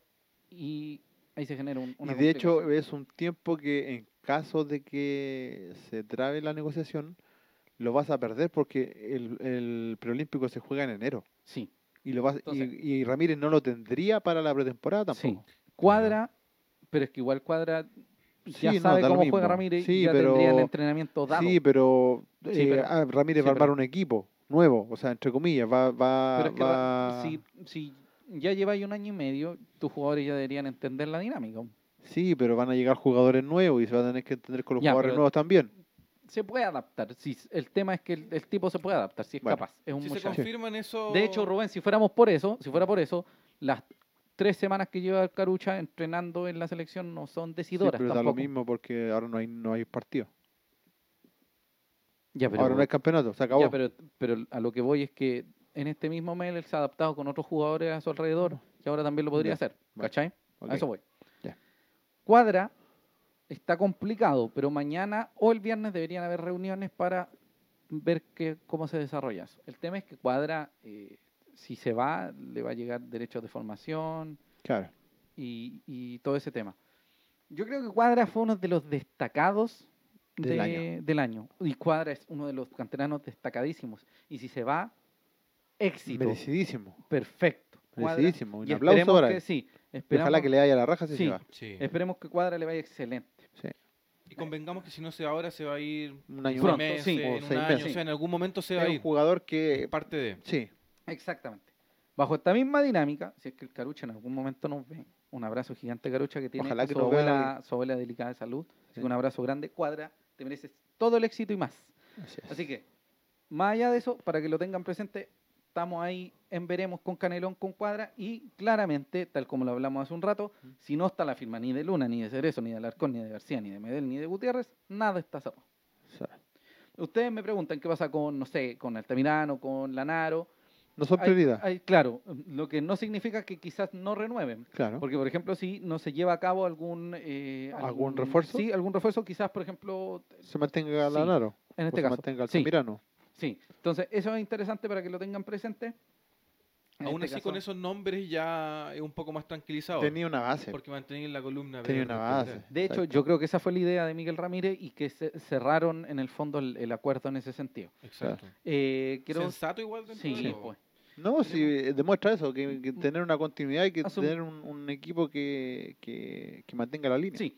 Speaker 1: y ahí se genera un... una
Speaker 3: Y de hecho
Speaker 1: complicación.
Speaker 3: es un tiempo que en caso de que se trabe la negociación, lo vas a perder porque el, el preolímpico se juega en enero.
Speaker 1: Sí.
Speaker 3: Y, lo vas, y-
Speaker 1: Entonces-
Speaker 3: y, Ramírez no lo tendría para la pretemporada tampoco.
Speaker 1: Sí. Cuadra, pero es que igual Cuadra ya
Speaker 3: Sí, no,
Speaker 1: sabe
Speaker 3: da lo
Speaker 1: cómo
Speaker 3: mismo.
Speaker 1: juega Ramírez
Speaker 3: Sí,
Speaker 1: y ya
Speaker 3: pero-
Speaker 1: tendría el entrenamiento dado.
Speaker 3: Sí, pero,
Speaker 1: Sí,
Speaker 3: eh,
Speaker 1: pero-
Speaker 3: ah, Ramírez
Speaker 1: sí,
Speaker 3: va a armar
Speaker 1: pero-
Speaker 3: un equipo nuevo, o sea, entre comillas, va, va,
Speaker 1: pero es que
Speaker 3: va-
Speaker 1: va- si, si ya lleváis un año y medio, tus jugadores ya deberían entender la dinámica.
Speaker 3: Sí, pero van a llegar jugadores nuevos y se va a tener que entender con los
Speaker 1: Ya,
Speaker 3: jugadores
Speaker 1: pero-
Speaker 3: nuevos también.
Speaker 1: Se puede adaptar. Si, s- el tema es que el, el tipo se puede adaptar, si es
Speaker 3: Bueno,
Speaker 1: capaz. Es un
Speaker 2: Si se
Speaker 1: muchacho.
Speaker 2: confirman eso.
Speaker 1: De hecho, Rubén, si fuéramos por eso, si fuera por eso, las tres semanas que lleva Carucha entrenando en la selección no son
Speaker 3: Sí,
Speaker 1: decidoras
Speaker 3: pero da lo
Speaker 1: tampoco.
Speaker 3: mismo porque ahora no hay no hay partido.
Speaker 1: Ya, pero,
Speaker 3: ahora no hay campeonato, se acabó.
Speaker 1: ya, pero, pero a lo que voy es que en este mismo mes él se ha adaptado con otros jugadores a su alrededor, que ahora también lo podría
Speaker 3: Ya,
Speaker 1: hacer.
Speaker 3: bueno.
Speaker 1: ¿Cachai?
Speaker 3: Ok.
Speaker 1: A eso voy.
Speaker 3: Ya.
Speaker 1: Cuadra está complicado, pero mañana o el viernes deberían haber reuniones para ver que, cómo se desarrolla eso. El tema es que Cuadra, eh, si se va, le va a llegar derechos de formación
Speaker 3: Claro.
Speaker 1: y, y todo ese tema. Yo creo que Cuadra fue uno de los destacados
Speaker 3: Del
Speaker 1: de-
Speaker 3: año.
Speaker 1: del año. Y Cuadra es uno de los canteranos destacadísimos. Y si se va, éxito.
Speaker 3: Merecidísimo.
Speaker 1: Perfecto. Cuadra-
Speaker 3: Merecidísimo. Un
Speaker 1: y
Speaker 3: aplauso
Speaker 1: esperemos
Speaker 3: para
Speaker 1: que
Speaker 3: él.
Speaker 1: sí.
Speaker 3: Y Ojalá
Speaker 1: esperamos-
Speaker 3: que le haya la raja si
Speaker 1: Sí.
Speaker 3: se va.
Speaker 2: Sí.
Speaker 1: Esperemos que Cuadra le vaya excelente.
Speaker 2: Y convengamos que si no se va ahora, se va a ir.
Speaker 3: Un año
Speaker 2: en
Speaker 1: Pronto,
Speaker 2: un mes,
Speaker 1: sí.
Speaker 2: en
Speaker 1: O
Speaker 2: un
Speaker 3: seis
Speaker 2: año,
Speaker 1: meses.
Speaker 2: O sea, en algún momento se va a
Speaker 3: Es un
Speaker 2: ir.
Speaker 3: jugador que.
Speaker 2: Parte de.
Speaker 3: Sí.
Speaker 1: Exactamente. Bajo esta misma dinámica, si es que el Carucha en algún momento nos ve, un abrazo gigante Carucha que tiene
Speaker 3: Ojalá
Speaker 1: a
Speaker 3: que
Speaker 1: su,
Speaker 3: nos vea la
Speaker 1: abuela, su abuela delicada de salud. Así
Speaker 3: Sí.
Speaker 1: que un abrazo grande, Cuadra, te mereces todo el éxito y más.
Speaker 3: Así es.
Speaker 1: Así que, más allá de eso, para que lo tengan presente, estamos ahí en veremos con Canelón, con Cuadra y claramente, tal como lo hablamos hace un rato, si no está la firma ni de Luna, ni de Cerezo, ni de Alarcón, ni de García, ni de Medel, ni de Gutiérrez, nada está cerrado.
Speaker 3: O sea,
Speaker 1: Ustedes me preguntan qué pasa con, no sé, con Altamirano, con Lanaro.
Speaker 3: No son
Speaker 1: hay-
Speaker 3: prioridad.
Speaker 1: hay- claro, lo que no significa que quizás no renueven.
Speaker 3: claro.
Speaker 1: Porque, por ejemplo, si no se lleva a cabo algún... eh,
Speaker 3: ¿Algún refuerzo?
Speaker 1: Sí, algún refuerzo, quizás, por ejemplo,
Speaker 3: se mantenga
Speaker 1: sí,
Speaker 3: Lanaro.
Speaker 1: en
Speaker 3: o
Speaker 1: este
Speaker 3: se
Speaker 1: caso.
Speaker 3: mantenga
Speaker 1: sí,
Speaker 3: Altamirano.
Speaker 1: sí, entonces eso es interesante para que lo tengan presente. En
Speaker 2: Aún
Speaker 1: este
Speaker 2: así, con
Speaker 1: caso,
Speaker 2: esos nombres ya es un poco más tranquilizado.
Speaker 3: Tenía una base.
Speaker 2: Porque mantener la columna.
Speaker 3: Tenía
Speaker 2: verde,
Speaker 3: una
Speaker 2: etcétera.
Speaker 3: base.
Speaker 1: De hecho,
Speaker 3: Exacto.
Speaker 1: yo creo que esa fue la idea de Miguel Ramírez y que se- cerraron en el fondo el, el acuerdo en ese sentido.
Speaker 2: Exacto.
Speaker 1: Eh, quiero...
Speaker 2: Sensato igual dentro
Speaker 1: Sí,
Speaker 2: de todo.
Speaker 1: pues.
Speaker 3: No, sí, eh, demuestra eso, que,
Speaker 1: Mm.
Speaker 3: que tener una continuidad y que
Speaker 1: Asum-
Speaker 3: tener un, un equipo que, que, que mantenga la línea.
Speaker 1: Sí.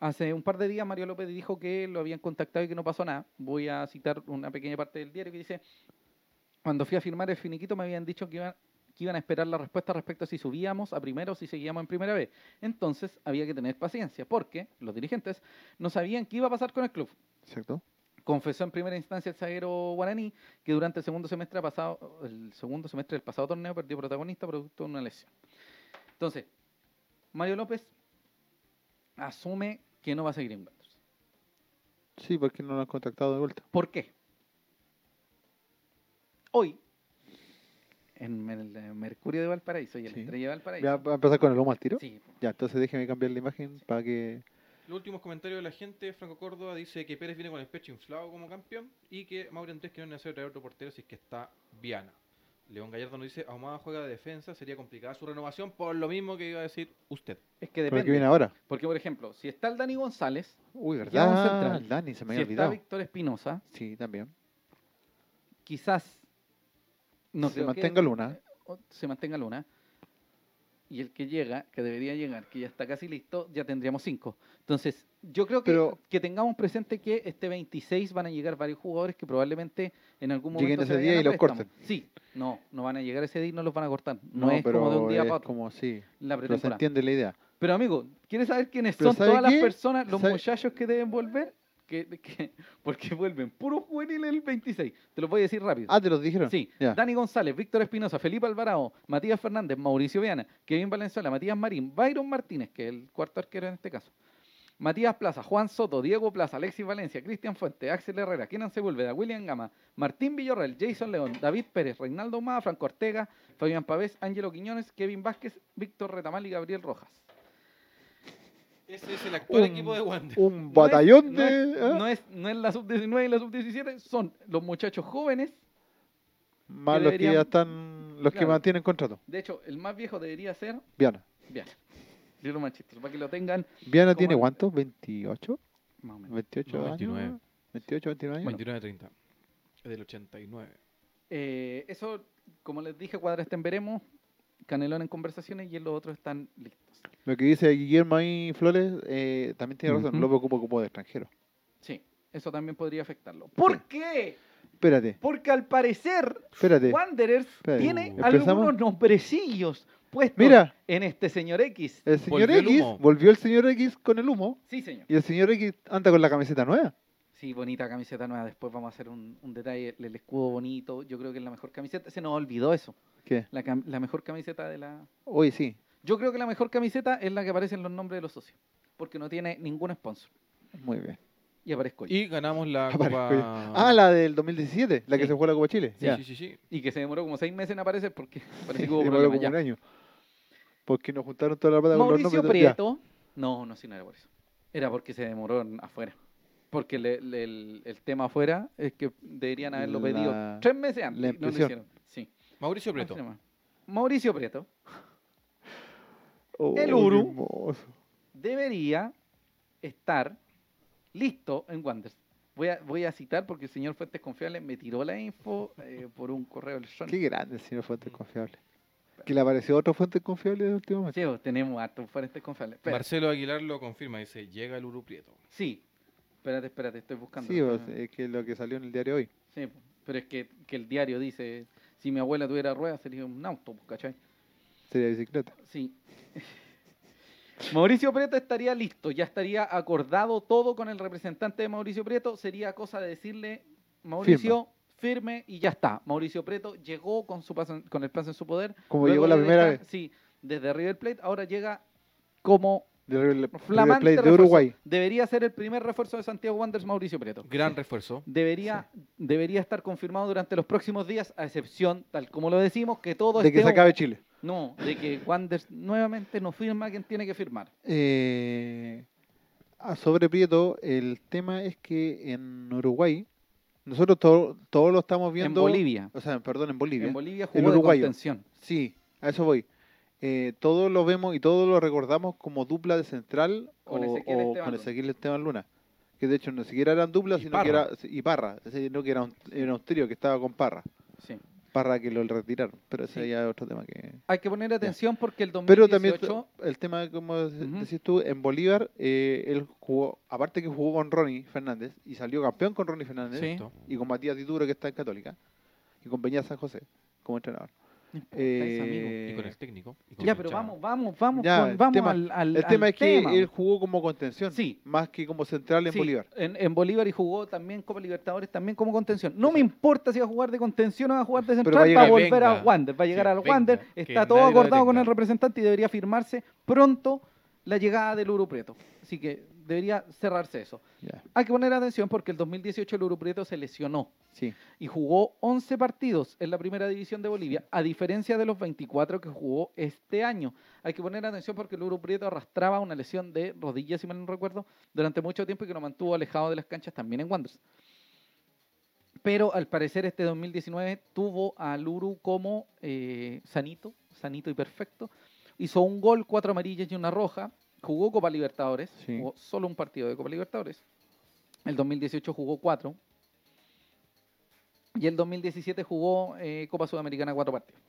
Speaker 1: Hace un par de días Mario López dijo que lo habían contactado y que no pasó nada. Voy a citar una pequeña parte del diario que dice, cuando fui a firmar el finiquito me habían dicho que iban, que iban a esperar la respuesta respecto a si subíamos a primera o si seguíamos en primera vez. Entonces había que tener paciencia porque los dirigentes no sabían qué iba a pasar con el club.
Speaker 3: Exacto.
Speaker 1: Confesó en primera instancia el zaguero guaraní que durante el segundo semestre pasado, el segundo semestre del pasado torneo perdió protagonista producto de una lesión. Entonces, Mario López asume que no va a seguir en Wanderers.
Speaker 3: Sí, porque no lo han contactado de vuelta.
Speaker 1: ¿Por qué? Hoy, en el eh, Mercurio de Valparaíso y en la
Speaker 3: Sí.
Speaker 1: Estrella de Valparaíso.
Speaker 3: ¿Ya va a empezar con el lomo al tiro?
Speaker 1: Sí,
Speaker 3: Ya, entonces déjeme cambiar la imagen para que...
Speaker 2: Los últimos comentarios de la gente, Franco Córdoba dice que Pérez viene con el pecho inflado como campeón y que Mauri Andrés que no es necesario traer otro portero si es que está Viana. León Gallardo nos dice, Ahumada juega de defensa, sería complicada su renovación por lo mismo que iba a decir usted.
Speaker 1: es que
Speaker 3: ¿Pero qué viene
Speaker 1: depende.
Speaker 3: ahora?
Speaker 1: Porque, por ejemplo, si está el Dani González,
Speaker 3: Uy,
Speaker 1: Ya un
Speaker 3: ¿verdad?
Speaker 1: central.
Speaker 3: El Dani, se me
Speaker 1: si
Speaker 3: había
Speaker 1: está
Speaker 3: olvidado.
Speaker 1: Víctor Espinosa,
Speaker 3: Sí, también.
Speaker 1: quizás no
Speaker 3: se
Speaker 1: creo que-
Speaker 3: mantenga Luna.
Speaker 1: o- se mantenga Luna. Y el que llega, que debería llegar, que ya está casi listo, ya tendríamos cinco. Entonces, yo creo que,
Speaker 3: Pero-
Speaker 1: que tengamos presente que este 26 van a llegar varios jugadores que probablemente en algún momento
Speaker 3: Lleguen ese
Speaker 1: vayan
Speaker 3: día
Speaker 1: a
Speaker 3: y los
Speaker 1: préstamo. Sí, no, no van a llegar ese día y no los van a cortar. No, es como de un día
Speaker 3: es
Speaker 1: para otro,
Speaker 3: como sí.
Speaker 1: la
Speaker 3: Pero
Speaker 1: pretemporada.
Speaker 3: se
Speaker 1: Pero,
Speaker 3: entiende la idea.
Speaker 1: amigo, ¿quieres saber quiénes
Speaker 3: Pero
Speaker 1: son
Speaker 3: ¿sabe
Speaker 1: todas las
Speaker 3: qué?
Speaker 1: personas, los
Speaker 3: ¿Sabe?
Speaker 1: muchachos que deben volver? Que, que- porque vuelven puro juvenil el 26. Te los voy a decir rápido.
Speaker 3: Ah, ¿te los dijeron?
Speaker 1: Sí,
Speaker 3: Ya.
Speaker 1: Dani González, Víctor Espinosa, Felipe Alvarado, Matías Fernández, Mauricio Viana, Kevin Valenzuela, Matías Marín, Byron Martínez, que es el cuarto arquero en este caso, Matías Plaza, Juan Soto, Diego Plaza, Alexis Valencia, Cristian Fuente, Axel Herrera, Kenan Sepúlveda, William Gama, Martín Villorreal, Jason León, David Pérez, Reinaldo Humada, Franco Ortega, Fabián Pavés, Ángelo Quiñones, Kevin Vázquez, Víctor Retamal y Gabriel Rojas.
Speaker 2: Ese es el actual
Speaker 3: Un-
Speaker 2: equipo de Wander.
Speaker 3: Un
Speaker 1: No es-
Speaker 3: batallón
Speaker 1: no
Speaker 3: de...
Speaker 1: es-
Speaker 3: ¿eh?
Speaker 1: no es, no es la sub-19 y la sub-17, son los muchachos jóvenes
Speaker 3: Más
Speaker 1: que
Speaker 3: los que ya
Speaker 1: deberían-
Speaker 3: están... Los que
Speaker 1: Claro.
Speaker 3: mantienen contrato.
Speaker 1: De hecho, el más viejo debería ser
Speaker 3: Viana.
Speaker 1: Viana. Lilo Manchester, para que lo tengan
Speaker 3: ¿Viana
Speaker 1: ¿Cómo
Speaker 3: tiene
Speaker 1: es?
Speaker 3: cuánto? ¿28?
Speaker 1: más o menos.
Speaker 3: 28
Speaker 2: No,
Speaker 3: años.
Speaker 2: 29.
Speaker 3: 28, 29 años.
Speaker 2: 29-30. Es del 89.
Speaker 1: Eh, eso, como les dije, Cuadra está en veremos, Canelón en conversaciones y los otros están listos.
Speaker 3: Lo que dice Guillermo ahí Flores eh, también tiene razón.
Speaker 1: Ujú.
Speaker 3: López ocupa como de extranjero.
Speaker 1: Sí, eso también podría afectarlo. ¿Por qué?
Speaker 3: Espérate,
Speaker 1: Porque al parecer
Speaker 3: espérate.
Speaker 1: Wanderers
Speaker 3: Espérate.
Speaker 1: tiene
Speaker 2: Uh.
Speaker 1: algunos
Speaker 3: ¿Empezamos?
Speaker 1: nombrecillos puestos
Speaker 3: Mira.
Speaker 1: en este señor X.
Speaker 3: El señor
Speaker 2: Volvió el
Speaker 3: X,
Speaker 2: humo.
Speaker 3: volvió el señor X con el humo
Speaker 1: Sí, señor.
Speaker 3: y el señor X anda con la camiseta nueva.
Speaker 1: Sí, bonita camiseta nueva. Después vamos a hacer un, un detalle. El, el escudo bonito. Yo creo que es la mejor camiseta. Se nos olvidó eso.
Speaker 3: ¿Qué?
Speaker 1: La, cam- la mejor camiseta de la,
Speaker 3: Hoy sí.
Speaker 1: Yo creo que la mejor camiseta es la que aparece en los nombres de los socios, porque no tiene ningún sponsor.
Speaker 3: Muy bien.
Speaker 1: Y aparezco yo. Y,
Speaker 2: Y ganamos la
Speaker 3: Aparezco
Speaker 2: Copa...
Speaker 3: Ah, la del 2017, la que
Speaker 1: Sí.
Speaker 3: se jugó la Copa Chile.
Speaker 2: Sí,
Speaker 3: ya.
Speaker 2: sí, sí, sí.
Speaker 1: que se demoró como seis meses en aparecer porque parece
Speaker 3: Sí,
Speaker 1: que hubo
Speaker 3: se demoró
Speaker 1: problemas
Speaker 3: como
Speaker 1: ya.
Speaker 3: un año. Porque nos juntaron toda la plata con los
Speaker 1: Mauricio
Speaker 3: nombres. ya.
Speaker 1: Prieto. No, no, sí, no era por eso. Era porque se demoró en- afuera. Porque le- le- el, el tema afuera es que deberían haberlo
Speaker 3: La-
Speaker 1: pedido tres meses antes.
Speaker 3: la
Speaker 1: y no lo
Speaker 3: impresión.
Speaker 1: hicieron. Ah, Sí.
Speaker 2: Mauricio Preto.
Speaker 1: Así nomás. Mauricio Prieto
Speaker 3: Oh,
Speaker 1: El
Speaker 3: qué
Speaker 1: Uru.
Speaker 3: hermoso.
Speaker 1: debería estar listo en Wanderers. Voy a, voy a citar porque el señor Fuentes Confiables me tiró la info eh, por un correo electrónico.
Speaker 3: Qué grande el señor Fuentes
Speaker 1: Mm.
Speaker 3: Confiable. Que le apareció otro Fuentes Confiable de último momento.
Speaker 1: Sí, vos, tenemos hartos fuertes confiables. Espera,
Speaker 2: Marcelo Aguilar lo confirma, dice, llega el Uru Prieto.
Speaker 1: sí, espérate, espérate, estoy buscando.
Speaker 3: Sí, pues, es que lo que salió en el diario hoy.
Speaker 1: Sí, po, pero es que, que el diario dice, si mi abuela tuviera ruedas sería un auto, po, ¿cachai?
Speaker 3: Sería bicicleta.
Speaker 1: Sí. Mauricio Prieto estaría listo, ya estaría acordado todo con el representante de Mauricio Prieto, sería cosa de decirle, Mauricio, firme y ya está. Mauricio Prieto llegó con, su paso en- con el paso en su poder.
Speaker 3: Como
Speaker 1: Luego
Speaker 3: llegó la
Speaker 1: de
Speaker 3: primera
Speaker 1: dejar-
Speaker 3: vez.
Speaker 1: Sí, desde River Plate, ahora llega como
Speaker 3: de River Plate- River
Speaker 1: Flamante
Speaker 3: Plate de
Speaker 1: refuerzo.
Speaker 3: Uruguay.
Speaker 1: Debería ser el primer refuerzo de Santiago Wanderers, Mauricio Prieto.
Speaker 2: Gran refuerzo.
Speaker 1: Debería, debería estar confirmado durante los próximos días, a excepción, tal como lo decimos, que todo este
Speaker 3: De que se
Speaker 1: esté-
Speaker 3: acabe Chile.
Speaker 1: No, de que Wanderers nuevamente no firma quien tiene que firmar.
Speaker 3: Eh, a sobre Prieto, el tema es que en Uruguay, nosotros todo, todo lo estamos viendo.
Speaker 1: en Bolivia.
Speaker 3: O sea, perdón, en Bolivia.
Speaker 1: En Bolivia
Speaker 3: El
Speaker 1: jugó de
Speaker 3: uruguayo.
Speaker 1: contención.
Speaker 3: Sí, a eso voy. Eh, todo lo vemos y todo lo recordamos como dupla de central
Speaker 1: Con
Speaker 3: o,
Speaker 1: Ezequiel
Speaker 3: o
Speaker 1: Esteban
Speaker 3: con
Speaker 1: Luna.
Speaker 3: Ezequiel Esteban Luna. Que de hecho no siquiera eran duplas,
Speaker 2: Y
Speaker 3: sino que
Speaker 2: Parra.
Speaker 3: era. Y Parra, sino que era un, era un trío que estaba con Parra.
Speaker 1: Sí.
Speaker 3: Parra que lo retiraron, pero ese
Speaker 1: Sí.
Speaker 3: ya es otro tema que.
Speaker 1: Hay que poner atención porque el 2018
Speaker 3: Pero también el tema, como de-
Speaker 1: Ujú.
Speaker 3: decís tú, en Bolívar, eh, él jugó, aparte que jugó con Ronnie Fernández y salió campeón con Ronnie Fernández
Speaker 1: Sí.
Speaker 2: Esto.
Speaker 3: y con Matías Dituro, que está en Católica, y con Peña San José como entrenador.
Speaker 1: es amigo.
Speaker 3: Eh, pues,
Speaker 2: Y con el técnico. y con
Speaker 1: Ya,
Speaker 2: el
Speaker 1: pero
Speaker 2: hinchada.
Speaker 1: vamos, vamos, vamos,
Speaker 3: Ya,
Speaker 1: con-
Speaker 3: el
Speaker 1: vamos
Speaker 3: tema-
Speaker 1: al, al-
Speaker 3: El
Speaker 1: al
Speaker 3: tema es que
Speaker 1: tema.
Speaker 3: él jugó como contención,
Speaker 1: Sí.
Speaker 3: más que como central en
Speaker 1: Sí,
Speaker 3: Bolívar.
Speaker 1: En, en Bolívar y jugó también Copa Libertadores, también como contención. No me importa si va a jugar de contención o va a jugar de central,
Speaker 3: va a
Speaker 1: va,
Speaker 3: llegar.
Speaker 1: a volver
Speaker 2: Venga.
Speaker 1: a Wander, va a llegar
Speaker 2: Sí,
Speaker 1: al
Speaker 2: venga,
Speaker 1: Wander,
Speaker 2: que
Speaker 1: está
Speaker 2: nadie
Speaker 1: todo
Speaker 2: lo
Speaker 1: acordado con
Speaker 2: detenga.
Speaker 1: el representante y debería firmarse pronto la llegada del Uru Prieto. Así que debería cerrarse eso.
Speaker 3: Ya,
Speaker 1: Hay que poner atención porque el 2018 el Uru Prieto se lesionó
Speaker 3: sí.
Speaker 1: y jugó 11 partidos en la primera división de Bolivia, a diferencia de los 24 que jugó este año. Hay que poner atención porque el Uru Prieto arrastraba una lesión de rodilla, si mal no recuerdo, durante mucho tiempo y que lo mantuvo alejado de las canchas también en Wanderers. Pero al parecer este 2019 tuvo al Uru como eh, sanito, sanito y perfecto. Hizo un gol, cuatro amarillas y una roja. Jugó Copa Libertadores,
Speaker 3: Sí.
Speaker 1: jugó solo un partido de Copa Libertadores. El 2018 jugó cuatro, y el 2017 jugó eh, Copa Sudamericana cuatro partidos.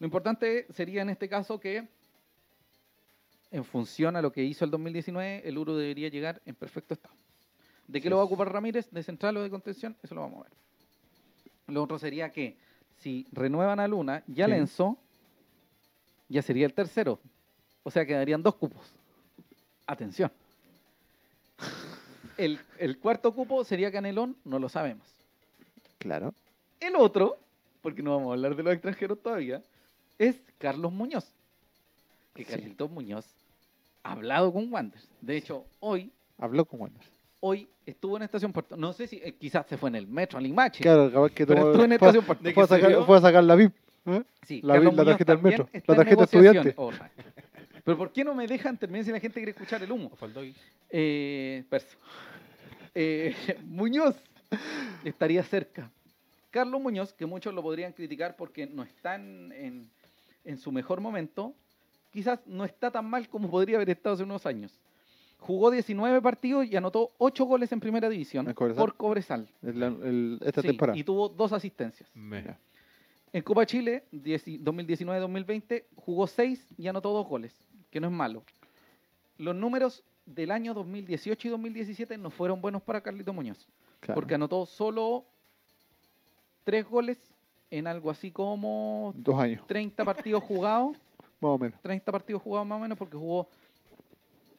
Speaker 1: Lo importante sería en este caso que, en función a lo que hizo el 2019, el Uru debería llegar en perfecto estado. ¿De qué
Speaker 3: Así
Speaker 1: lo va a
Speaker 3: es.
Speaker 1: ocupar Ramírez? ¿De central o de contención? Eso lo vamos a ver. Lo otro sería que, si renuevan a Luna y a
Speaker 3: Sí.
Speaker 1: Lenzo, ya sería el tercero. O sea, quedarían dos cupos. Atención. El, el cuarto cupo sería Canelón, no lo sabemos.
Speaker 3: Claro.
Speaker 1: El otro, porque no vamos a hablar de los extranjeros todavía, es Carlos Muñoz. Que
Speaker 3: Sí.
Speaker 1: Carlitos Muñoz ha hablado con Wanderers. De hecho, hoy,
Speaker 3: Habló con Wander.
Speaker 1: hoy estuvo en Estación Puerto. No sé si eh, quizás se fue en el metro, al Limache.
Speaker 3: Claro, capaz que
Speaker 1: pero
Speaker 3: tomó-
Speaker 1: estuvo en
Speaker 3: fue, a-
Speaker 1: Estación Puerto.
Speaker 2: de
Speaker 3: fue a
Speaker 2: que se
Speaker 3: sacar,
Speaker 2: vio.
Speaker 3: fue a sacar la VIP. ¿eh?
Speaker 1: Sí,
Speaker 3: La
Speaker 1: Carlos
Speaker 3: vi- la
Speaker 1: Muñoz
Speaker 3: tarjeta del
Speaker 1: también
Speaker 3: metro,
Speaker 1: está
Speaker 3: la
Speaker 1: en
Speaker 3: tarjeta estudiante.
Speaker 1: negociación. Ojalá. Pero ¿por qué no me dejan terminar si la gente quiere escuchar el humo?
Speaker 2: O Faldoy.
Speaker 1: Eh, Perso. Eh, Muñoz estaría cerca. Carlos Muñoz, que muchos lo podrían criticar porque no está en, en- en su mejor momento, quizás no está tan mal como podría haber estado hace unos años. Jugó 19 partidos y anotó 8 goles en primera división
Speaker 3: ¿En Cobresal?
Speaker 1: por Cobresal.
Speaker 3: El- el- esta
Speaker 1: Sí,
Speaker 3: temporada.
Speaker 1: y tuvo dos asistencias.
Speaker 2: Me.
Speaker 3: Ya.
Speaker 1: En Copa Chile, 10 2019-2020, jugó 6 y anotó 2 goles, que no es malo. Los números del año 2018 y 2017 no fueron buenos para Carlito Muñoz,
Speaker 3: Claro.
Speaker 1: porque anotó solo 3 goles en algo así como
Speaker 3: Dos años,
Speaker 1: 30 partidos jugados,
Speaker 3: más o menos.
Speaker 1: 30 partidos jugados más o menos, porque jugó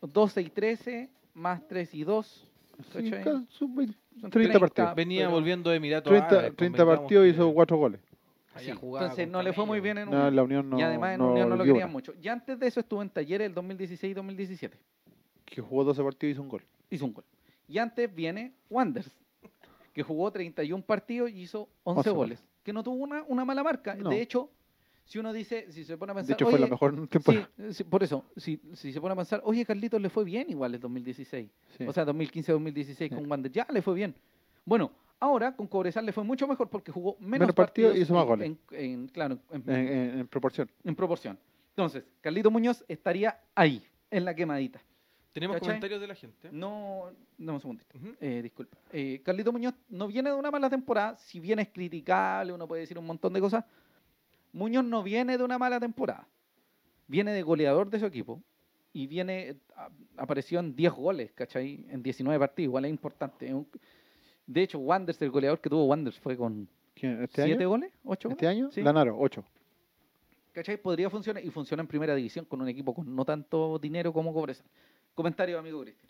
Speaker 1: 12 y 13, más 3 y 2.
Speaker 3: Sí,
Speaker 1: ¿cachai?
Speaker 3: casi sub- 30,
Speaker 1: Son
Speaker 3: partidos.
Speaker 2: Ah, Venía
Speaker 1: pero-
Speaker 2: volviendo de Emiratos
Speaker 3: 30,
Speaker 2: Árabes,
Speaker 3: 30
Speaker 2: convengamos
Speaker 3: partidos
Speaker 2: que
Speaker 3: hizo cuatro goles.
Speaker 1: sí,
Speaker 2: haya jugado
Speaker 1: Entonces
Speaker 2: con
Speaker 1: no le fue muy
Speaker 2: Camello.
Speaker 1: bien en
Speaker 3: No,
Speaker 1: un
Speaker 3: la Unión no.
Speaker 1: y además en Unión no lo
Speaker 3: dio
Speaker 1: querían
Speaker 3: una.
Speaker 1: mucho. Y antes de eso estuvo en Talleres el 2016-2017.
Speaker 3: Que jugó 12 partidos y hizo un gol.
Speaker 1: Hizo un gol. Y antes viene Wanders, que jugó 31 partidos y hizo 11
Speaker 3: 11
Speaker 1: goles. Que no tuvo una, una mala marca.
Speaker 3: No.
Speaker 1: De hecho, si uno dice, si se pone a pensar.
Speaker 3: de hecho, fue la
Speaker 1: "Oye,
Speaker 3: mejor
Speaker 1: sí,
Speaker 3: temporada.
Speaker 1: eh, sí, por eso, si, si se pone a pensar, oye, Carlitos le fue bien igual el 2016.
Speaker 3: Sí.
Speaker 1: O sea, 2015-2016
Speaker 3: Sí.
Speaker 1: con Wander ya le fue bien. Bueno, ahora con Cobresal le fue mucho mejor porque jugó menos,
Speaker 3: Menos partidos y hizo más
Speaker 1: en-
Speaker 3: goles.
Speaker 1: en- en- claro, en-
Speaker 3: en, en- en proporción.
Speaker 1: en proporción. Entonces, Carlito Muñoz estaría ahí, en la quemadita.
Speaker 2: Tenemos
Speaker 1: ¿Cachai?
Speaker 2: comentarios de la gente.
Speaker 1: No, dame un segundito.
Speaker 2: Ujú.
Speaker 1: Eh, disculpa. Eh, Carlito Muñoz no viene de una mala temporada, si bien es criticable, uno puede decir un montón de cosas. Muñoz no viene de una mala temporada. Viene de goleador de su equipo y viene, eh, a- apareció en 10 goles, ¿cachai? En 19 partidos, igual es importante. Es un- De hecho, Wanders, el goleador que tuvo Wanders fue con
Speaker 3: ¿Quién? ¿Este
Speaker 1: 7
Speaker 3: año?
Speaker 1: goles, 8 goles.
Speaker 3: ¿Este año?
Speaker 1: Sí.
Speaker 3: Lanaro, 8.
Speaker 1: ¿Cachai? Podría funcionar y funciona en primera división con un equipo con no tanto dinero como Cobresal. Comentario, amigo Cristian.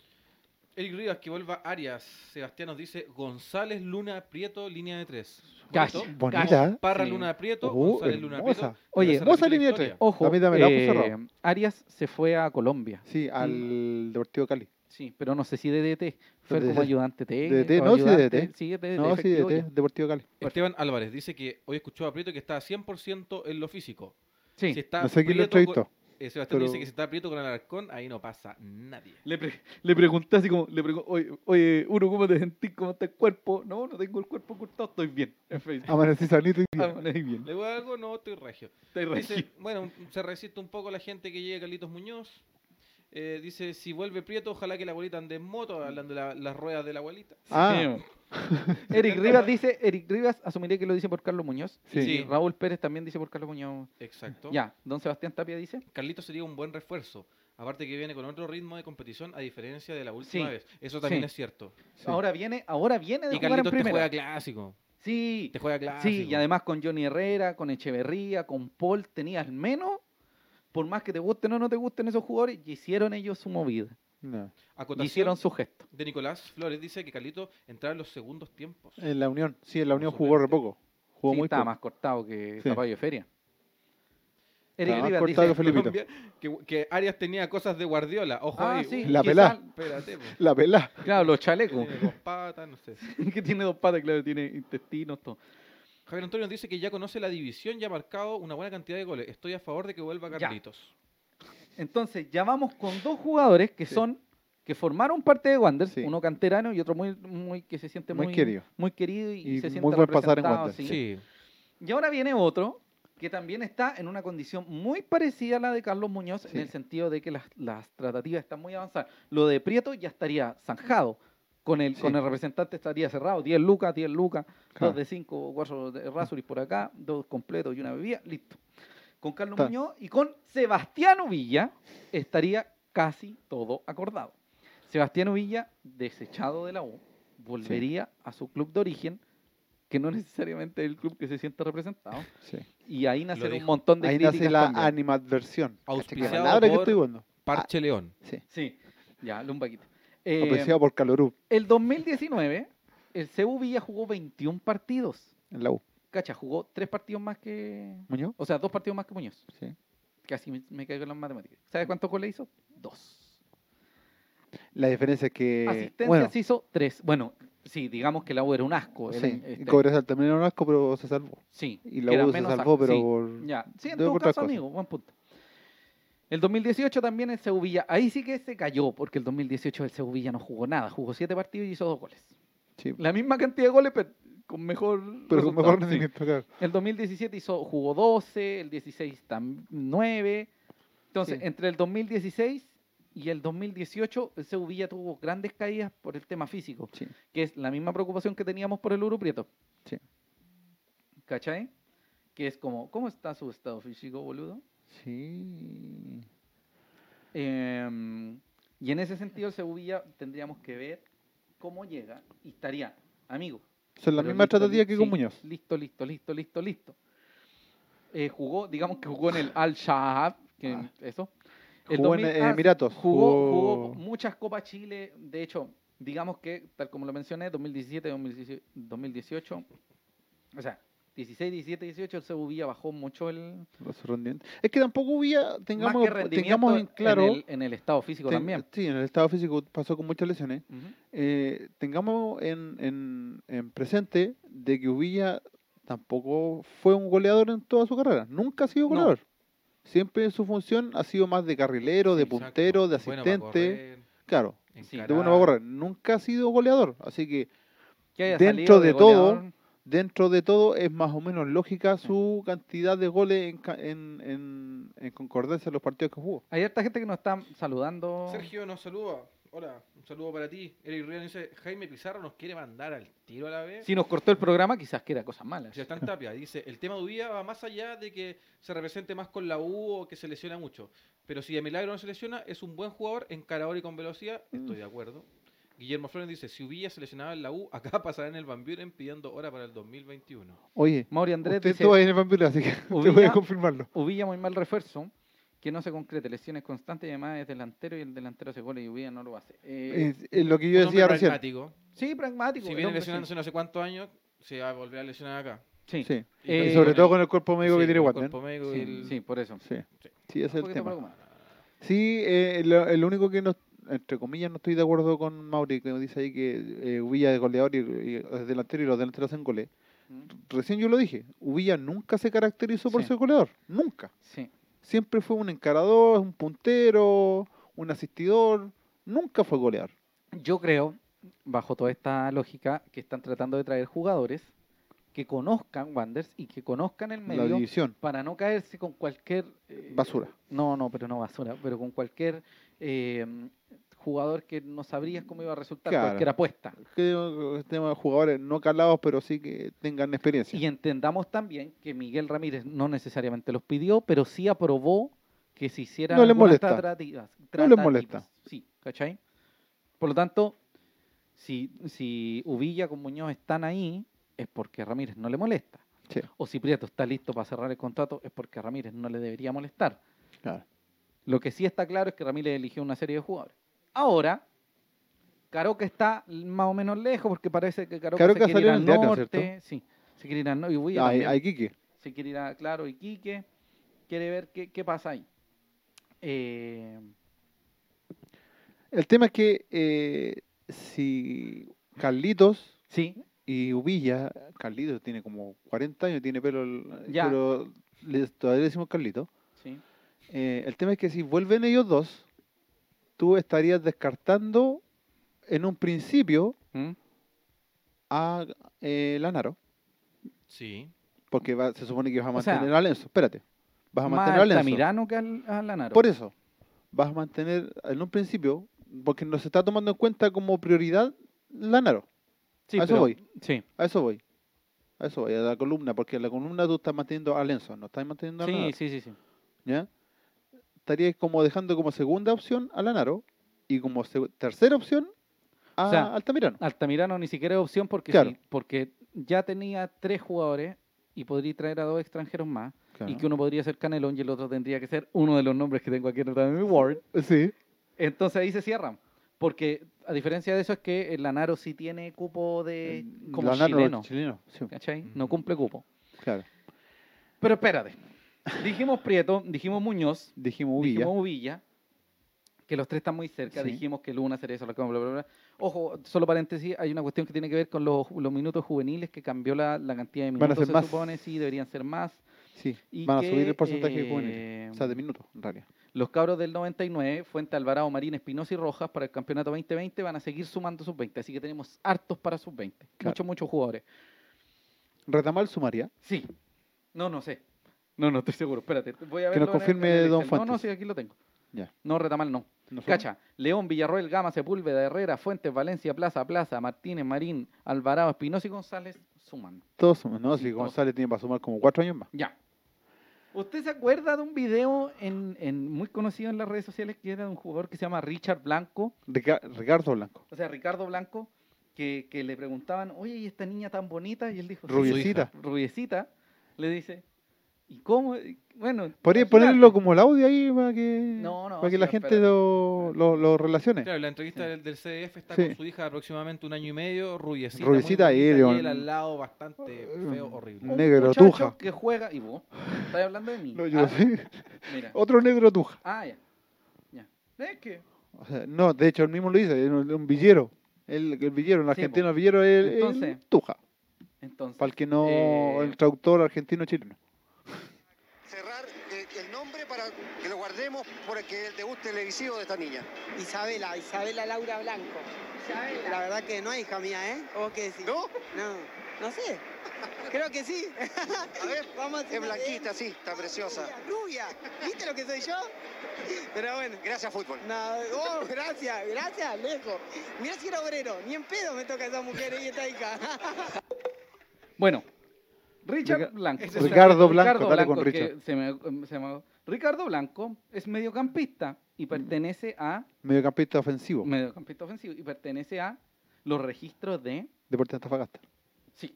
Speaker 2: Eric Rivas que vuelva Arias. Sebastián nos dice González Luna Prieto, línea de tres.
Speaker 1: Casi.
Speaker 2: ¿Correcto?
Speaker 3: Bonita. ¿eh?
Speaker 2: Parra
Speaker 1: Sí. Uh,
Speaker 2: Luna Prieto,
Speaker 3: Oh,
Speaker 2: González Luna
Speaker 3: hermosa.
Speaker 2: Prieto.
Speaker 1: Oye,
Speaker 2: Regresa a
Speaker 3: hermosa
Speaker 2: repetir la
Speaker 3: línea de tres.
Speaker 2: historia.
Speaker 1: Ojo,
Speaker 3: A mí también la puso
Speaker 1: eh,
Speaker 3: roja.
Speaker 1: Arias se fue a Colombia.
Speaker 3: Sí, al Deportivo Cali.
Speaker 1: Sí, pero no sé si DDT. Fue
Speaker 3: DDT.
Speaker 1: como ayudante T.
Speaker 3: DDT,
Speaker 1: o
Speaker 3: no, sí,
Speaker 1: ayudante-
Speaker 3: DDT.
Speaker 1: Sí, DDT.
Speaker 3: No, sí,
Speaker 1: efectivo,
Speaker 3: de-
Speaker 1: ya. Eh,
Speaker 3: Deportivo Cali.
Speaker 2: Esteban Álvarez dice que hoy escuchó a Prieto que está 100% en lo físico.
Speaker 1: Sí.
Speaker 2: Si está
Speaker 3: No sé quién lo
Speaker 2: Prieto con-
Speaker 3: entrevistó.
Speaker 2: eh, Sebastián
Speaker 3: pero-
Speaker 2: dice que si está Prieto con Alarcón, ahí no pasa nadie.
Speaker 1: Le, pre- le pregunté así como, le pregun- oye, oye, uno, ¿cómo te sentís? ¿Cómo está el cuerpo? No, no tengo el cuerpo cortado, estoy bien. En fin,
Speaker 3: Amanecí sanito y
Speaker 1: ah, no, estoy bien.
Speaker 2: ¿Le voy a algo? No, estoy regio.
Speaker 1: Estoy re-
Speaker 2: Dice, bueno, se resiste un poco la gente que llega Carlitos Muñoz. Eh, dice, si vuelve Prieto, ojalá que la abuelita ande en moto,
Speaker 1: Mm.
Speaker 2: hablando de la- las ruedas de la abuelita.
Speaker 3: Ah,
Speaker 1: Eric Rivas dice, Eric Rivas asumiré que lo dice por Carlos Muñoz.
Speaker 3: Sí.
Speaker 1: Y Raúl Pérez también dice por Carlos Muñoz.
Speaker 2: Exacto.
Speaker 1: Ya, don Sebastián Tapia dice.
Speaker 2: Carlitos sería un buen refuerzo. Aparte que viene con otro ritmo de competición a diferencia de la última
Speaker 1: Sí.
Speaker 2: vez. Eso también
Speaker 1: Sí.
Speaker 2: es cierto.
Speaker 3: sí.
Speaker 1: Ahora viene, ahora viene de
Speaker 2: Y
Speaker 1: jugar en
Speaker 2: Carlitos te
Speaker 1: primera.
Speaker 2: juega clásico.
Speaker 1: Sí,
Speaker 2: Te juega clásico.
Speaker 1: sí, y además con Johnny Herrera, con Echeverría, con Paul, tenías menos, por más que te gusten o no te gusten esos jugadores, y hicieron ellos su movida,
Speaker 3: no.
Speaker 1: y
Speaker 2: Acotación
Speaker 1: hicieron su gesto.
Speaker 2: de Nicolás Flores dice que Carlitos entraba en los segundos tiempos.
Speaker 3: En la Unión. Sí, en la Unión
Speaker 2: Por
Speaker 3: jugó re
Speaker 2: suplente.
Speaker 3: poco. Jugó
Speaker 1: Sí,
Speaker 3: muy
Speaker 1: estaba
Speaker 3: poco.
Speaker 1: más cortado que
Speaker 3: Sí.
Speaker 1: Zapallo de Feria. Eric
Speaker 3: Estaba más
Speaker 1: Rivas
Speaker 3: cortado
Speaker 1: dice,
Speaker 3: que Felipito.
Speaker 2: Colombia, que, que Arias tenía cosas de Guardiola. Ojo
Speaker 1: ah,
Speaker 2: ahí.
Speaker 1: sí,
Speaker 2: Uh,
Speaker 3: la
Speaker 1: quizá-
Speaker 3: pelá.
Speaker 2: Espérate, po.
Speaker 3: La pelá.
Speaker 1: Claro, los chalecos,
Speaker 2: Tiene dos patas, no sé.
Speaker 1: que tiene dos patas, claro, tiene intestinos, todo.
Speaker 2: Javier Antonio nos dice que ya conoce la división y ha marcado una buena cantidad de goles. Estoy a favor de que vuelva
Speaker 1: Ya.
Speaker 2: Carlitos.
Speaker 1: Entonces, ya vamos con dos jugadores que
Speaker 3: Sí.
Speaker 1: son que formaron parte de Wander,
Speaker 3: Sí.
Speaker 1: uno canterano y otro muy muy que se siente muy,
Speaker 3: Muy querido.
Speaker 1: muy querido y,
Speaker 3: Y
Speaker 1: se siente
Speaker 3: muy buen pasar en
Speaker 1: representado,
Speaker 3: Wander.
Speaker 1: sí. Y ahora viene otro que también está en una condición muy parecida a la de Carlos Muñoz
Speaker 3: Sí.
Speaker 1: en el sentido de que las, las tratativas están muy avanzadas. Lo de Prieto ya estaría zanjado. Con el,
Speaker 3: Sí.
Speaker 1: con el representante estaría cerrado. 10 lucas, 10 lucas,
Speaker 3: Claro.
Speaker 1: 2 de 5, 4 de Rasuris por acá, dos completos y una bebida, listo. Con Carlos
Speaker 3: Está.
Speaker 1: Muñoz y con Sebastián Villa estaría casi todo acordado. Sebastián Villa, desechado de la U, volvería a su club de origen, que no necesariamente es el club que se siente representado.
Speaker 3: Ah, Sí.
Speaker 1: Y ahí nacen un
Speaker 2: dijo.
Speaker 1: montón de
Speaker 3: Ahí
Speaker 1: críticas
Speaker 3: nace la
Speaker 1: también.
Speaker 3: animadversión. ¿Cachai? Qué
Speaker 2: Auspiciado
Speaker 3: palabra que
Speaker 2: por-
Speaker 3: estoy jugando.
Speaker 2: Parche León.
Speaker 3: Sí.
Speaker 1: Sí, ya, lumbaquito. Eh,
Speaker 3: Apreciado por Calorú
Speaker 1: el 2019, el CU Villa jugó 21 partidos.
Speaker 3: en la U.
Speaker 1: Cacha, jugó tres partidos más que...
Speaker 3: Muñoz.
Speaker 1: O sea, dos partidos más que Muñoz.
Speaker 3: Sí.
Speaker 1: Casi me, me caigo en las matemáticas. ¿Sabes cuántos goles hizo? Dos.
Speaker 3: La diferencia es que.
Speaker 1: Asistencias
Speaker 3: Eh, bueno,
Speaker 1: hizo tres. Bueno, sí, digamos que la U era un asco. era-
Speaker 3: sí.
Speaker 1: este,
Speaker 3: Cobresal también era un asco, pero se salvó.
Speaker 1: sí,
Speaker 3: Y
Speaker 1: que
Speaker 3: la
Speaker 1: era
Speaker 3: U se
Speaker 1: menos
Speaker 3: salvó,
Speaker 1: asco,
Speaker 3: pero
Speaker 1: sí.
Speaker 3: por.
Speaker 1: Ya, sí, en
Speaker 3: de
Speaker 1: todo
Speaker 3: por
Speaker 1: caso,
Speaker 3: otras cosas.
Speaker 1: amigo, buen punto. El 2018 también el Sevilla, ahí sí que se cayó, porque el 2018 el Sevilla no jugó nada, jugó siete partidos y hizo dos goles.
Speaker 3: Sí.
Speaker 1: La misma cantidad de goles, pero con mejor
Speaker 3: Pero con
Speaker 1: resultado,
Speaker 3: mejor
Speaker 1: sí.
Speaker 3: rendimiento, claro.
Speaker 1: El 2017 hizo, jugó 12, el 16 tam- 9. Entonces,
Speaker 3: Sí.
Speaker 1: entre el 2016 y el 2018, el Sevilla tuvo grandes caídas por el tema físico,
Speaker 3: Sí.
Speaker 1: que es la misma preocupación que teníamos por el Uru Prieto.
Speaker 3: Sí.
Speaker 1: ¿Cachai? Que es como, ¿cómo está su estado físico, boludo?
Speaker 3: Sí.
Speaker 1: Em, y en ese sentido, el Sevilla tendríamos que ver cómo llega y estaría, amigo,
Speaker 3: Son las
Speaker 1: pero
Speaker 3: mismas
Speaker 1: listo, li-
Speaker 3: tratativas que con
Speaker 1: sí,
Speaker 3: Muñoz.
Speaker 1: Listo, listo, listo, listo, listo. Eh, jugó, digamos que jugó en el Al Shahab, que
Speaker 3: Ah.
Speaker 1: eso.
Speaker 3: Jugó en,
Speaker 1: 2000,
Speaker 3: eh,
Speaker 1: ah,
Speaker 3: Emiratos,
Speaker 1: Jugó, jugó
Speaker 3: jugó-
Speaker 1: muchas Copas Chile. De hecho, digamos que, tal como lo mencioné, 2017, 2018, 2018, o sea, 16, 17, 18, el Sevilla bajó mucho el.
Speaker 3: Los rendimientos. Es que tampoco había,
Speaker 1: más
Speaker 3: tengamos,
Speaker 1: que rendimiento
Speaker 3: tengamos en claro.
Speaker 1: el, en el estado físico
Speaker 3: ten-
Speaker 1: también.
Speaker 3: Sí, en el estado físico pasó con muchas lesiones.
Speaker 1: Ujú.
Speaker 3: eh, tengamos en, en- en presente de que Uvilla tampoco fue un goleador en toda su carrera. Nunca ha sido
Speaker 1: No.
Speaker 3: goleador. Siempre su función ha sido más de carrilero, de puntero, de asistente. claro, de bueno va a correr. Nunca ha sido goleador. Así que
Speaker 1: Que haya
Speaker 3: dentro
Speaker 1: salido
Speaker 3: de todo,
Speaker 1: goleador,
Speaker 3: dentro de todo es más o menos
Speaker 2: Mm.
Speaker 3: lógica su cantidad de goles en, ca- en, en- en concordancia a los partidos que jugó.
Speaker 1: Hay harta gente que nos está saludando.
Speaker 2: Sergio nos saluda. Hola, un saludo para ti. Eric Rivas dice, Jaime Pizarro nos quiere mandar al tiro a la vez.
Speaker 1: Si nos cortó el programa, quizás que era cosas malas.
Speaker 2: Sebastián Tapia dice, el tema de Ubía va más allá de que se represente más con la U o que se lesiona mucho. Pero si de milagro no se lesiona, es un buen jugador, encarador y con velocidad.
Speaker 3: Mm.
Speaker 2: Estoy de acuerdo. Guillermo Flores dice, si Ubilla se lesionaba en la U, acá pasará en el Bambiren pidiendo hora para el 2021.
Speaker 3: Oye,
Speaker 1: Mauri Andrés
Speaker 3: usted
Speaker 1: dice,
Speaker 3: estuvo ahí en el Pampilón, así que te voy
Speaker 1: Uvilla-
Speaker 3: a confirmarlo.
Speaker 1: Uvilla muy mal refuerzo. que no se concrete, lesiones constantes y además es delantero y el delantero se gole y hubiera no lo hace. Eh,
Speaker 3: Es, es lo que
Speaker 2: Un
Speaker 3: yo
Speaker 2: hombre
Speaker 3: decía recién.
Speaker 2: pragmático.
Speaker 1: sí, pragmático.
Speaker 2: Si
Speaker 1: el
Speaker 2: viene
Speaker 1: hombre
Speaker 2: lesionándose no sé cuántos años, se va a volver a lesionar acá.
Speaker 1: Sí, sí,
Speaker 3: Sí.
Speaker 2: Y
Speaker 1: Eh,
Speaker 3: Y
Speaker 2: con-
Speaker 3: sobre todo
Speaker 2: el-
Speaker 3: con el cuerpo médico que
Speaker 2: sí,
Speaker 3: tiene
Speaker 2: con el
Speaker 3: Wander.
Speaker 2: cuerpo médico y el-
Speaker 1: sí, por eso.
Speaker 3: Sí.
Speaker 2: Sí.
Speaker 3: Sí, ese es el
Speaker 1: Poquito
Speaker 3: tema.
Speaker 1: pragmático.
Speaker 3: Sí, eh, lo- el único que no, entre comillas, no estoy de acuerdo con Mauri, que dice ahí que eh, Ubilla es goleador y, y es delantero y los delanteros hacen goles.
Speaker 1: Mm,
Speaker 3: Recién yo lo dije, Ubilla nunca se caracterizó por
Speaker 1: Sí.
Speaker 3: ser goleador, nunca.
Speaker 1: Sí.
Speaker 3: Siempre fue un encarador, un puntero, un asistidor, nunca fue goleador.
Speaker 1: Yo creo, bajo toda esta lógica, que están tratando de traer jugadores que conozcan Wanders y que conozcan el
Speaker 3: La
Speaker 1: medio
Speaker 3: división,
Speaker 1: para no caerse con cualquier... eh,
Speaker 3: basura.
Speaker 1: No, no, pero no basura, pero con cualquier eh, jugador que no sabrías cómo iba a resultar
Speaker 3: Claro.
Speaker 1: cualquier apuesta.
Speaker 3: Creo que eh, tenemos jugadores no calados, pero sí que tengan experiencia.
Speaker 1: Y entendamos también que Miguel Ramírez no necesariamente los pidió, pero sí aprobó que se hicieran
Speaker 3: No le
Speaker 1: algunas
Speaker 3: molesta.
Speaker 1: tratativas-
Speaker 3: No le
Speaker 1: tratativas.
Speaker 3: molesta.
Speaker 1: Sí, ¿cachai? Por lo tanto, si, si Uvilla con Muñoz están ahí, es porque a Ramírez no le molesta.
Speaker 3: Sí,
Speaker 1: O si Prieto está listo para cerrar el contrato, es porque a Ramírez no le debería molestar.
Speaker 3: claro.
Speaker 1: Lo que sí está claro es que Ramírez eligió una serie de jugadores. Ahora, Caroca está más o menos lejos porque parece que Caroca,
Speaker 3: Caroca
Speaker 1: se quiere ir
Speaker 3: salió en
Speaker 1: al
Speaker 3: el diario,
Speaker 1: norte. Sí, se quiere ir al norte.
Speaker 3: Ah, hay, hay Quique.
Speaker 1: se quiere ir a Claro Iquique. Quiere ver qué, qué pasa ahí. Eh,
Speaker 3: El tema es que eh, si Carlitos
Speaker 1: sí,
Speaker 3: y Ubilla, Carlitos tiene como 40 años, tiene pelo, el-
Speaker 1: Ya.
Speaker 3: pero le- todavía le decimos Carlitos.
Speaker 1: sí.
Speaker 3: Eh, el tema es que si vuelven ellos dos, tú estarías descartando en un principio
Speaker 1: ¿Mm?
Speaker 3: a eh, Lanaro,
Speaker 2: Sí.
Speaker 3: porque va- se supone que vas a
Speaker 1: O sea,
Speaker 3: mantener a Lenzo. Espérate, vas a
Speaker 1: Más
Speaker 3: mantener a Lenzo.
Speaker 1: Altamirano que al, a Lanaro.
Speaker 3: Por eso, vas a mantener en un principio, porque no se está tomando en cuenta como prioridad Lanaro.
Speaker 1: Sí,
Speaker 3: a eso
Speaker 1: pero-
Speaker 3: voy.
Speaker 1: Sí,
Speaker 3: A eso voy. A eso voy, a la columna, porque en la columna tú estás manteniendo a Lenzo, no estás manteniendo a Lanaro.
Speaker 1: sí, sí, sí, sí.
Speaker 3: ¿ya? Estarías como dejando como segunda opción a Lanaro y como se- tercera opción a
Speaker 1: O sea,
Speaker 3: Altamirano.
Speaker 1: Altamirano ni siquiera es opción porque,
Speaker 3: Claro.
Speaker 1: sí, porque ya tenía tres jugadores y podría traer a dos extranjeros más. y que uno podría ser Canelón y el otro tendría que ser uno de los nombres que tengo aquí anotado en mi Word.
Speaker 3: Sí,
Speaker 1: Entonces ahí se cierran. Porque a diferencia de eso es que el Lanaro sí tiene cupo de como
Speaker 3: Eh, Lanaro Mm.
Speaker 1: chileno.
Speaker 3: chileno, sí,
Speaker 1: ¿Cachai?
Speaker 2: Ujú.
Speaker 1: No cumple cupo.
Speaker 3: claro.
Speaker 1: Pero espérate. Dijimos Prieto, dijimos Muñoz,
Speaker 3: Dijimos Uvilla.
Speaker 1: dijimos Uvilla, que los tres están muy cerca,
Speaker 3: Sí.
Speaker 1: dijimos que Luna sería eso, la cama, bla, bla, bla. Ojo, solo paréntesis, hay una cuestión que tiene que ver con los, los minutos juveniles que cambió la, la cantidad de
Speaker 3: Van a
Speaker 1: minutos,
Speaker 3: ser
Speaker 1: se
Speaker 3: más.
Speaker 1: supone, sí, deberían ser más.
Speaker 3: Sí,
Speaker 1: Y
Speaker 3: van a
Speaker 1: que,
Speaker 3: subir el porcentaje de
Speaker 1: eh,
Speaker 3: juveniles. O sea, de minutos, en realidad.
Speaker 1: Los cabros del 99, Fuente Alvarado, Marín, Espinosa y Rojas para el campeonato 2020 van a seguir sumando sus 20, así que tenemos hartos para sus 20.
Speaker 3: Claro.
Speaker 1: Muchos, muchos jugadores.
Speaker 3: Retamal sumaría.
Speaker 1: Sí. No, no sé. No, no estoy seguro. Espérate, voy a
Speaker 3: Que
Speaker 1: verlo en
Speaker 3: nos
Speaker 1: el-
Speaker 3: confirme
Speaker 1: en el
Speaker 3: Don
Speaker 1: Excel. No, no,
Speaker 3: Fuentes.
Speaker 1: sí, aquí lo tengo.
Speaker 3: Ya.
Speaker 1: No, Retamal no.
Speaker 3: Nosotros-
Speaker 1: Cacha, León, Villarroel, Gama, Sepúlveda, Herrera, Fuentes, Valencia, Plaza, Plaza, Martínez, Marín, Alvarado, Espinosa y González suman.
Speaker 3: Todos suman, ¿no? Si
Speaker 1: Sí, todos.
Speaker 3: González tiene para sumar como cuatro años más.
Speaker 1: Ya. ¿Usted se acuerda de un video en, en- muy conocido en las redes sociales que era de un jugador que se llama Richard Blanco?
Speaker 3: Rica- Ricardo Blanco.
Speaker 1: o sea, Ricardo Blanco, que, que le preguntaban, oye, ¿y esta niña tan bonita? Y él dijo, "Sí,
Speaker 2: Rubio.
Speaker 3: Rubiecita.
Speaker 1: soy rubiecita. Le dice, ¿y cómo? Y Bueno,
Speaker 3: Podría
Speaker 1: imagínate".
Speaker 3: ponerlo como el audio ahí para que,
Speaker 1: No, no,
Speaker 3: para que
Speaker 1: sí,
Speaker 3: la
Speaker 1: no,
Speaker 3: gente
Speaker 1: espérate.
Speaker 3: lo, lo, lo relacione.
Speaker 2: Claro, la entrevista del, del CDF está
Speaker 3: Sí.
Speaker 2: con su hija de aproximadamente un año y medio, rubiecita.
Speaker 3: Rubiecita
Speaker 2: muy
Speaker 3: y
Speaker 2: bonita,
Speaker 3: él,
Speaker 2: y él
Speaker 3: un-
Speaker 2: al lado bastante feo, horrible.
Speaker 1: Un
Speaker 3: negro
Speaker 1: muchacho
Speaker 3: tuja.
Speaker 1: que juega, y vos, estás hablando de mí.
Speaker 3: No, yo Oh.
Speaker 1: ah,
Speaker 3: no sé.
Speaker 1: Mira.
Speaker 3: Otro negro tuja.
Speaker 1: Ah, ya. Ya. Es que,
Speaker 3: O sea, no, de hecho, él mismo lo dice, es un, un villero. El, el villero, en
Speaker 1: Sí,
Speaker 3: argentino,
Speaker 1: po.
Speaker 3: el villero es es
Speaker 1: Entonces-
Speaker 3: tuja.
Speaker 1: entonces.
Speaker 3: Para el que no,
Speaker 1: eh,
Speaker 3: el traductor argentino-chileno.
Speaker 4: cerrar eh, el nombre para que lo guardemos por el que el debut televisivo de esta niña.
Speaker 5: Isabela, Isabela Laura Blanco. La verdad que no es hija mía, ¿eh? ¿O qué sí?
Speaker 4: ¿No?
Speaker 5: No, no sé. Creo que sí.
Speaker 4: A ver,
Speaker 5: Vamos a hacer
Speaker 4: es
Speaker 5: una
Speaker 4: blanquita,
Speaker 5: de-
Speaker 4: sí, está preciosa.
Speaker 5: Rubia, rubia. ¿Viste lo que soy yo? Pero bueno.
Speaker 4: Gracias, fútbol.
Speaker 5: No, oh, gracias, gracias, lejos. Mira si era obrero, ni en pedo me toca esa mujer y esta hija.
Speaker 1: Bueno, Richard
Speaker 3: Rica-
Speaker 1: Blanco.
Speaker 2: Ese es
Speaker 3: Ricardo Blanco, dale
Speaker 1: Blanco,
Speaker 3: con
Speaker 1: que
Speaker 3: Richard.
Speaker 1: se me- em, se me- Ricardo Blanco es mediocampista y pertenece a.
Speaker 3: Mediocampista ofensivo,
Speaker 1: Mediocampista ofensivo y pertenece a los registros de.
Speaker 3: Deportes Antofagasta.
Speaker 1: Sí.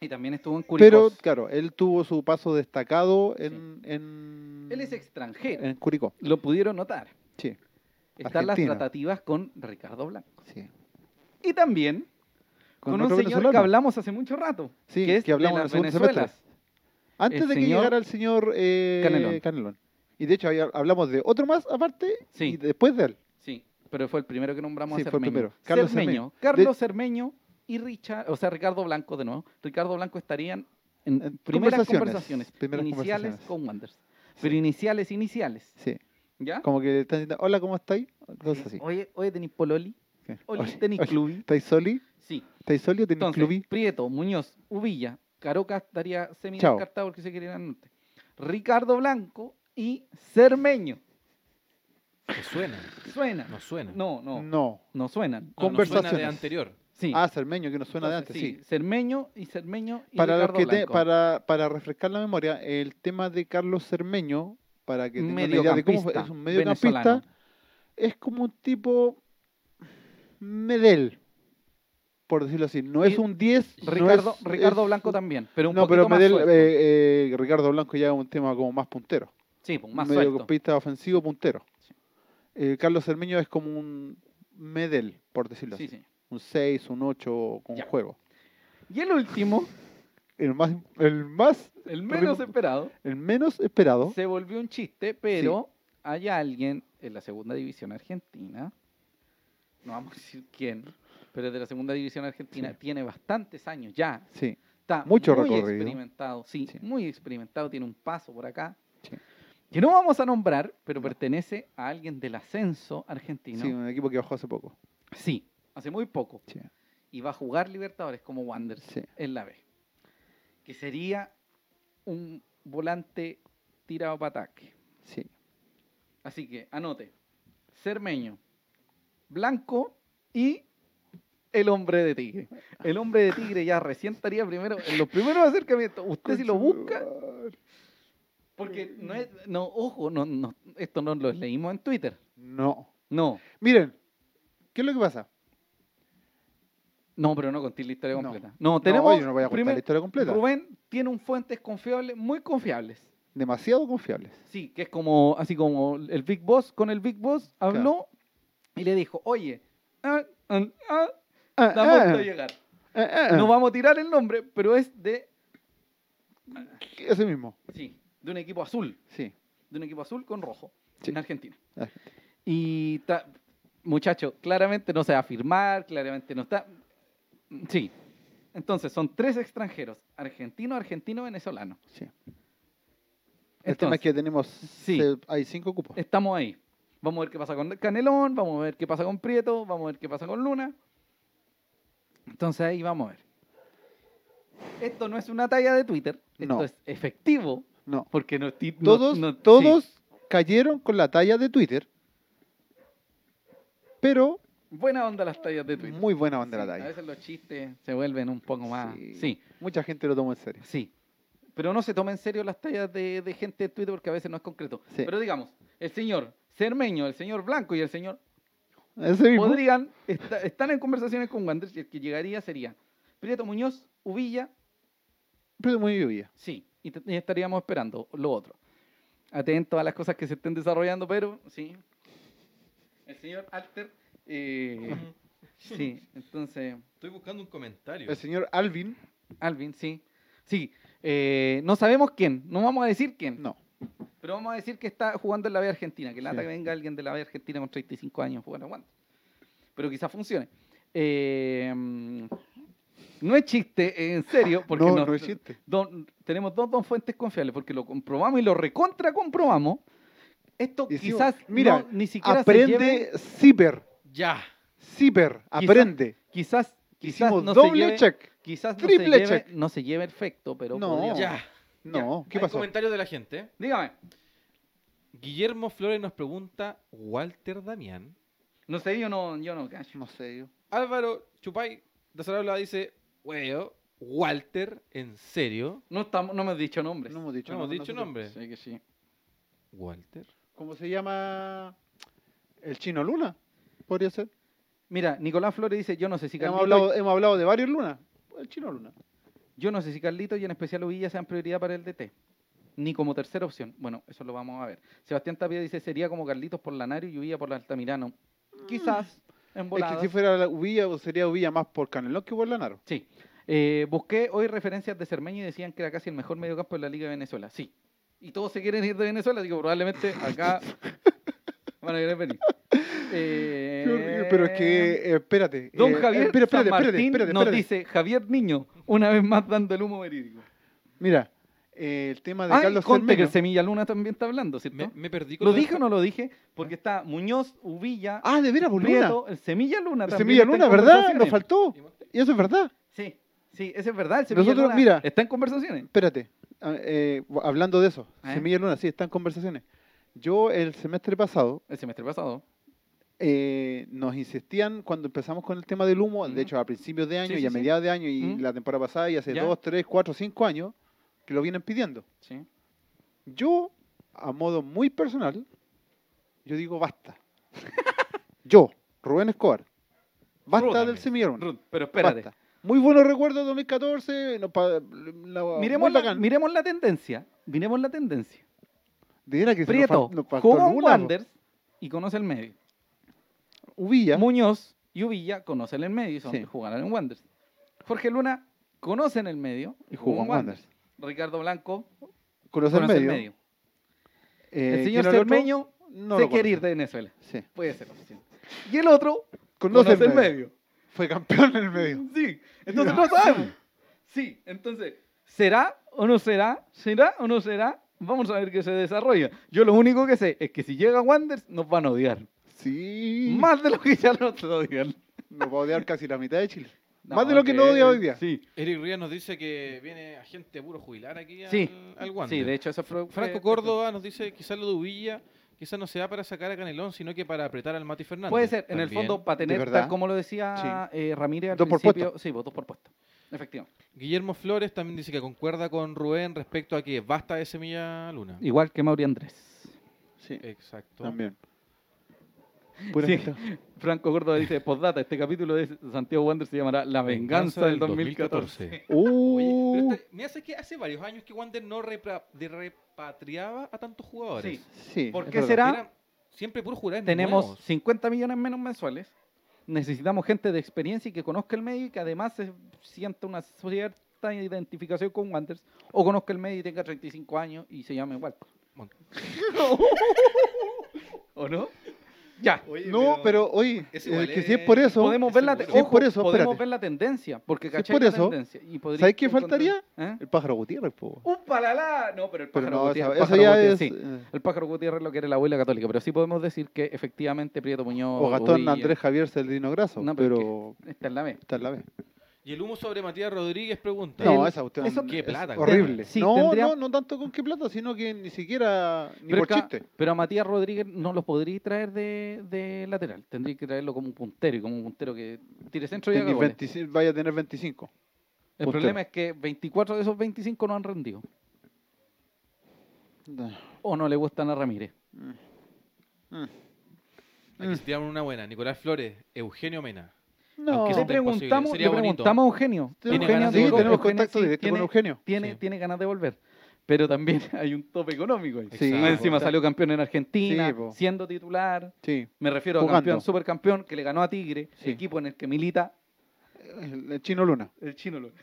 Speaker 1: Y también estuvo en Curicó.
Speaker 3: Pero, claro, él tuvo su paso destacado en, en
Speaker 1: Él es extranjero.
Speaker 3: En Curicó.
Speaker 1: Lo pudieron notar.
Speaker 3: Sí,
Speaker 1: Están las
Speaker 3: Argentina.
Speaker 1: tratativas con Ricardo Blanco.
Speaker 3: sí.
Speaker 1: Y también con, un
Speaker 3: otro
Speaker 1: señor
Speaker 3: venezolano.
Speaker 1: que hablamos hace mucho rato.
Speaker 3: Sí,
Speaker 1: que es
Speaker 3: que
Speaker 1: de
Speaker 3: hablamos en
Speaker 1: las
Speaker 3: el segundo
Speaker 1: Venezuelas.
Speaker 3: Antes
Speaker 1: el
Speaker 3: de que
Speaker 1: señor
Speaker 3: llegara el señor eh,
Speaker 1: Canelón.
Speaker 3: Y de hecho ahí hablamos de otro más aparte
Speaker 1: Sí.
Speaker 3: y después de él.
Speaker 1: Sí, pero fue el primero que nombramos
Speaker 3: Sí,
Speaker 1: a
Speaker 3: fue el
Speaker 1: Cermeño.
Speaker 3: primero. Carlos
Speaker 1: Cermeño.
Speaker 3: Cermeño. De-
Speaker 1: Carlos Cermeño y Richard, o sea, Ricardo Blanco de nuevo. Ricardo Blanco estarían en
Speaker 3: En
Speaker 1: primeras
Speaker 3: conversaciones,
Speaker 1: conversaciones,
Speaker 3: primeras
Speaker 1: iniciales
Speaker 3: conversaciones.
Speaker 1: con Wanders. Pero iniciales, iniciales.
Speaker 3: Sí.
Speaker 1: ¿Ya?
Speaker 3: Como que le están diciendo, hola, ¿cómo estáis? Cosas así.
Speaker 1: Oye, oye, tenis Pololi.
Speaker 3: Sí.
Speaker 1: Oli,
Speaker 3: Oye,
Speaker 1: tenis
Speaker 3: oye,
Speaker 1: Clubi.
Speaker 3: ¿Estáis soli?
Speaker 1: Sí.
Speaker 3: ¿Estáis soli o tenéis
Speaker 1: Entonces,
Speaker 3: clubi?
Speaker 1: Prieto, Muñoz, Uvilla, Caroca estaría semi
Speaker 3: Chao.
Speaker 1: descartado porque se quería ir al norte. Ricardo Blanco y Cermeño.
Speaker 2: Que suena,
Speaker 1: Suenan.
Speaker 2: no suena. Ah,
Speaker 1: No, no,
Speaker 3: No.
Speaker 1: no, suenan.
Speaker 2: No, no suena de
Speaker 3: Conversaciones.
Speaker 2: anterior.
Speaker 1: Sí.
Speaker 3: Ah, Cermeño, que nos suena de antes,
Speaker 1: Entonces,
Speaker 3: sí.
Speaker 1: Cermeño y Cermeño y
Speaker 3: Para, los
Speaker 1: Ricardo
Speaker 3: que te-
Speaker 1: Blanco.
Speaker 3: para, para refrescar la memoria, el tema de Carlos Cermeño, para que tengan una idea de cómo fue, es un mediocampista,
Speaker 1: venezolano.
Speaker 3: es como un tipo Medel, por decirlo así. No es
Speaker 1: Y
Speaker 3: un 10. no
Speaker 1: Ricardo,
Speaker 3: es-
Speaker 1: Ricardo
Speaker 3: es-
Speaker 1: Blanco también, pero un
Speaker 3: no,
Speaker 1: poquito
Speaker 3: pero
Speaker 1: más
Speaker 3: Medel,
Speaker 1: suelto.
Speaker 3: eh, eh, Ricardo Blanco ya es un tema como más puntero.
Speaker 1: sí, pues, más suelto.
Speaker 3: mediocampista ofensivo puntero. Eh, Carlos Cermeño es como un Medel, por decirlo
Speaker 1: Sí,
Speaker 3: así.
Speaker 1: sí.
Speaker 3: Un 6, un 8 con
Speaker 1: Ya.
Speaker 3: juego.
Speaker 1: Y el último,
Speaker 3: El más, el más,
Speaker 1: el menos
Speaker 3: Rim-
Speaker 1: esperado,
Speaker 3: el menos esperado.
Speaker 1: se volvió un chiste, pero hay alguien en la segunda división argentina, no vamos a decir quién, pero de la segunda división argentina
Speaker 3: Sí.
Speaker 1: tiene bastantes años ya.
Speaker 3: Sí.
Speaker 1: Está
Speaker 3: Mucho
Speaker 1: muy
Speaker 3: recorrido.
Speaker 1: experimentado, sí,
Speaker 3: Sí.
Speaker 1: muy experimentado, tiene un paso por acá.
Speaker 3: Sí.
Speaker 1: Que no vamos a nombrar, pero
Speaker 3: No.
Speaker 1: pertenece a alguien del ascenso argentino.
Speaker 3: Sí, un equipo que bajó hace poco.
Speaker 1: Sí, hace muy poco.
Speaker 3: Sí.
Speaker 1: Y va a jugar Libertadores como Wanderers
Speaker 3: Sí.
Speaker 1: en la B. Que sería un volante tirado para ataque.
Speaker 3: Sí.
Speaker 1: Así que anote. Cermeño, Blanco y el hombre de tigre. El hombre de tigre ya recién estaría primero en los primeros acercamientos. Usted si lo busca, porque no es, no, ojo, no, no, esto no lo leímos en Twitter.
Speaker 3: No.
Speaker 1: No,
Speaker 3: Miren, ¿qué es lo que pasa?
Speaker 1: no, pero no conté la historia
Speaker 3: No.
Speaker 1: completa. No,
Speaker 3: No,
Speaker 1: tenemos
Speaker 3: yo no voy a contar
Speaker 1: primer-
Speaker 3: la historia completa.
Speaker 1: Rubén tiene un fuentes confiables, muy confiables.
Speaker 3: Demasiado confiables.
Speaker 1: Sí, que es como, así como el Big Boss, con el Big Boss habló y le dijo, oye, ah, ah, ah,
Speaker 3: Ah,
Speaker 1: estamos
Speaker 3: ah,
Speaker 1: a llegar.
Speaker 3: ah, ah,
Speaker 1: No vamos a tirar el nombre, pero es de,
Speaker 3: Ese mismo.
Speaker 1: sí, de un equipo azul,
Speaker 3: Sí.
Speaker 1: de un equipo azul con rojo,
Speaker 3: Sí.
Speaker 1: en Argentina.
Speaker 3: Ah,
Speaker 1: Y ta- muchacho, claramente no se va a firmar, claramente no está. Sí. Entonces, son tres extranjeros, argentino, argentino, venezolano.
Speaker 3: sí. El
Speaker 1: Entonces,
Speaker 3: tema es que tenemos.
Speaker 1: sí. Eh,
Speaker 3: se- hay cinco cupos.
Speaker 1: estamos ahí. Vamos a ver qué pasa con Canelón, vamos a ver qué pasa con Prieto, vamos a ver qué pasa con Luna. Entonces ahí vamos a ver. Esto no es una talla de Twitter, esto
Speaker 3: No.
Speaker 1: es efectivo,
Speaker 3: No.
Speaker 1: porque no ti- no-
Speaker 3: Todos,
Speaker 1: no- sí,
Speaker 3: todos cayeron con la talla de Twitter. Pero
Speaker 1: buena onda las tallas de Twitter.
Speaker 3: muy buena banda
Speaker 1: Sí,
Speaker 3: la
Speaker 1: A
Speaker 3: talla.
Speaker 1: veces los chistes se vuelven un poco más.
Speaker 3: Sí.
Speaker 1: Sí,
Speaker 3: Mucha gente lo tomó en serio.
Speaker 1: sí. Pero no se toma en serio las tallas de, de gente de Twitter porque a veces no es concreto.
Speaker 3: Sí.
Speaker 1: Pero digamos, el señor Cermeño, el señor Blanco y el señor
Speaker 3: Ese mismo.
Speaker 1: podrían esta- están en conversaciones con Wanderers y el que llegaría sería Prieto Muñoz, Uvilla,
Speaker 3: Pero muy lluvia.
Speaker 1: sí, y, te- y estaríamos esperando lo otro. Atento a las cosas que se estén desarrollando, pero sí. El señor Alter, eh, sí, entonces,
Speaker 2: Estoy buscando un comentario.
Speaker 3: El señor Alvin.
Speaker 1: Alvin, sí, sí, eh, no sabemos quién, no vamos a decir quién,
Speaker 3: No.
Speaker 1: pero vamos a decir que está jugando en la B Argentina, que lata
Speaker 3: Sí.
Speaker 1: que venga alguien de la B Argentina con 35 años a jugar a Wander. Pero quizás funcione. Eh, mm, no es chiste, eh, en serio, porque
Speaker 3: no,
Speaker 1: nos-
Speaker 3: no es chiste.
Speaker 1: don- tenemos dos don fuentes confiables, porque lo comprobamos y lo recontra comprobamos. Esto
Speaker 3: Hicimos-
Speaker 1: quizás
Speaker 3: mira,
Speaker 1: no- ni siquiera se lleve,
Speaker 3: Aprende Ciber.
Speaker 2: Ya.
Speaker 3: Ciber. Aprende.
Speaker 1: quizás, quizás
Speaker 3: Hicimos
Speaker 1: no se
Speaker 3: doble
Speaker 1: lleve,
Speaker 3: check.
Speaker 1: quizás no se
Speaker 3: triple
Speaker 1: lleve,
Speaker 3: check.
Speaker 1: no se lleve efecto, pero
Speaker 3: No.
Speaker 1: podríamos-
Speaker 2: Ya.
Speaker 3: No,
Speaker 2: Ya.
Speaker 3: ¿qué
Speaker 2: Hay
Speaker 3: pasó?
Speaker 2: comentarios de la gente.
Speaker 1: Dígame,
Speaker 2: Guillermo Flores nos pregunta, Walter Damián.
Speaker 1: no sé, yo no, yo no cacho.
Speaker 3: No sé yo.
Speaker 2: Álvaro Chupay de Sarabla dice, weo, Walter, ¿en serio?
Speaker 1: No, estamos, no me has dicho nombres.
Speaker 3: No hemos dicho
Speaker 2: No hemos
Speaker 3: nombre
Speaker 2: dicho
Speaker 3: nosotros.
Speaker 2: nombre.
Speaker 1: Sí que sí.
Speaker 2: Walter.
Speaker 3: ¿Cómo se llama? El chino Luna. Podría ser.
Speaker 1: Mira, Nicolás Flores dice, yo no sé si
Speaker 3: hemos,
Speaker 1: Carlito,
Speaker 3: hablado, hemos hablado de varios Lunas. El chino Luna.
Speaker 1: yo no sé si Carlito y en especial Uvilla sean prioridad para el DT. ni como tercera opción. Bueno, eso lo vamos a ver. Sebastián Tapia dice, sería como Carlitos por Lanario y Uvilla por Altamirano. Quizás, en
Speaker 3: Mm. Es
Speaker 1: voladas.
Speaker 3: que si fuera la Uvilla, pues, sería Uvilla más por Canelón que por Lanaro.
Speaker 1: Sí. Eh, busqué hoy referencias de Cermeño y decían que era casi el mejor mediocampo de la Liga de Venezuela. Sí. Y todos se quieren ir de Venezuela, así que probablemente acá van a querer venir.
Speaker 3: Qué horrible, Pero es que,
Speaker 1: Eh,
Speaker 3: eh, espérate.
Speaker 1: Don
Speaker 3: eh,
Speaker 1: Javier
Speaker 3: espera, espérate,
Speaker 1: San Martín
Speaker 3: espérate, espérate,
Speaker 1: nos
Speaker 3: espérate.
Speaker 1: dice Javier Niño, una vez más dando el humo verídico.
Speaker 3: Mira, eh, el tema de
Speaker 1: Ah, y
Speaker 3: Carlos
Speaker 1: Conte, que
Speaker 3: Cermeño.
Speaker 1: el Semilla Luna también está hablando, ¿cierto?
Speaker 2: Me, me perdí con
Speaker 1: ¿Lo
Speaker 2: todo
Speaker 1: dije o
Speaker 2: esto.
Speaker 1: no lo dije? Porque está Muñoz, Uvilla,
Speaker 3: Ah, de veras, por Luna.
Speaker 1: Prieto, el Semilla Luna también
Speaker 3: Semilla
Speaker 1: está en
Speaker 3: Luna, ¿verdad? Nos
Speaker 1: conversaciones.
Speaker 3: faltó. Y eso es verdad.
Speaker 1: Sí, sí, eso es verdad. el Semilla
Speaker 3: Nosotros,
Speaker 1: Luna
Speaker 3: mira.
Speaker 1: está en conversaciones.
Speaker 3: Espérate, ah, eh, hablando de eso,
Speaker 1: ¿Eh?
Speaker 3: Semilla Luna, sí, están conversaciones. Yo el semestre pasado
Speaker 1: El semestre pasado.
Speaker 3: eh, nos insistían cuando empezamos con el tema del humo,
Speaker 1: Mm.
Speaker 3: de hecho a principios de año
Speaker 1: Sí,
Speaker 3: y
Speaker 1: sí,
Speaker 3: a
Speaker 1: sí.
Speaker 3: mediados de año y
Speaker 1: Mm.
Speaker 3: la temporada pasada y hace
Speaker 1: Ya.
Speaker 3: dos, tres, cuatro, cinco años que lo vienen pidiendo.
Speaker 1: Sí.
Speaker 3: Yo, a modo muy personal, yo digo basta. yo, Rubén Escobar, basta
Speaker 1: Ruta,
Speaker 3: del
Speaker 1: pues.
Speaker 3: Semilla Luna.
Speaker 1: Ruth, pero espérate.
Speaker 3: Basta. Muy buenos recuerdos 2014, no, pa- la-
Speaker 1: Miremos
Speaker 3: muy
Speaker 1: la,
Speaker 3: bacán.
Speaker 1: miremos la tendencia. Miremos la tendencia.
Speaker 3: De veras que se nos
Speaker 1: Prieto,
Speaker 3: fa- nos faltó
Speaker 1: jugó en
Speaker 3: Luna, po.
Speaker 1: Wanderers y conoce el medio.
Speaker 3: Uvilla.
Speaker 1: Muñoz y Uvilla conocen el medio y son,
Speaker 3: Sí.
Speaker 1: jugarán en Wanderers. Jorge Luna conoce en el medio
Speaker 3: y jugó en Wanderers.
Speaker 1: Ricardo Blanco
Speaker 3: Conoce
Speaker 1: conoce
Speaker 3: el medio. Eh,
Speaker 1: El
Speaker 3: ¿quién
Speaker 1: señor
Speaker 3: era otro?
Speaker 1: Cermeño
Speaker 3: No
Speaker 1: se
Speaker 3: lo
Speaker 1: quiere ir de
Speaker 3: conoce.
Speaker 1: Venezuela.
Speaker 3: Sí.
Speaker 1: Puede ser opción. Y el otro
Speaker 3: Conoce,
Speaker 1: conoce el medio.
Speaker 3: Fue campeón en el medio.
Speaker 1: Sí, entonces no sabemos. Sí, entonces, ¿será o no será? ¿Será o no será? Vamos a ver qué se desarrolla. Yo lo único que sé es que si llega Wanders nos van a odiar.
Speaker 3: Sí.
Speaker 1: Más de lo que ya nos odian.
Speaker 3: Nos va a odiar casi la mitad de Chile.
Speaker 1: No,
Speaker 3: Más de lo que nos odia hoy día.
Speaker 1: Sí,
Speaker 2: Eric Ríos nos dice que viene a gente puro jubilar aquí
Speaker 1: Sí.
Speaker 2: al, al Wander.
Speaker 1: sí de hecho eso fue...
Speaker 2: Franco
Speaker 1: fue-
Speaker 2: Córdoba nos dice quizás lo de Uvilla, quizás no sea para sacar a Canelón, sino que para apretar al Mati Fernández.
Speaker 1: Puede ser, en el
Speaker 2: También.
Speaker 1: fondo, para tener,
Speaker 3: verdad.
Speaker 1: tal como lo decía eh, Ramírez al
Speaker 3: Dos por
Speaker 1: principio... sí, pues, dos por puesto. Efectivamente.
Speaker 2: Guillermo Flores también dice que concuerda con Rubén respecto a que basta de Semilla Luna.
Speaker 1: Igual que Mauri Andrés.
Speaker 3: Sí.
Speaker 2: Exacto.
Speaker 3: También. Pura
Speaker 1: Sí.
Speaker 3: gente.
Speaker 1: Franco Córdoba dice, postdata, este capítulo de Santiago Wander se llamará La Venganza, del 2014.
Speaker 2: Oye, pero
Speaker 3: Uh,
Speaker 2: esta- mira, sabes que hace varios años que Wander no repra- de- repatriaba a tantos jugadores.
Speaker 1: Sí.
Speaker 3: sí,
Speaker 1: ¿Por
Speaker 3: es
Speaker 1: qué
Speaker 3: verdad.
Speaker 1: será?
Speaker 2: Eran siempre puros jugadores
Speaker 1: Tenemos
Speaker 2: nuevos.
Speaker 1: 50 millones menos mensuales. Necesitamos gente de experiencia y que conozca el medio y que además se sienta una cierta identificación con Wanderers o conozca el medio y tenga 35 años y se llame igual.
Speaker 2: Mon-
Speaker 1: ¿O no? Ya.
Speaker 3: No, pero oye,
Speaker 2: es
Speaker 3: eh,
Speaker 2: igual,
Speaker 3: que
Speaker 2: eh,
Speaker 3: si es por eso,
Speaker 1: Podemos ver la, te-
Speaker 3: seguro. Sí,
Speaker 1: ojo,
Speaker 3: por eso,
Speaker 1: podemos
Speaker 3: espérate.
Speaker 1: ver la tendencia, porque
Speaker 3: Sí,
Speaker 1: cachai
Speaker 3: por
Speaker 1: la
Speaker 3: eso.
Speaker 1: tendencia y podría
Speaker 3: ¿sabes qué
Speaker 1: encontrar-
Speaker 3: faltaría?
Speaker 1: ¿Eh?
Speaker 3: El pájaro Gutiérrez, po.
Speaker 1: Un palalá. No, pero el
Speaker 3: Pero
Speaker 1: pájaro
Speaker 3: no,
Speaker 1: Gutiérrez-
Speaker 3: esa,
Speaker 1: el
Speaker 3: esa
Speaker 1: pájaro
Speaker 3: ya
Speaker 1: Gutiérrez,
Speaker 3: es.
Speaker 1: sí.
Speaker 3: eh,
Speaker 1: El pájaro Gutiérrez lo que era la abuela católica, pero sí podemos decir que efectivamente Prieto Muñoz.
Speaker 3: O Gastón
Speaker 1: Uvilla,
Speaker 3: Andrés Javier Celdino Graso.
Speaker 1: No, pero
Speaker 3: pero
Speaker 1: Esta es la B.
Speaker 3: está en la vez.
Speaker 2: Y el humo sobre Matías Rodríguez pregunta.
Speaker 3: No,
Speaker 1: El-
Speaker 3: esa cuestión
Speaker 1: eso-
Speaker 2: Qué
Speaker 3: es
Speaker 2: plata,
Speaker 3: horrible.
Speaker 1: güey. Sí,
Speaker 3: no,
Speaker 1: tendría-
Speaker 3: no, no tanto con qué plata, sino que ni siquiera ni
Speaker 1: Pero,
Speaker 3: por
Speaker 1: acá-
Speaker 3: chiste.
Speaker 1: pero a Matías Rodríguez no lo podría traer de, de lateral. Tendría que traerlo como un puntero y como un puntero que tire centro y haga
Speaker 3: Tenéis
Speaker 1: goles.
Speaker 3: 25 vaya a tener 25.
Speaker 1: El
Speaker 3: puntero.
Speaker 1: problema es que 24 de esos 25 no han rendido. O no le gustan a Ramírez.
Speaker 3: Mm.
Speaker 2: Aquí se tiraron una buena. Nicolás Flores, Eugenio Mena.
Speaker 3: No,
Speaker 2: Aunque
Speaker 1: Le
Speaker 2: sea
Speaker 3: sí,
Speaker 2: imposible.
Speaker 1: preguntamos,
Speaker 2: Sería
Speaker 1: le
Speaker 2: bonito.
Speaker 1: preguntamos a Eugenio.
Speaker 2: Tiene
Speaker 1: Eugenio
Speaker 2: ganas de
Speaker 1: dijo-
Speaker 2: volver.
Speaker 3: tenemos
Speaker 1: Eugenio
Speaker 3: contacto
Speaker 1: sí
Speaker 3: directo con
Speaker 1: tiene-
Speaker 3: Eugenio.
Speaker 1: Tiene,
Speaker 2: Sí.
Speaker 1: tiene ganas de volver. Pero también hay un tope económico ahí.
Speaker 2: Sí,
Speaker 1: Más encima
Speaker 3: pues, está.
Speaker 1: salió campeón en Argentina,
Speaker 3: Sí, po.
Speaker 1: siendo titular.
Speaker 3: Sí,
Speaker 1: Me refiero a
Speaker 3: Jugando.
Speaker 1: campeón, supercampeón, que le ganó a Tigre,
Speaker 3: Sí.
Speaker 1: equipo en el que milita
Speaker 3: el el Chino Luna.
Speaker 1: el Chino Luna.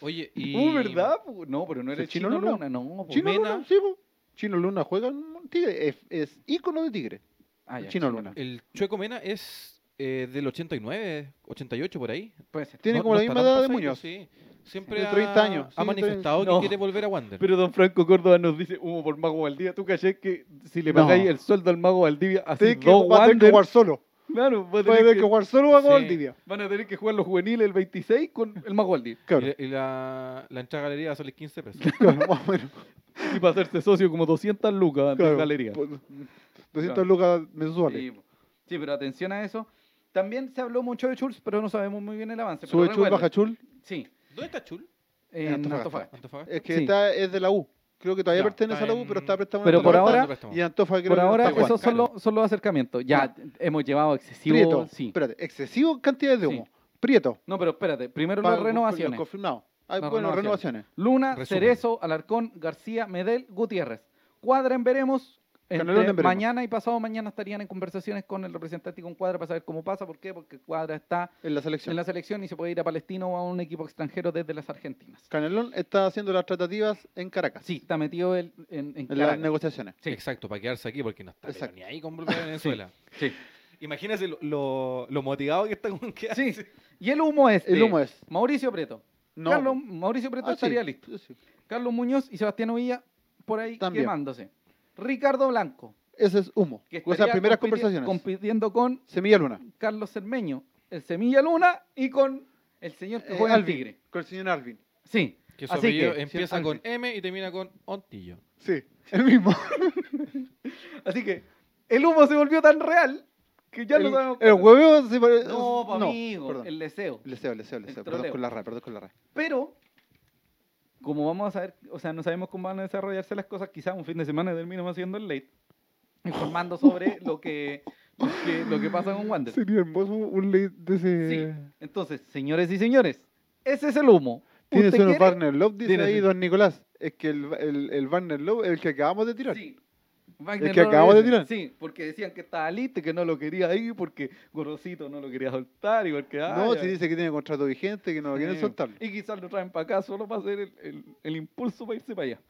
Speaker 2: Oye, y.
Speaker 1: Uh, ¿verdad? po? No, pero no era
Speaker 3: ¿El
Speaker 1: el Chino,
Speaker 3: Chino Luna?
Speaker 1: Luna, no. po.
Speaker 3: Chino
Speaker 2: Mena.
Speaker 3: Luna, sí, po. Chino Luna juega en Tigre, es, es ícono de Tigre.
Speaker 1: Ah, ya,
Speaker 3: Chino Luna.
Speaker 2: El Chueco Mena es eh, del 89, 88 por ahí.
Speaker 1: Puede ser.
Speaker 3: Tiene
Speaker 2: No-
Speaker 3: como
Speaker 2: no
Speaker 3: la
Speaker 2: está
Speaker 3: misma
Speaker 2: tan
Speaker 3: edad de
Speaker 2: pasadito,
Speaker 3: Muñoz.
Speaker 2: Sí. Siempre
Speaker 3: De
Speaker 2: ha,
Speaker 3: 30 años,
Speaker 2: ha
Speaker 3: sí,
Speaker 2: manifestado
Speaker 1: 30.
Speaker 2: que quiere volver a Wander.
Speaker 1: Pero don Franco Córdoba nos dice, humo por Mago Valdivia, tú caché que si le
Speaker 3: No.
Speaker 1: pagáis el sueldo al Mago Valdivia, así
Speaker 3: Tiene que,
Speaker 1: dos
Speaker 3: va a tener que
Speaker 1: Wander-
Speaker 3: jugar solo.
Speaker 1: Claro, va a
Speaker 3: Va a
Speaker 1: tener
Speaker 3: tener
Speaker 1: que-
Speaker 3: que jugar solo a
Speaker 2: Sí.
Speaker 3: Valdivia.
Speaker 1: van a tener que jugar los juveniles el 26 con el Mago Valdivia.
Speaker 3: Claro.
Speaker 2: Y, y la, la entrada a galería va a salir 15 pesos.
Speaker 3: Claro, más o menos.
Speaker 1: Y para hacerse socio como 200 lucas de
Speaker 3: Claro,
Speaker 1: galería.
Speaker 3: por 200
Speaker 1: Claro.
Speaker 3: lucas mensuales.
Speaker 1: Sí, po. Sí, pero atención a eso. También se habló mucho de Schultz, pero no sabemos muy bien el avance.
Speaker 3: Sube
Speaker 1: pero
Speaker 3: chul,
Speaker 1: recuerden-
Speaker 3: baja chul.
Speaker 1: Sí,
Speaker 2: ¿Dónde está Chul?
Speaker 1: en
Speaker 3: Antofagasta.
Speaker 1: Antofagasta.
Speaker 2: Antofagasta.
Speaker 3: Es que
Speaker 1: Sí.
Speaker 3: está, es de la U. Creo que todavía
Speaker 2: Ya,
Speaker 3: pertenece
Speaker 2: está
Speaker 3: a la U,
Speaker 2: en-
Speaker 3: pero está prestado en
Speaker 1: Pero por
Speaker 3: Antofagasta.
Speaker 1: ahora-
Speaker 3: Y Antofa creo
Speaker 1: Por
Speaker 3: que no
Speaker 1: ahora,
Speaker 3: está jugando.
Speaker 1: esos son, los- son los acercamientos. Ya hemos llevado excesivo.
Speaker 3: Prieto,
Speaker 1: Sí.
Speaker 3: espérate, excesivo cantidad de
Speaker 1: Sí.
Speaker 3: humo. Prieto.
Speaker 1: No, pero espérate. Primero
Speaker 3: Pago
Speaker 1: las
Speaker 3: con-
Speaker 1: renovaciones.
Speaker 3: Confirmado. Hay,
Speaker 1: Las
Speaker 3: bueno,
Speaker 1: renovaciones.
Speaker 3: renovaciones.
Speaker 1: Luna,
Speaker 2: Resumen.
Speaker 1: Cerezo, Alarcón, García, Medel, Gutiérrez. Cuadra en veremos.
Speaker 3: Canelón
Speaker 1: Entre
Speaker 3: en veremos.
Speaker 1: mañana y pasado mañana estarían en conversaciones con el representante y con Cuadra para saber cómo pasa. ¿Por qué? Porque Cuadra está
Speaker 3: en la selección.
Speaker 1: en la selección y se puede ir a Palestino o a un equipo extranjero desde las Argentinas.
Speaker 3: Canelón está haciendo las tratativas en Caracas.
Speaker 1: Sí, está metido él en, en
Speaker 3: En las
Speaker 1: Caracas.
Speaker 3: negociaciones.
Speaker 1: Sí.
Speaker 2: Exacto, para quedarse aquí porque no está pero
Speaker 3: Exacto.
Speaker 2: ni ahí con Venezuela.
Speaker 1: Sí.
Speaker 2: Imagínense lo, lo- lo motivado que está con que
Speaker 1: Sí. Y el humo es.
Speaker 3: El humo es.
Speaker 1: Mauricio Preto.
Speaker 3: No.
Speaker 1: Carlos, Mauricio Preto
Speaker 3: Ah, sí.
Speaker 1: estaría listo.
Speaker 3: Sí, sí.
Speaker 1: Carlos Muñoz y Sebastián Ovilla por ahí
Speaker 3: También.
Speaker 1: quemándose. Ricardo Blanco.
Speaker 3: Ese es humo.
Speaker 1: que
Speaker 3: O sea,
Speaker 1: estaría
Speaker 3: primeras
Speaker 1: compiti-
Speaker 3: conversaciones.
Speaker 1: Compitiendo con
Speaker 3: Semilla Luna.
Speaker 1: Carlos Cermeño, el Semilla Luna y con el señor que
Speaker 3: Eh,
Speaker 1: juega al
Speaker 3: Alvin,
Speaker 1: Tigre.
Speaker 3: Con el señor Alvin.
Speaker 1: Sí.
Speaker 2: Que su
Speaker 1: Así
Speaker 2: apellido
Speaker 1: que,
Speaker 2: empieza
Speaker 1: sí,
Speaker 2: con M y termina con Ontillo.
Speaker 3: Sí, el mismo.
Speaker 1: así que el humo se volvió tan real que ya
Speaker 3: el,
Speaker 1: no sabemos.
Speaker 3: el hueveo se pare-
Speaker 1: No, pa' amigo,
Speaker 3: perdón.
Speaker 1: el deseo.
Speaker 3: Leseo, leseo, leseo.
Speaker 1: El
Speaker 3: Perdón
Speaker 1: troleo.
Speaker 3: con la RAE, perdón con la RAE.
Speaker 1: Pero, como vamos a saber, o sea, no sabemos cómo van a desarrollarse las cosas, quizás un fin de semana terminemos haciendo el late, informando sobre lo que, lo que, lo que pasa con Wander.
Speaker 3: Sería hermoso un late de
Speaker 1: Sí. Entonces, señores y señores, ese es el humo.
Speaker 3: Tienes
Speaker 1: ¿Usted
Speaker 3: unos
Speaker 1: quiere?
Speaker 3: Barner Love, dice
Speaker 1: Tienes
Speaker 3: ahí
Speaker 1: un-
Speaker 3: don Nicolás. Es que el, el, el Barner Love es el que acabamos de tirar.
Speaker 1: Sí. Wagner
Speaker 3: que
Speaker 1: no lo
Speaker 3: acabamos de
Speaker 1: dice.
Speaker 3: tirar.
Speaker 1: Sí, porque decían que estaba listo y que no lo quería ahí porque Gorosito no lo quería soltar. Igual que, ah,
Speaker 3: no,
Speaker 1: ya.
Speaker 3: si dice que tiene contrato vigente, que no lo quieren
Speaker 1: Sí.
Speaker 3: soltarlo.
Speaker 1: Y quizás lo traen para acá solo para hacer el, el- el impulso para irse para allá.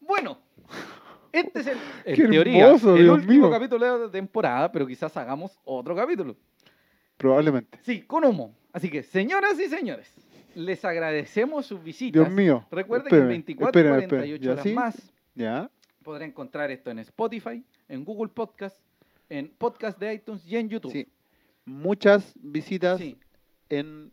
Speaker 1: Bueno, este es el, en
Speaker 3: Qué
Speaker 1: teoría,
Speaker 3: hermoso,
Speaker 1: el
Speaker 3: Dios
Speaker 1: último
Speaker 3: mío.
Speaker 1: capítulo de la temporada, pero quizás hagamos otro capítulo.
Speaker 3: Probablemente.
Speaker 1: Sí, con humo. Así que, señoras y señores, les agradecemos sus visitas.
Speaker 3: Dios mío.
Speaker 1: Recuerden que
Speaker 3: Espérame,
Speaker 1: en 24
Speaker 3: espérame, espérame.
Speaker 1: 48
Speaker 3: ¿Ya
Speaker 1: horas
Speaker 3: sí?
Speaker 1: más
Speaker 3: Ya.
Speaker 1: Podrá encontrar esto en Spotify, en Google Podcast, en Podcast de iTunes y en YouTube.
Speaker 3: Sí. Muchas visitas
Speaker 1: Sí.
Speaker 3: en
Speaker 1: En,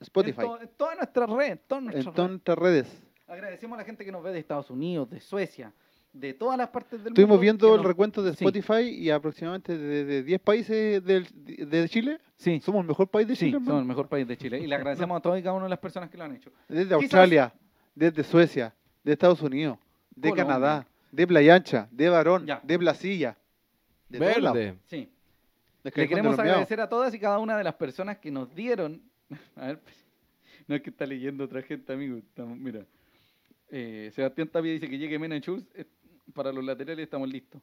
Speaker 3: Spotify.
Speaker 1: to- en todas nuestras redes, en todas nuestras
Speaker 3: En tantas redes.
Speaker 1: redes. Agradecemos a la gente que nos ve de Estados Unidos, de Suecia, de todas las partes del
Speaker 3: Estuvimos
Speaker 1: mundo. que
Speaker 3: viendo el
Speaker 1: nos-
Speaker 3: recuento de
Speaker 1: Sí.
Speaker 3: Spotify y aproximadamente de de 10 países del- de, de Chile.
Speaker 1: Sí,
Speaker 3: Somos el mejor país de
Speaker 1: sí,
Speaker 3: Chile, hermano.
Speaker 1: somos el mejor país de Chile. Y le agradecemos a todas y cada una de las personas que lo han hecho.
Speaker 3: Desde
Speaker 1: Quizás-
Speaker 3: Australia, desde Suecia, de Estados Unidos, de
Speaker 1: Colombia.
Speaker 3: Canadá, de Playa Ancha, de Barón,
Speaker 1: Ya.
Speaker 3: de Blasilla. De todos lados.
Speaker 2: Verde.
Speaker 1: Sí.
Speaker 3: Del Callejón
Speaker 1: Le
Speaker 3: de
Speaker 1: queremos
Speaker 3: los Miaos.
Speaker 1: agradecer a todas y cada una de las personas que nos dieron. A ver, pues, no es que está leyendo otra gente, amigo. estamos- mira, Eh, Sebastián Tapia dice que llegue Mena Schultz. eh, para los laterales estamos listos.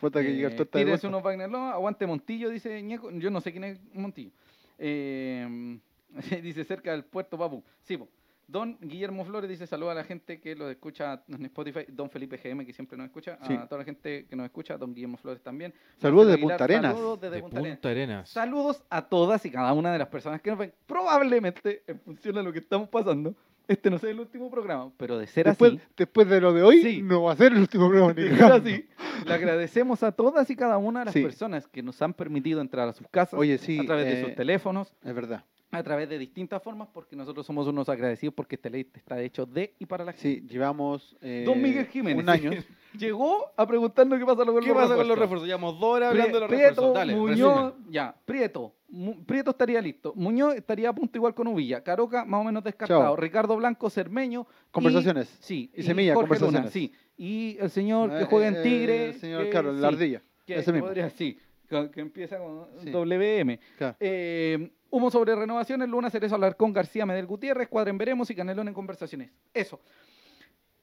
Speaker 3: Puta que
Speaker 1: Eh,
Speaker 3: llega el torta de
Speaker 1: tírese
Speaker 3: vuelta.
Speaker 1: unos Wagner Love, aguante Montillo, dice Ñeco. Yo no sé quién es Montillo. Eh, dice cerca del puerto Papu. Sí, po. Don Guillermo Flores dice saluda a la gente que los escucha en Spotify. Don Felipe GM, que siempre nos escucha.
Speaker 3: Sí.
Speaker 1: A toda la gente que nos escucha. Don Guillermo Flores también.
Speaker 3: Saludos de
Speaker 1: Marcelo
Speaker 3: Punta
Speaker 1: Aguilar,
Speaker 3: Arenas.
Speaker 1: Saludos desde
Speaker 2: De
Speaker 1: Punta Arenas.
Speaker 2: Punta Arenas.
Speaker 1: Saludos a todas y cada una de las personas que nos ven. Probablemente, en función de lo que estamos pasando, este no sea el último programa, pero de ser
Speaker 3: Después,
Speaker 1: así,
Speaker 3: después de lo de hoy,
Speaker 1: Sí.
Speaker 3: no va a ser el último programa. ni
Speaker 1: de ser
Speaker 3: cagando.
Speaker 1: así, le agradecemos a todas y cada una de las
Speaker 3: Sí.
Speaker 1: personas que nos han permitido entrar a sus casas,
Speaker 3: Oye, sí.
Speaker 1: a través de
Speaker 3: eh,
Speaker 1: sus teléfonos,
Speaker 3: Es verdad.
Speaker 1: a través de distintas formas, porque nosotros somos unos agradecidos porque este ley está hecho de y para la gente.
Speaker 3: Sí, llevamos. eh,
Speaker 1: Don Miguel Jiménez.
Speaker 3: Un año.
Speaker 1: Llegó a preguntarnos qué pasa con
Speaker 2: ¿Qué
Speaker 1: los
Speaker 2: pasa con los
Speaker 1: refuerzos.
Speaker 2: refuerzos? Llevamos dos horas
Speaker 1: Pri-
Speaker 2: hablando de los
Speaker 1: Prieto,
Speaker 2: refuerzos. Dale,
Speaker 1: Muñoz,
Speaker 2: resumen.
Speaker 1: ya, Prieto. Mu- Prieto estaría listo. Muñoz estaría a punto igual con Uvilla. Caroca, más o menos descartado.
Speaker 3: Chao.
Speaker 1: Ricardo Blanco, Cermeño. y-
Speaker 3: Conversaciones.
Speaker 1: sí.
Speaker 3: Y Semilla,
Speaker 1: Jorge Luna,
Speaker 3: conversaciones.
Speaker 1: sí. Y el señor que
Speaker 3: Eh,
Speaker 1: juega
Speaker 3: eh,
Speaker 1: en Tigre.
Speaker 3: el señor
Speaker 1: que-
Speaker 3: Carlos,
Speaker 1: sí,
Speaker 3: la ardilla.
Speaker 1: que-
Speaker 3: ese
Speaker 1: que
Speaker 3: mismo.
Speaker 1: podría- sí, que, que empieza con
Speaker 3: Sí.
Speaker 1: WM.
Speaker 3: Claro.
Speaker 1: Eh, humo sobre renovaciones, Luna Cerezo Alarcón, García Medel Gutiérrez, Cuadra en Veremos y Canelón en conversaciones. Eso.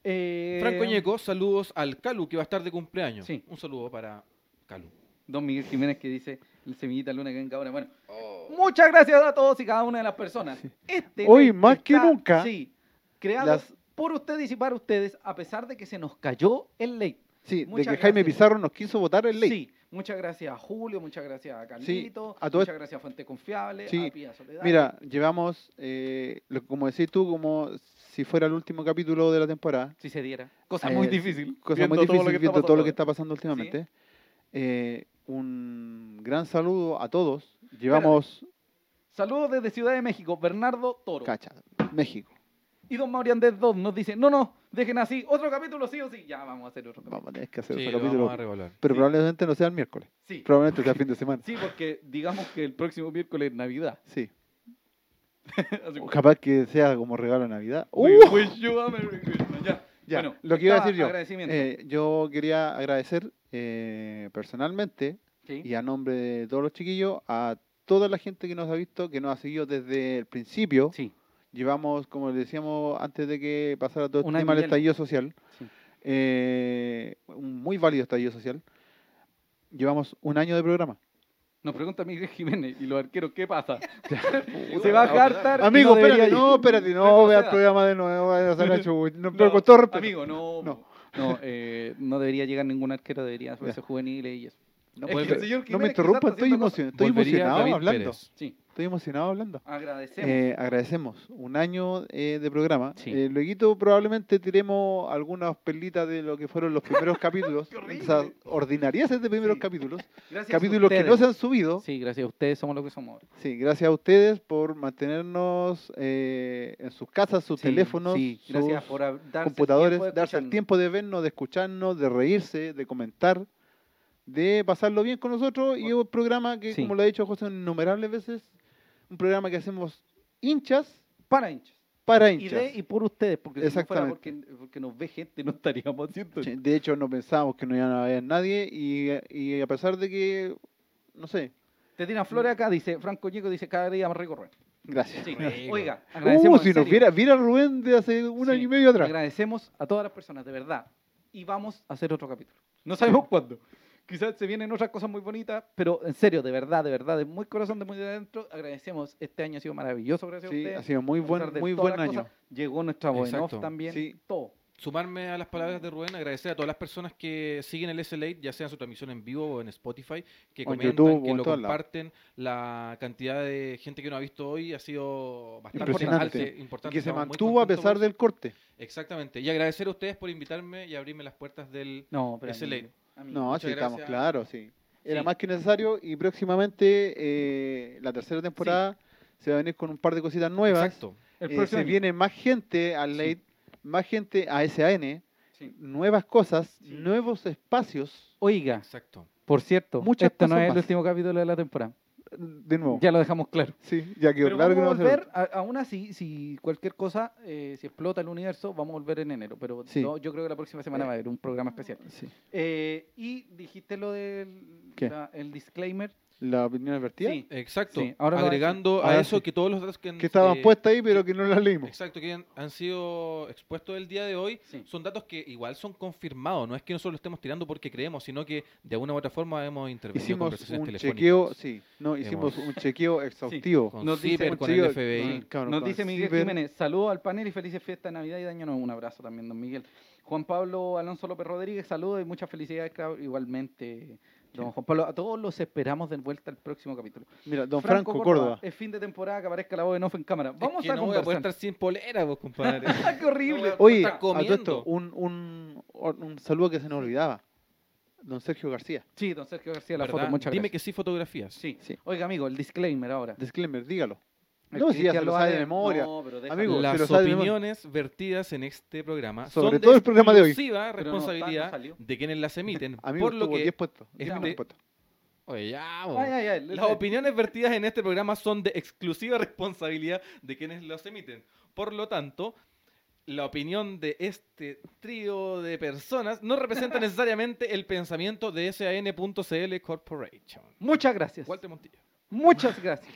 Speaker 1: Eh,
Speaker 2: Franco Ñeco, saludos al Calu, que va a estar de cumpleaños.
Speaker 1: Sí.
Speaker 2: Un saludo para Calu.
Speaker 1: Don Miguel Jiménez que dice el semillita luna que venga ahora. Bueno, muchas gracias a todos y cada una de las personas. Este
Speaker 3: Hoy
Speaker 1: link
Speaker 3: más que nunca,
Speaker 1: Sí, creado
Speaker 3: las-
Speaker 1: por ustedes y para ustedes, a pesar de que se nos cayó el ley.
Speaker 3: Sí, de
Speaker 1: Muchas
Speaker 3: que Jaime
Speaker 1: gracias.
Speaker 3: Pizarro nos quiso votar el ley.
Speaker 1: Sí, muchas gracias a Julio, muchas gracias a Carlito,
Speaker 3: a todo
Speaker 1: muchas gracias a Fuente Confiable,
Speaker 3: Sí,
Speaker 1: a Pía Soledad.
Speaker 3: Mira, llevamos, eh, lo- como decís tú, como si fuera el último capítulo de la temporada.
Speaker 1: si se diera. Cosa
Speaker 3: Eh,
Speaker 1: muy difícil.
Speaker 3: Cosa
Speaker 1: viendo todo
Speaker 3: muy
Speaker 1: lo
Speaker 3: difícil
Speaker 1: que está
Speaker 3: viendo todo lo que
Speaker 1: pasando
Speaker 3: está pasando últimamente. Eh, un gran saludo a todos. Llevamos,
Speaker 1: ahora. Saludos desde Ciudad de México, Bernardo Toro.
Speaker 3: cacha, México.
Speaker 1: Y don Maurián 2 nos dice, no, no, dejen así, otro capítulo sí o sí. Ya, vamos a hacer otro capítulo.
Speaker 3: Vamos a tener que hacer
Speaker 2: Sí,
Speaker 3: otro
Speaker 2: lo vamos a
Speaker 3: capítulo.
Speaker 2: revaluar.
Speaker 3: Pero
Speaker 1: Sí.
Speaker 3: probablemente no sea el miércoles.
Speaker 1: Sí.
Speaker 3: Probablemente sea fin de semana.
Speaker 1: Sí, porque digamos que el próximo miércoles es Navidad.
Speaker 3: Sí.
Speaker 1: Así
Speaker 3: O
Speaker 1: que-
Speaker 3: capaz que sea como regalo de Navidad.
Speaker 1: Uy,
Speaker 3: ¡Uh!
Speaker 1: uy, ayúdame, güey, güey, ya.
Speaker 3: Ya,
Speaker 1: Bueno,
Speaker 3: lo que iba a
Speaker 1: estaba
Speaker 3: decir yo.
Speaker 1: agradecimiento.
Speaker 3: eh, yo quería agradecer eh, personalmente
Speaker 1: Sí.
Speaker 3: y a nombre de todos los chiquillos, a toda la gente que nos ha visto, que nos ha seguido desde el principio,
Speaker 1: Sí.
Speaker 3: Llevamos, como les decíamos antes de que pasara todo
Speaker 1: Un
Speaker 3: este
Speaker 1: año
Speaker 3: tema
Speaker 1: y
Speaker 3: del
Speaker 1: algo.
Speaker 3: estallido social,
Speaker 1: Sí.
Speaker 3: eh, un muy válido estallido social, llevamos un año de programa.
Speaker 1: Nos pregunta Miguel Jiménez y los arqueros, ¿qué pasa? Se va a hartar. y
Speaker 3: Amigo,
Speaker 1: debería
Speaker 3: espérate,
Speaker 1: ir.
Speaker 3: no, espérate,
Speaker 1: Retroceda.
Speaker 3: no vea el programa de nuevo, vaya a hacer la chubu- no,
Speaker 1: No,
Speaker 3: pero con todo respeto.
Speaker 1: Amigo, no. No,
Speaker 3: No.
Speaker 1: eh, no debería llegar ningún arquero, debería hacerse juvenil y eso.
Speaker 3: No,
Speaker 2: Es que el
Speaker 3: pero-
Speaker 1: señor
Speaker 3: no me
Speaker 1: Jiménez
Speaker 3: interrumpa,
Speaker 1: quizás está
Speaker 3: estoy,
Speaker 1: haciendo
Speaker 3: emocionado, estoy
Speaker 2: Volvería
Speaker 3: emocionado
Speaker 2: David
Speaker 3: hablando.
Speaker 2: Pérez.
Speaker 1: Sí,
Speaker 3: Estoy emocionado hablando.
Speaker 1: agradecemos.
Speaker 3: Eh, agradecemos un año eh, de programa.
Speaker 1: Sí.
Speaker 3: Eh, luego probablemente tiremos algunas perlitas de lo que fueron los primeros capítulos, esas ordinarieces de primeros
Speaker 1: Sí.
Speaker 3: capítulos,
Speaker 1: gracias
Speaker 3: capítulos que no se han subido. Sí.
Speaker 1: Sí, gracias a ustedes somos lo que somos ahora.
Speaker 3: gracias a ustedes por mantenernos eh, en sus casas, sus
Speaker 1: Sí,
Speaker 3: teléfonos,
Speaker 1: sí, gracias
Speaker 3: sus
Speaker 1: por hab- darse el
Speaker 3: computadores,
Speaker 1: tiempo de
Speaker 3: darse el
Speaker 1: escucharnos.
Speaker 3: tiempo de vernos, de escucharnos, de reírse, de comentar, de pasarlo bien con nosotros. Y es un programa que,
Speaker 1: Sí.
Speaker 3: como lo ha dicho José innumerables veces, un programa que hacemos hinchas
Speaker 1: Para hinchas.
Speaker 3: para
Speaker 1: Y de
Speaker 3: hinchas.
Speaker 1: y por ustedes, porque si no fuera porque,
Speaker 3: Exactamente.
Speaker 1: porque nos ve gente, no estaríamos haciendo esto.
Speaker 3: Sí, De hecho, no pensábamos que no iban a ver nadie y, y a pesar de que, no sé,
Speaker 1: Te tiran flores acá, dice Franco Ñeco, dice cada día más rico Rubén.
Speaker 3: gracias.
Speaker 1: Sí,
Speaker 2: Rico.
Speaker 1: oiga,
Speaker 3: Uh,
Speaker 1: agradecemos. en
Speaker 3: si nos
Speaker 1: serio.
Speaker 3: viera, viera Rubén de hace un
Speaker 1: Sí,
Speaker 3: año y medio atrás.
Speaker 1: Agradecemos a todas las personas, de verdad. Y vamos a hacer otro capítulo. No sabemos cuándo. Quizás se vienen otras cosas muy bonitas, pero en serio, de verdad, de verdad, de muy corazón, de muy de adentro, agradecemos. Este año ha sido maravilloso, gracias a
Speaker 3: Sí,
Speaker 1: ustedes.
Speaker 3: ha sido muy
Speaker 1: A
Speaker 3: buen,
Speaker 1: pesar de
Speaker 3: muy
Speaker 1: todas
Speaker 3: buen
Speaker 1: las
Speaker 3: año.
Speaker 1: cosas, llegó nuestra voz en off
Speaker 2: Exacto.
Speaker 1: también.
Speaker 3: Sí.
Speaker 1: Todo.
Speaker 2: Sumarme a las palabras de Rubén, agradecer a todas las personas que siguen el SLA, ya sea en su transmisión en vivo o en Spotify, que
Speaker 3: O en
Speaker 2: comentan,
Speaker 3: YouTube, o
Speaker 2: que
Speaker 3: en
Speaker 2: lo
Speaker 3: todos lados.
Speaker 2: comparten. La cantidad de gente que nos ha visto hoy ha sido bastante
Speaker 3: Impresionante.
Speaker 2: importante.
Speaker 3: Y
Speaker 2: importante.
Speaker 3: que se
Speaker 2: Estamos muy
Speaker 3: mantuvo a
Speaker 2: contentos
Speaker 3: pesar
Speaker 2: por-
Speaker 3: del corte.
Speaker 2: Exactamente. Y agradecer a ustedes por invitarme y abrirme las puertas del...
Speaker 1: No, pero.
Speaker 2: Ese ley.
Speaker 1: amigo,
Speaker 3: e- No,
Speaker 1: amigo.
Speaker 2: Muchas
Speaker 3: sí, estamos
Speaker 2: gracias.
Speaker 3: claros, sí.
Speaker 1: Mm.
Speaker 3: Era
Speaker 1: Sí.
Speaker 3: más que necesario y próximamente eh, la tercera temporada se va a venir con un par de cositas nuevas.
Speaker 2: Exacto.
Speaker 1: El
Speaker 3: Eh,
Speaker 1: próximo
Speaker 3: se
Speaker 1: año.
Speaker 3: viene más gente al
Speaker 1: Sí.
Speaker 3: late, más gente a SAN,
Speaker 1: Sí.
Speaker 3: nuevas cosas,
Speaker 1: Sí.
Speaker 3: nuevos espacios.
Speaker 1: Oiga,
Speaker 2: Exacto.
Speaker 1: por cierto,
Speaker 3: Muchas
Speaker 1: este no
Speaker 3: cosas
Speaker 1: es el
Speaker 3: más.
Speaker 1: último capítulo de la temporada.
Speaker 3: De nuevo.
Speaker 1: Ya lo dejamos claro.
Speaker 3: Sí, ya quedó
Speaker 1: Pero
Speaker 3: claro que
Speaker 1: vamos
Speaker 3: no
Speaker 1: a
Speaker 3: va a ser-
Speaker 1: volver, a- aún así, si cualquier cosa, eh, si explota el universo, vamos a volver en enero. Pero
Speaker 3: Sí.
Speaker 1: no, yo creo que la próxima semana
Speaker 3: Eh.
Speaker 1: va a haber un programa especial.
Speaker 3: Sí.
Speaker 1: Eh, y dijiste lo del
Speaker 3: ¿Qué?
Speaker 1: la- el disclaimer.
Speaker 3: La opinión advertida.
Speaker 1: Sí.
Speaker 2: Exacto.
Speaker 1: Sí, ahora lo voy a
Speaker 2: Agregando a
Speaker 3: Ahora
Speaker 2: eso
Speaker 3: sí.
Speaker 2: que todos los datos que... han-
Speaker 3: Que estaban
Speaker 2: eh,
Speaker 3: puestas ahí, pero que no las leímos.
Speaker 2: Exacto, que han- han sido expuestos el día de hoy.
Speaker 1: Sí.
Speaker 2: Son datos que igual son confirmados. No es que nosotros lo estemos tirando porque creemos, sino que de alguna u otra forma hemos intervenido con
Speaker 3: Hicimos
Speaker 2: conversaciones
Speaker 3: un
Speaker 2: telefónicas.
Speaker 3: chequeo, sí, no,
Speaker 2: Hemos-
Speaker 3: hicimos un chequeo exhaustivo.
Speaker 2: Con
Speaker 1: Nos dice-
Speaker 2: CIPER, con
Speaker 3: Sí,
Speaker 2: el
Speaker 3: el-
Speaker 2: FBI.
Speaker 3: sí, Ah, cabrón,
Speaker 1: Nos
Speaker 3: con
Speaker 1: dice Miguel
Speaker 3: Ciber.
Speaker 1: Jiménez, saludos al panel y felices fiestas de Navidad y de Año Nuevo. Un abrazo también, don Miguel. Juan Pablo Alonso López Rodríguez, saludos y muchas felicidades, claro, igualmente, don Juan Pablo. A todos los esperamos de vuelta al próximo capítulo.
Speaker 3: Mira, don Franco, Córdoba.
Speaker 1: Es fin de temporada que aparezca la voz en off en cámara. Vamos
Speaker 2: es que
Speaker 1: a
Speaker 2: no voy a poder
Speaker 1: conversar.
Speaker 2: estar sin polera, vos, compadre.
Speaker 1: Ah, ¡Qué horrible!
Speaker 2: No voy
Speaker 3: Oye,
Speaker 2: está
Speaker 3: a todo
Speaker 2: comiendo.
Speaker 3: esto, un, un, un saludo que se nos olvidaba. Don Sergio García.
Speaker 1: Sí, don Sergio García, la
Speaker 2: ¿Verdad?
Speaker 1: foto, muchas
Speaker 2: Dime
Speaker 1: gracias.
Speaker 2: que sí fotografías.
Speaker 1: Sí.
Speaker 3: Sí.
Speaker 1: Oiga, amigo, el disclaimer ahora.
Speaker 3: Disclaimer, dígalo.
Speaker 1: El
Speaker 3: No, si ya
Speaker 1: Cristian
Speaker 3: se lo
Speaker 1: va a
Speaker 3: sabe de
Speaker 1: leer.
Speaker 3: memoria.
Speaker 1: No, pero déjalo.
Speaker 3: Amigo,
Speaker 2: Las
Speaker 3: se lo sabe de memoria.
Speaker 2: opiniones vertidas en este programa
Speaker 3: Sobre
Speaker 2: son
Speaker 3: todo
Speaker 2: de
Speaker 3: el programa de hoy.
Speaker 1: Pero
Speaker 2: exclusiva
Speaker 1: no,
Speaker 2: responsabilidad
Speaker 1: no salió.
Speaker 2: de quienes las emiten.
Speaker 3: Amigo,
Speaker 2: por lo
Speaker 3: estuvo
Speaker 2: que
Speaker 3: 10 puestos. 10
Speaker 1: Ya,
Speaker 3: minutos
Speaker 2: de-
Speaker 3: puestos.
Speaker 2: Oye, ya, vos.
Speaker 1: Ay, ay, ay,
Speaker 2: Las opiniones vertidas en este programa son de exclusiva responsabilidad de quienes los emiten. Por lo tanto, la opinión de este trío de personas no representa necesariamente el pensamiento de SAN.cl Corporation.
Speaker 1: Muchas gracias.
Speaker 2: Walter Montillo.
Speaker 1: Muchas gracias.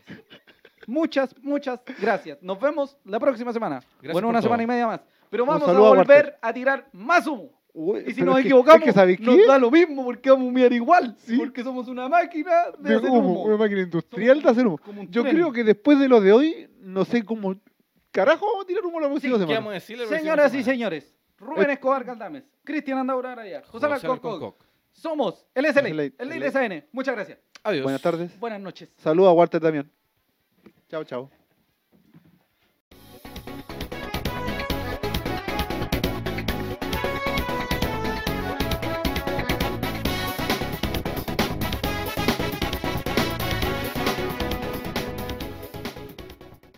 Speaker 1: Muchas, muchas gracias. Nos vemos la próxima semana. bueno,
Speaker 2: Gracias por
Speaker 1: una
Speaker 2: todo.
Speaker 1: semana y media más. Pero
Speaker 3: Un
Speaker 1: vamos a
Speaker 3: saludo a
Speaker 1: volver
Speaker 3: Walter.
Speaker 1: a tirar más humo.
Speaker 3: Uy,
Speaker 1: Y si
Speaker 3: pero
Speaker 1: nos
Speaker 3: es que-
Speaker 1: equivocamos,
Speaker 3: es que, ¿sabéis
Speaker 1: nos
Speaker 3: qué?
Speaker 1: da lo mismo porque vamos a humear igual.
Speaker 3: Sí.
Speaker 1: Porque somos una máquina de,
Speaker 3: De
Speaker 1: hacer
Speaker 3: humo,
Speaker 1: humo.
Speaker 3: una máquina industrial de hacer humo.
Speaker 1: Como un
Speaker 3: Yo
Speaker 1: tren.
Speaker 3: creo que después de lo de hoy, no sé cómo. Carajo, vamos a tirar humo la
Speaker 2: ¿Qué
Speaker 3: próxima
Speaker 2: vamos a
Speaker 3: semana.
Speaker 2: decirle? la próxima
Speaker 1: Señoras y
Speaker 2: semana?
Speaker 1: señores, Rubén Escobar Galdames, Cristian Andaura Araya, Eh, José Alarcón
Speaker 2: Alarcón
Speaker 1: Coc.
Speaker 2: Coc.
Speaker 1: Somos el SLA,
Speaker 3: SLA.
Speaker 1: el SN. E. Muchas gracias.
Speaker 2: Adiós.
Speaker 3: Buenas tardes.
Speaker 1: Buenas noches.
Speaker 3: Saludos a Walter también. Chao, chao.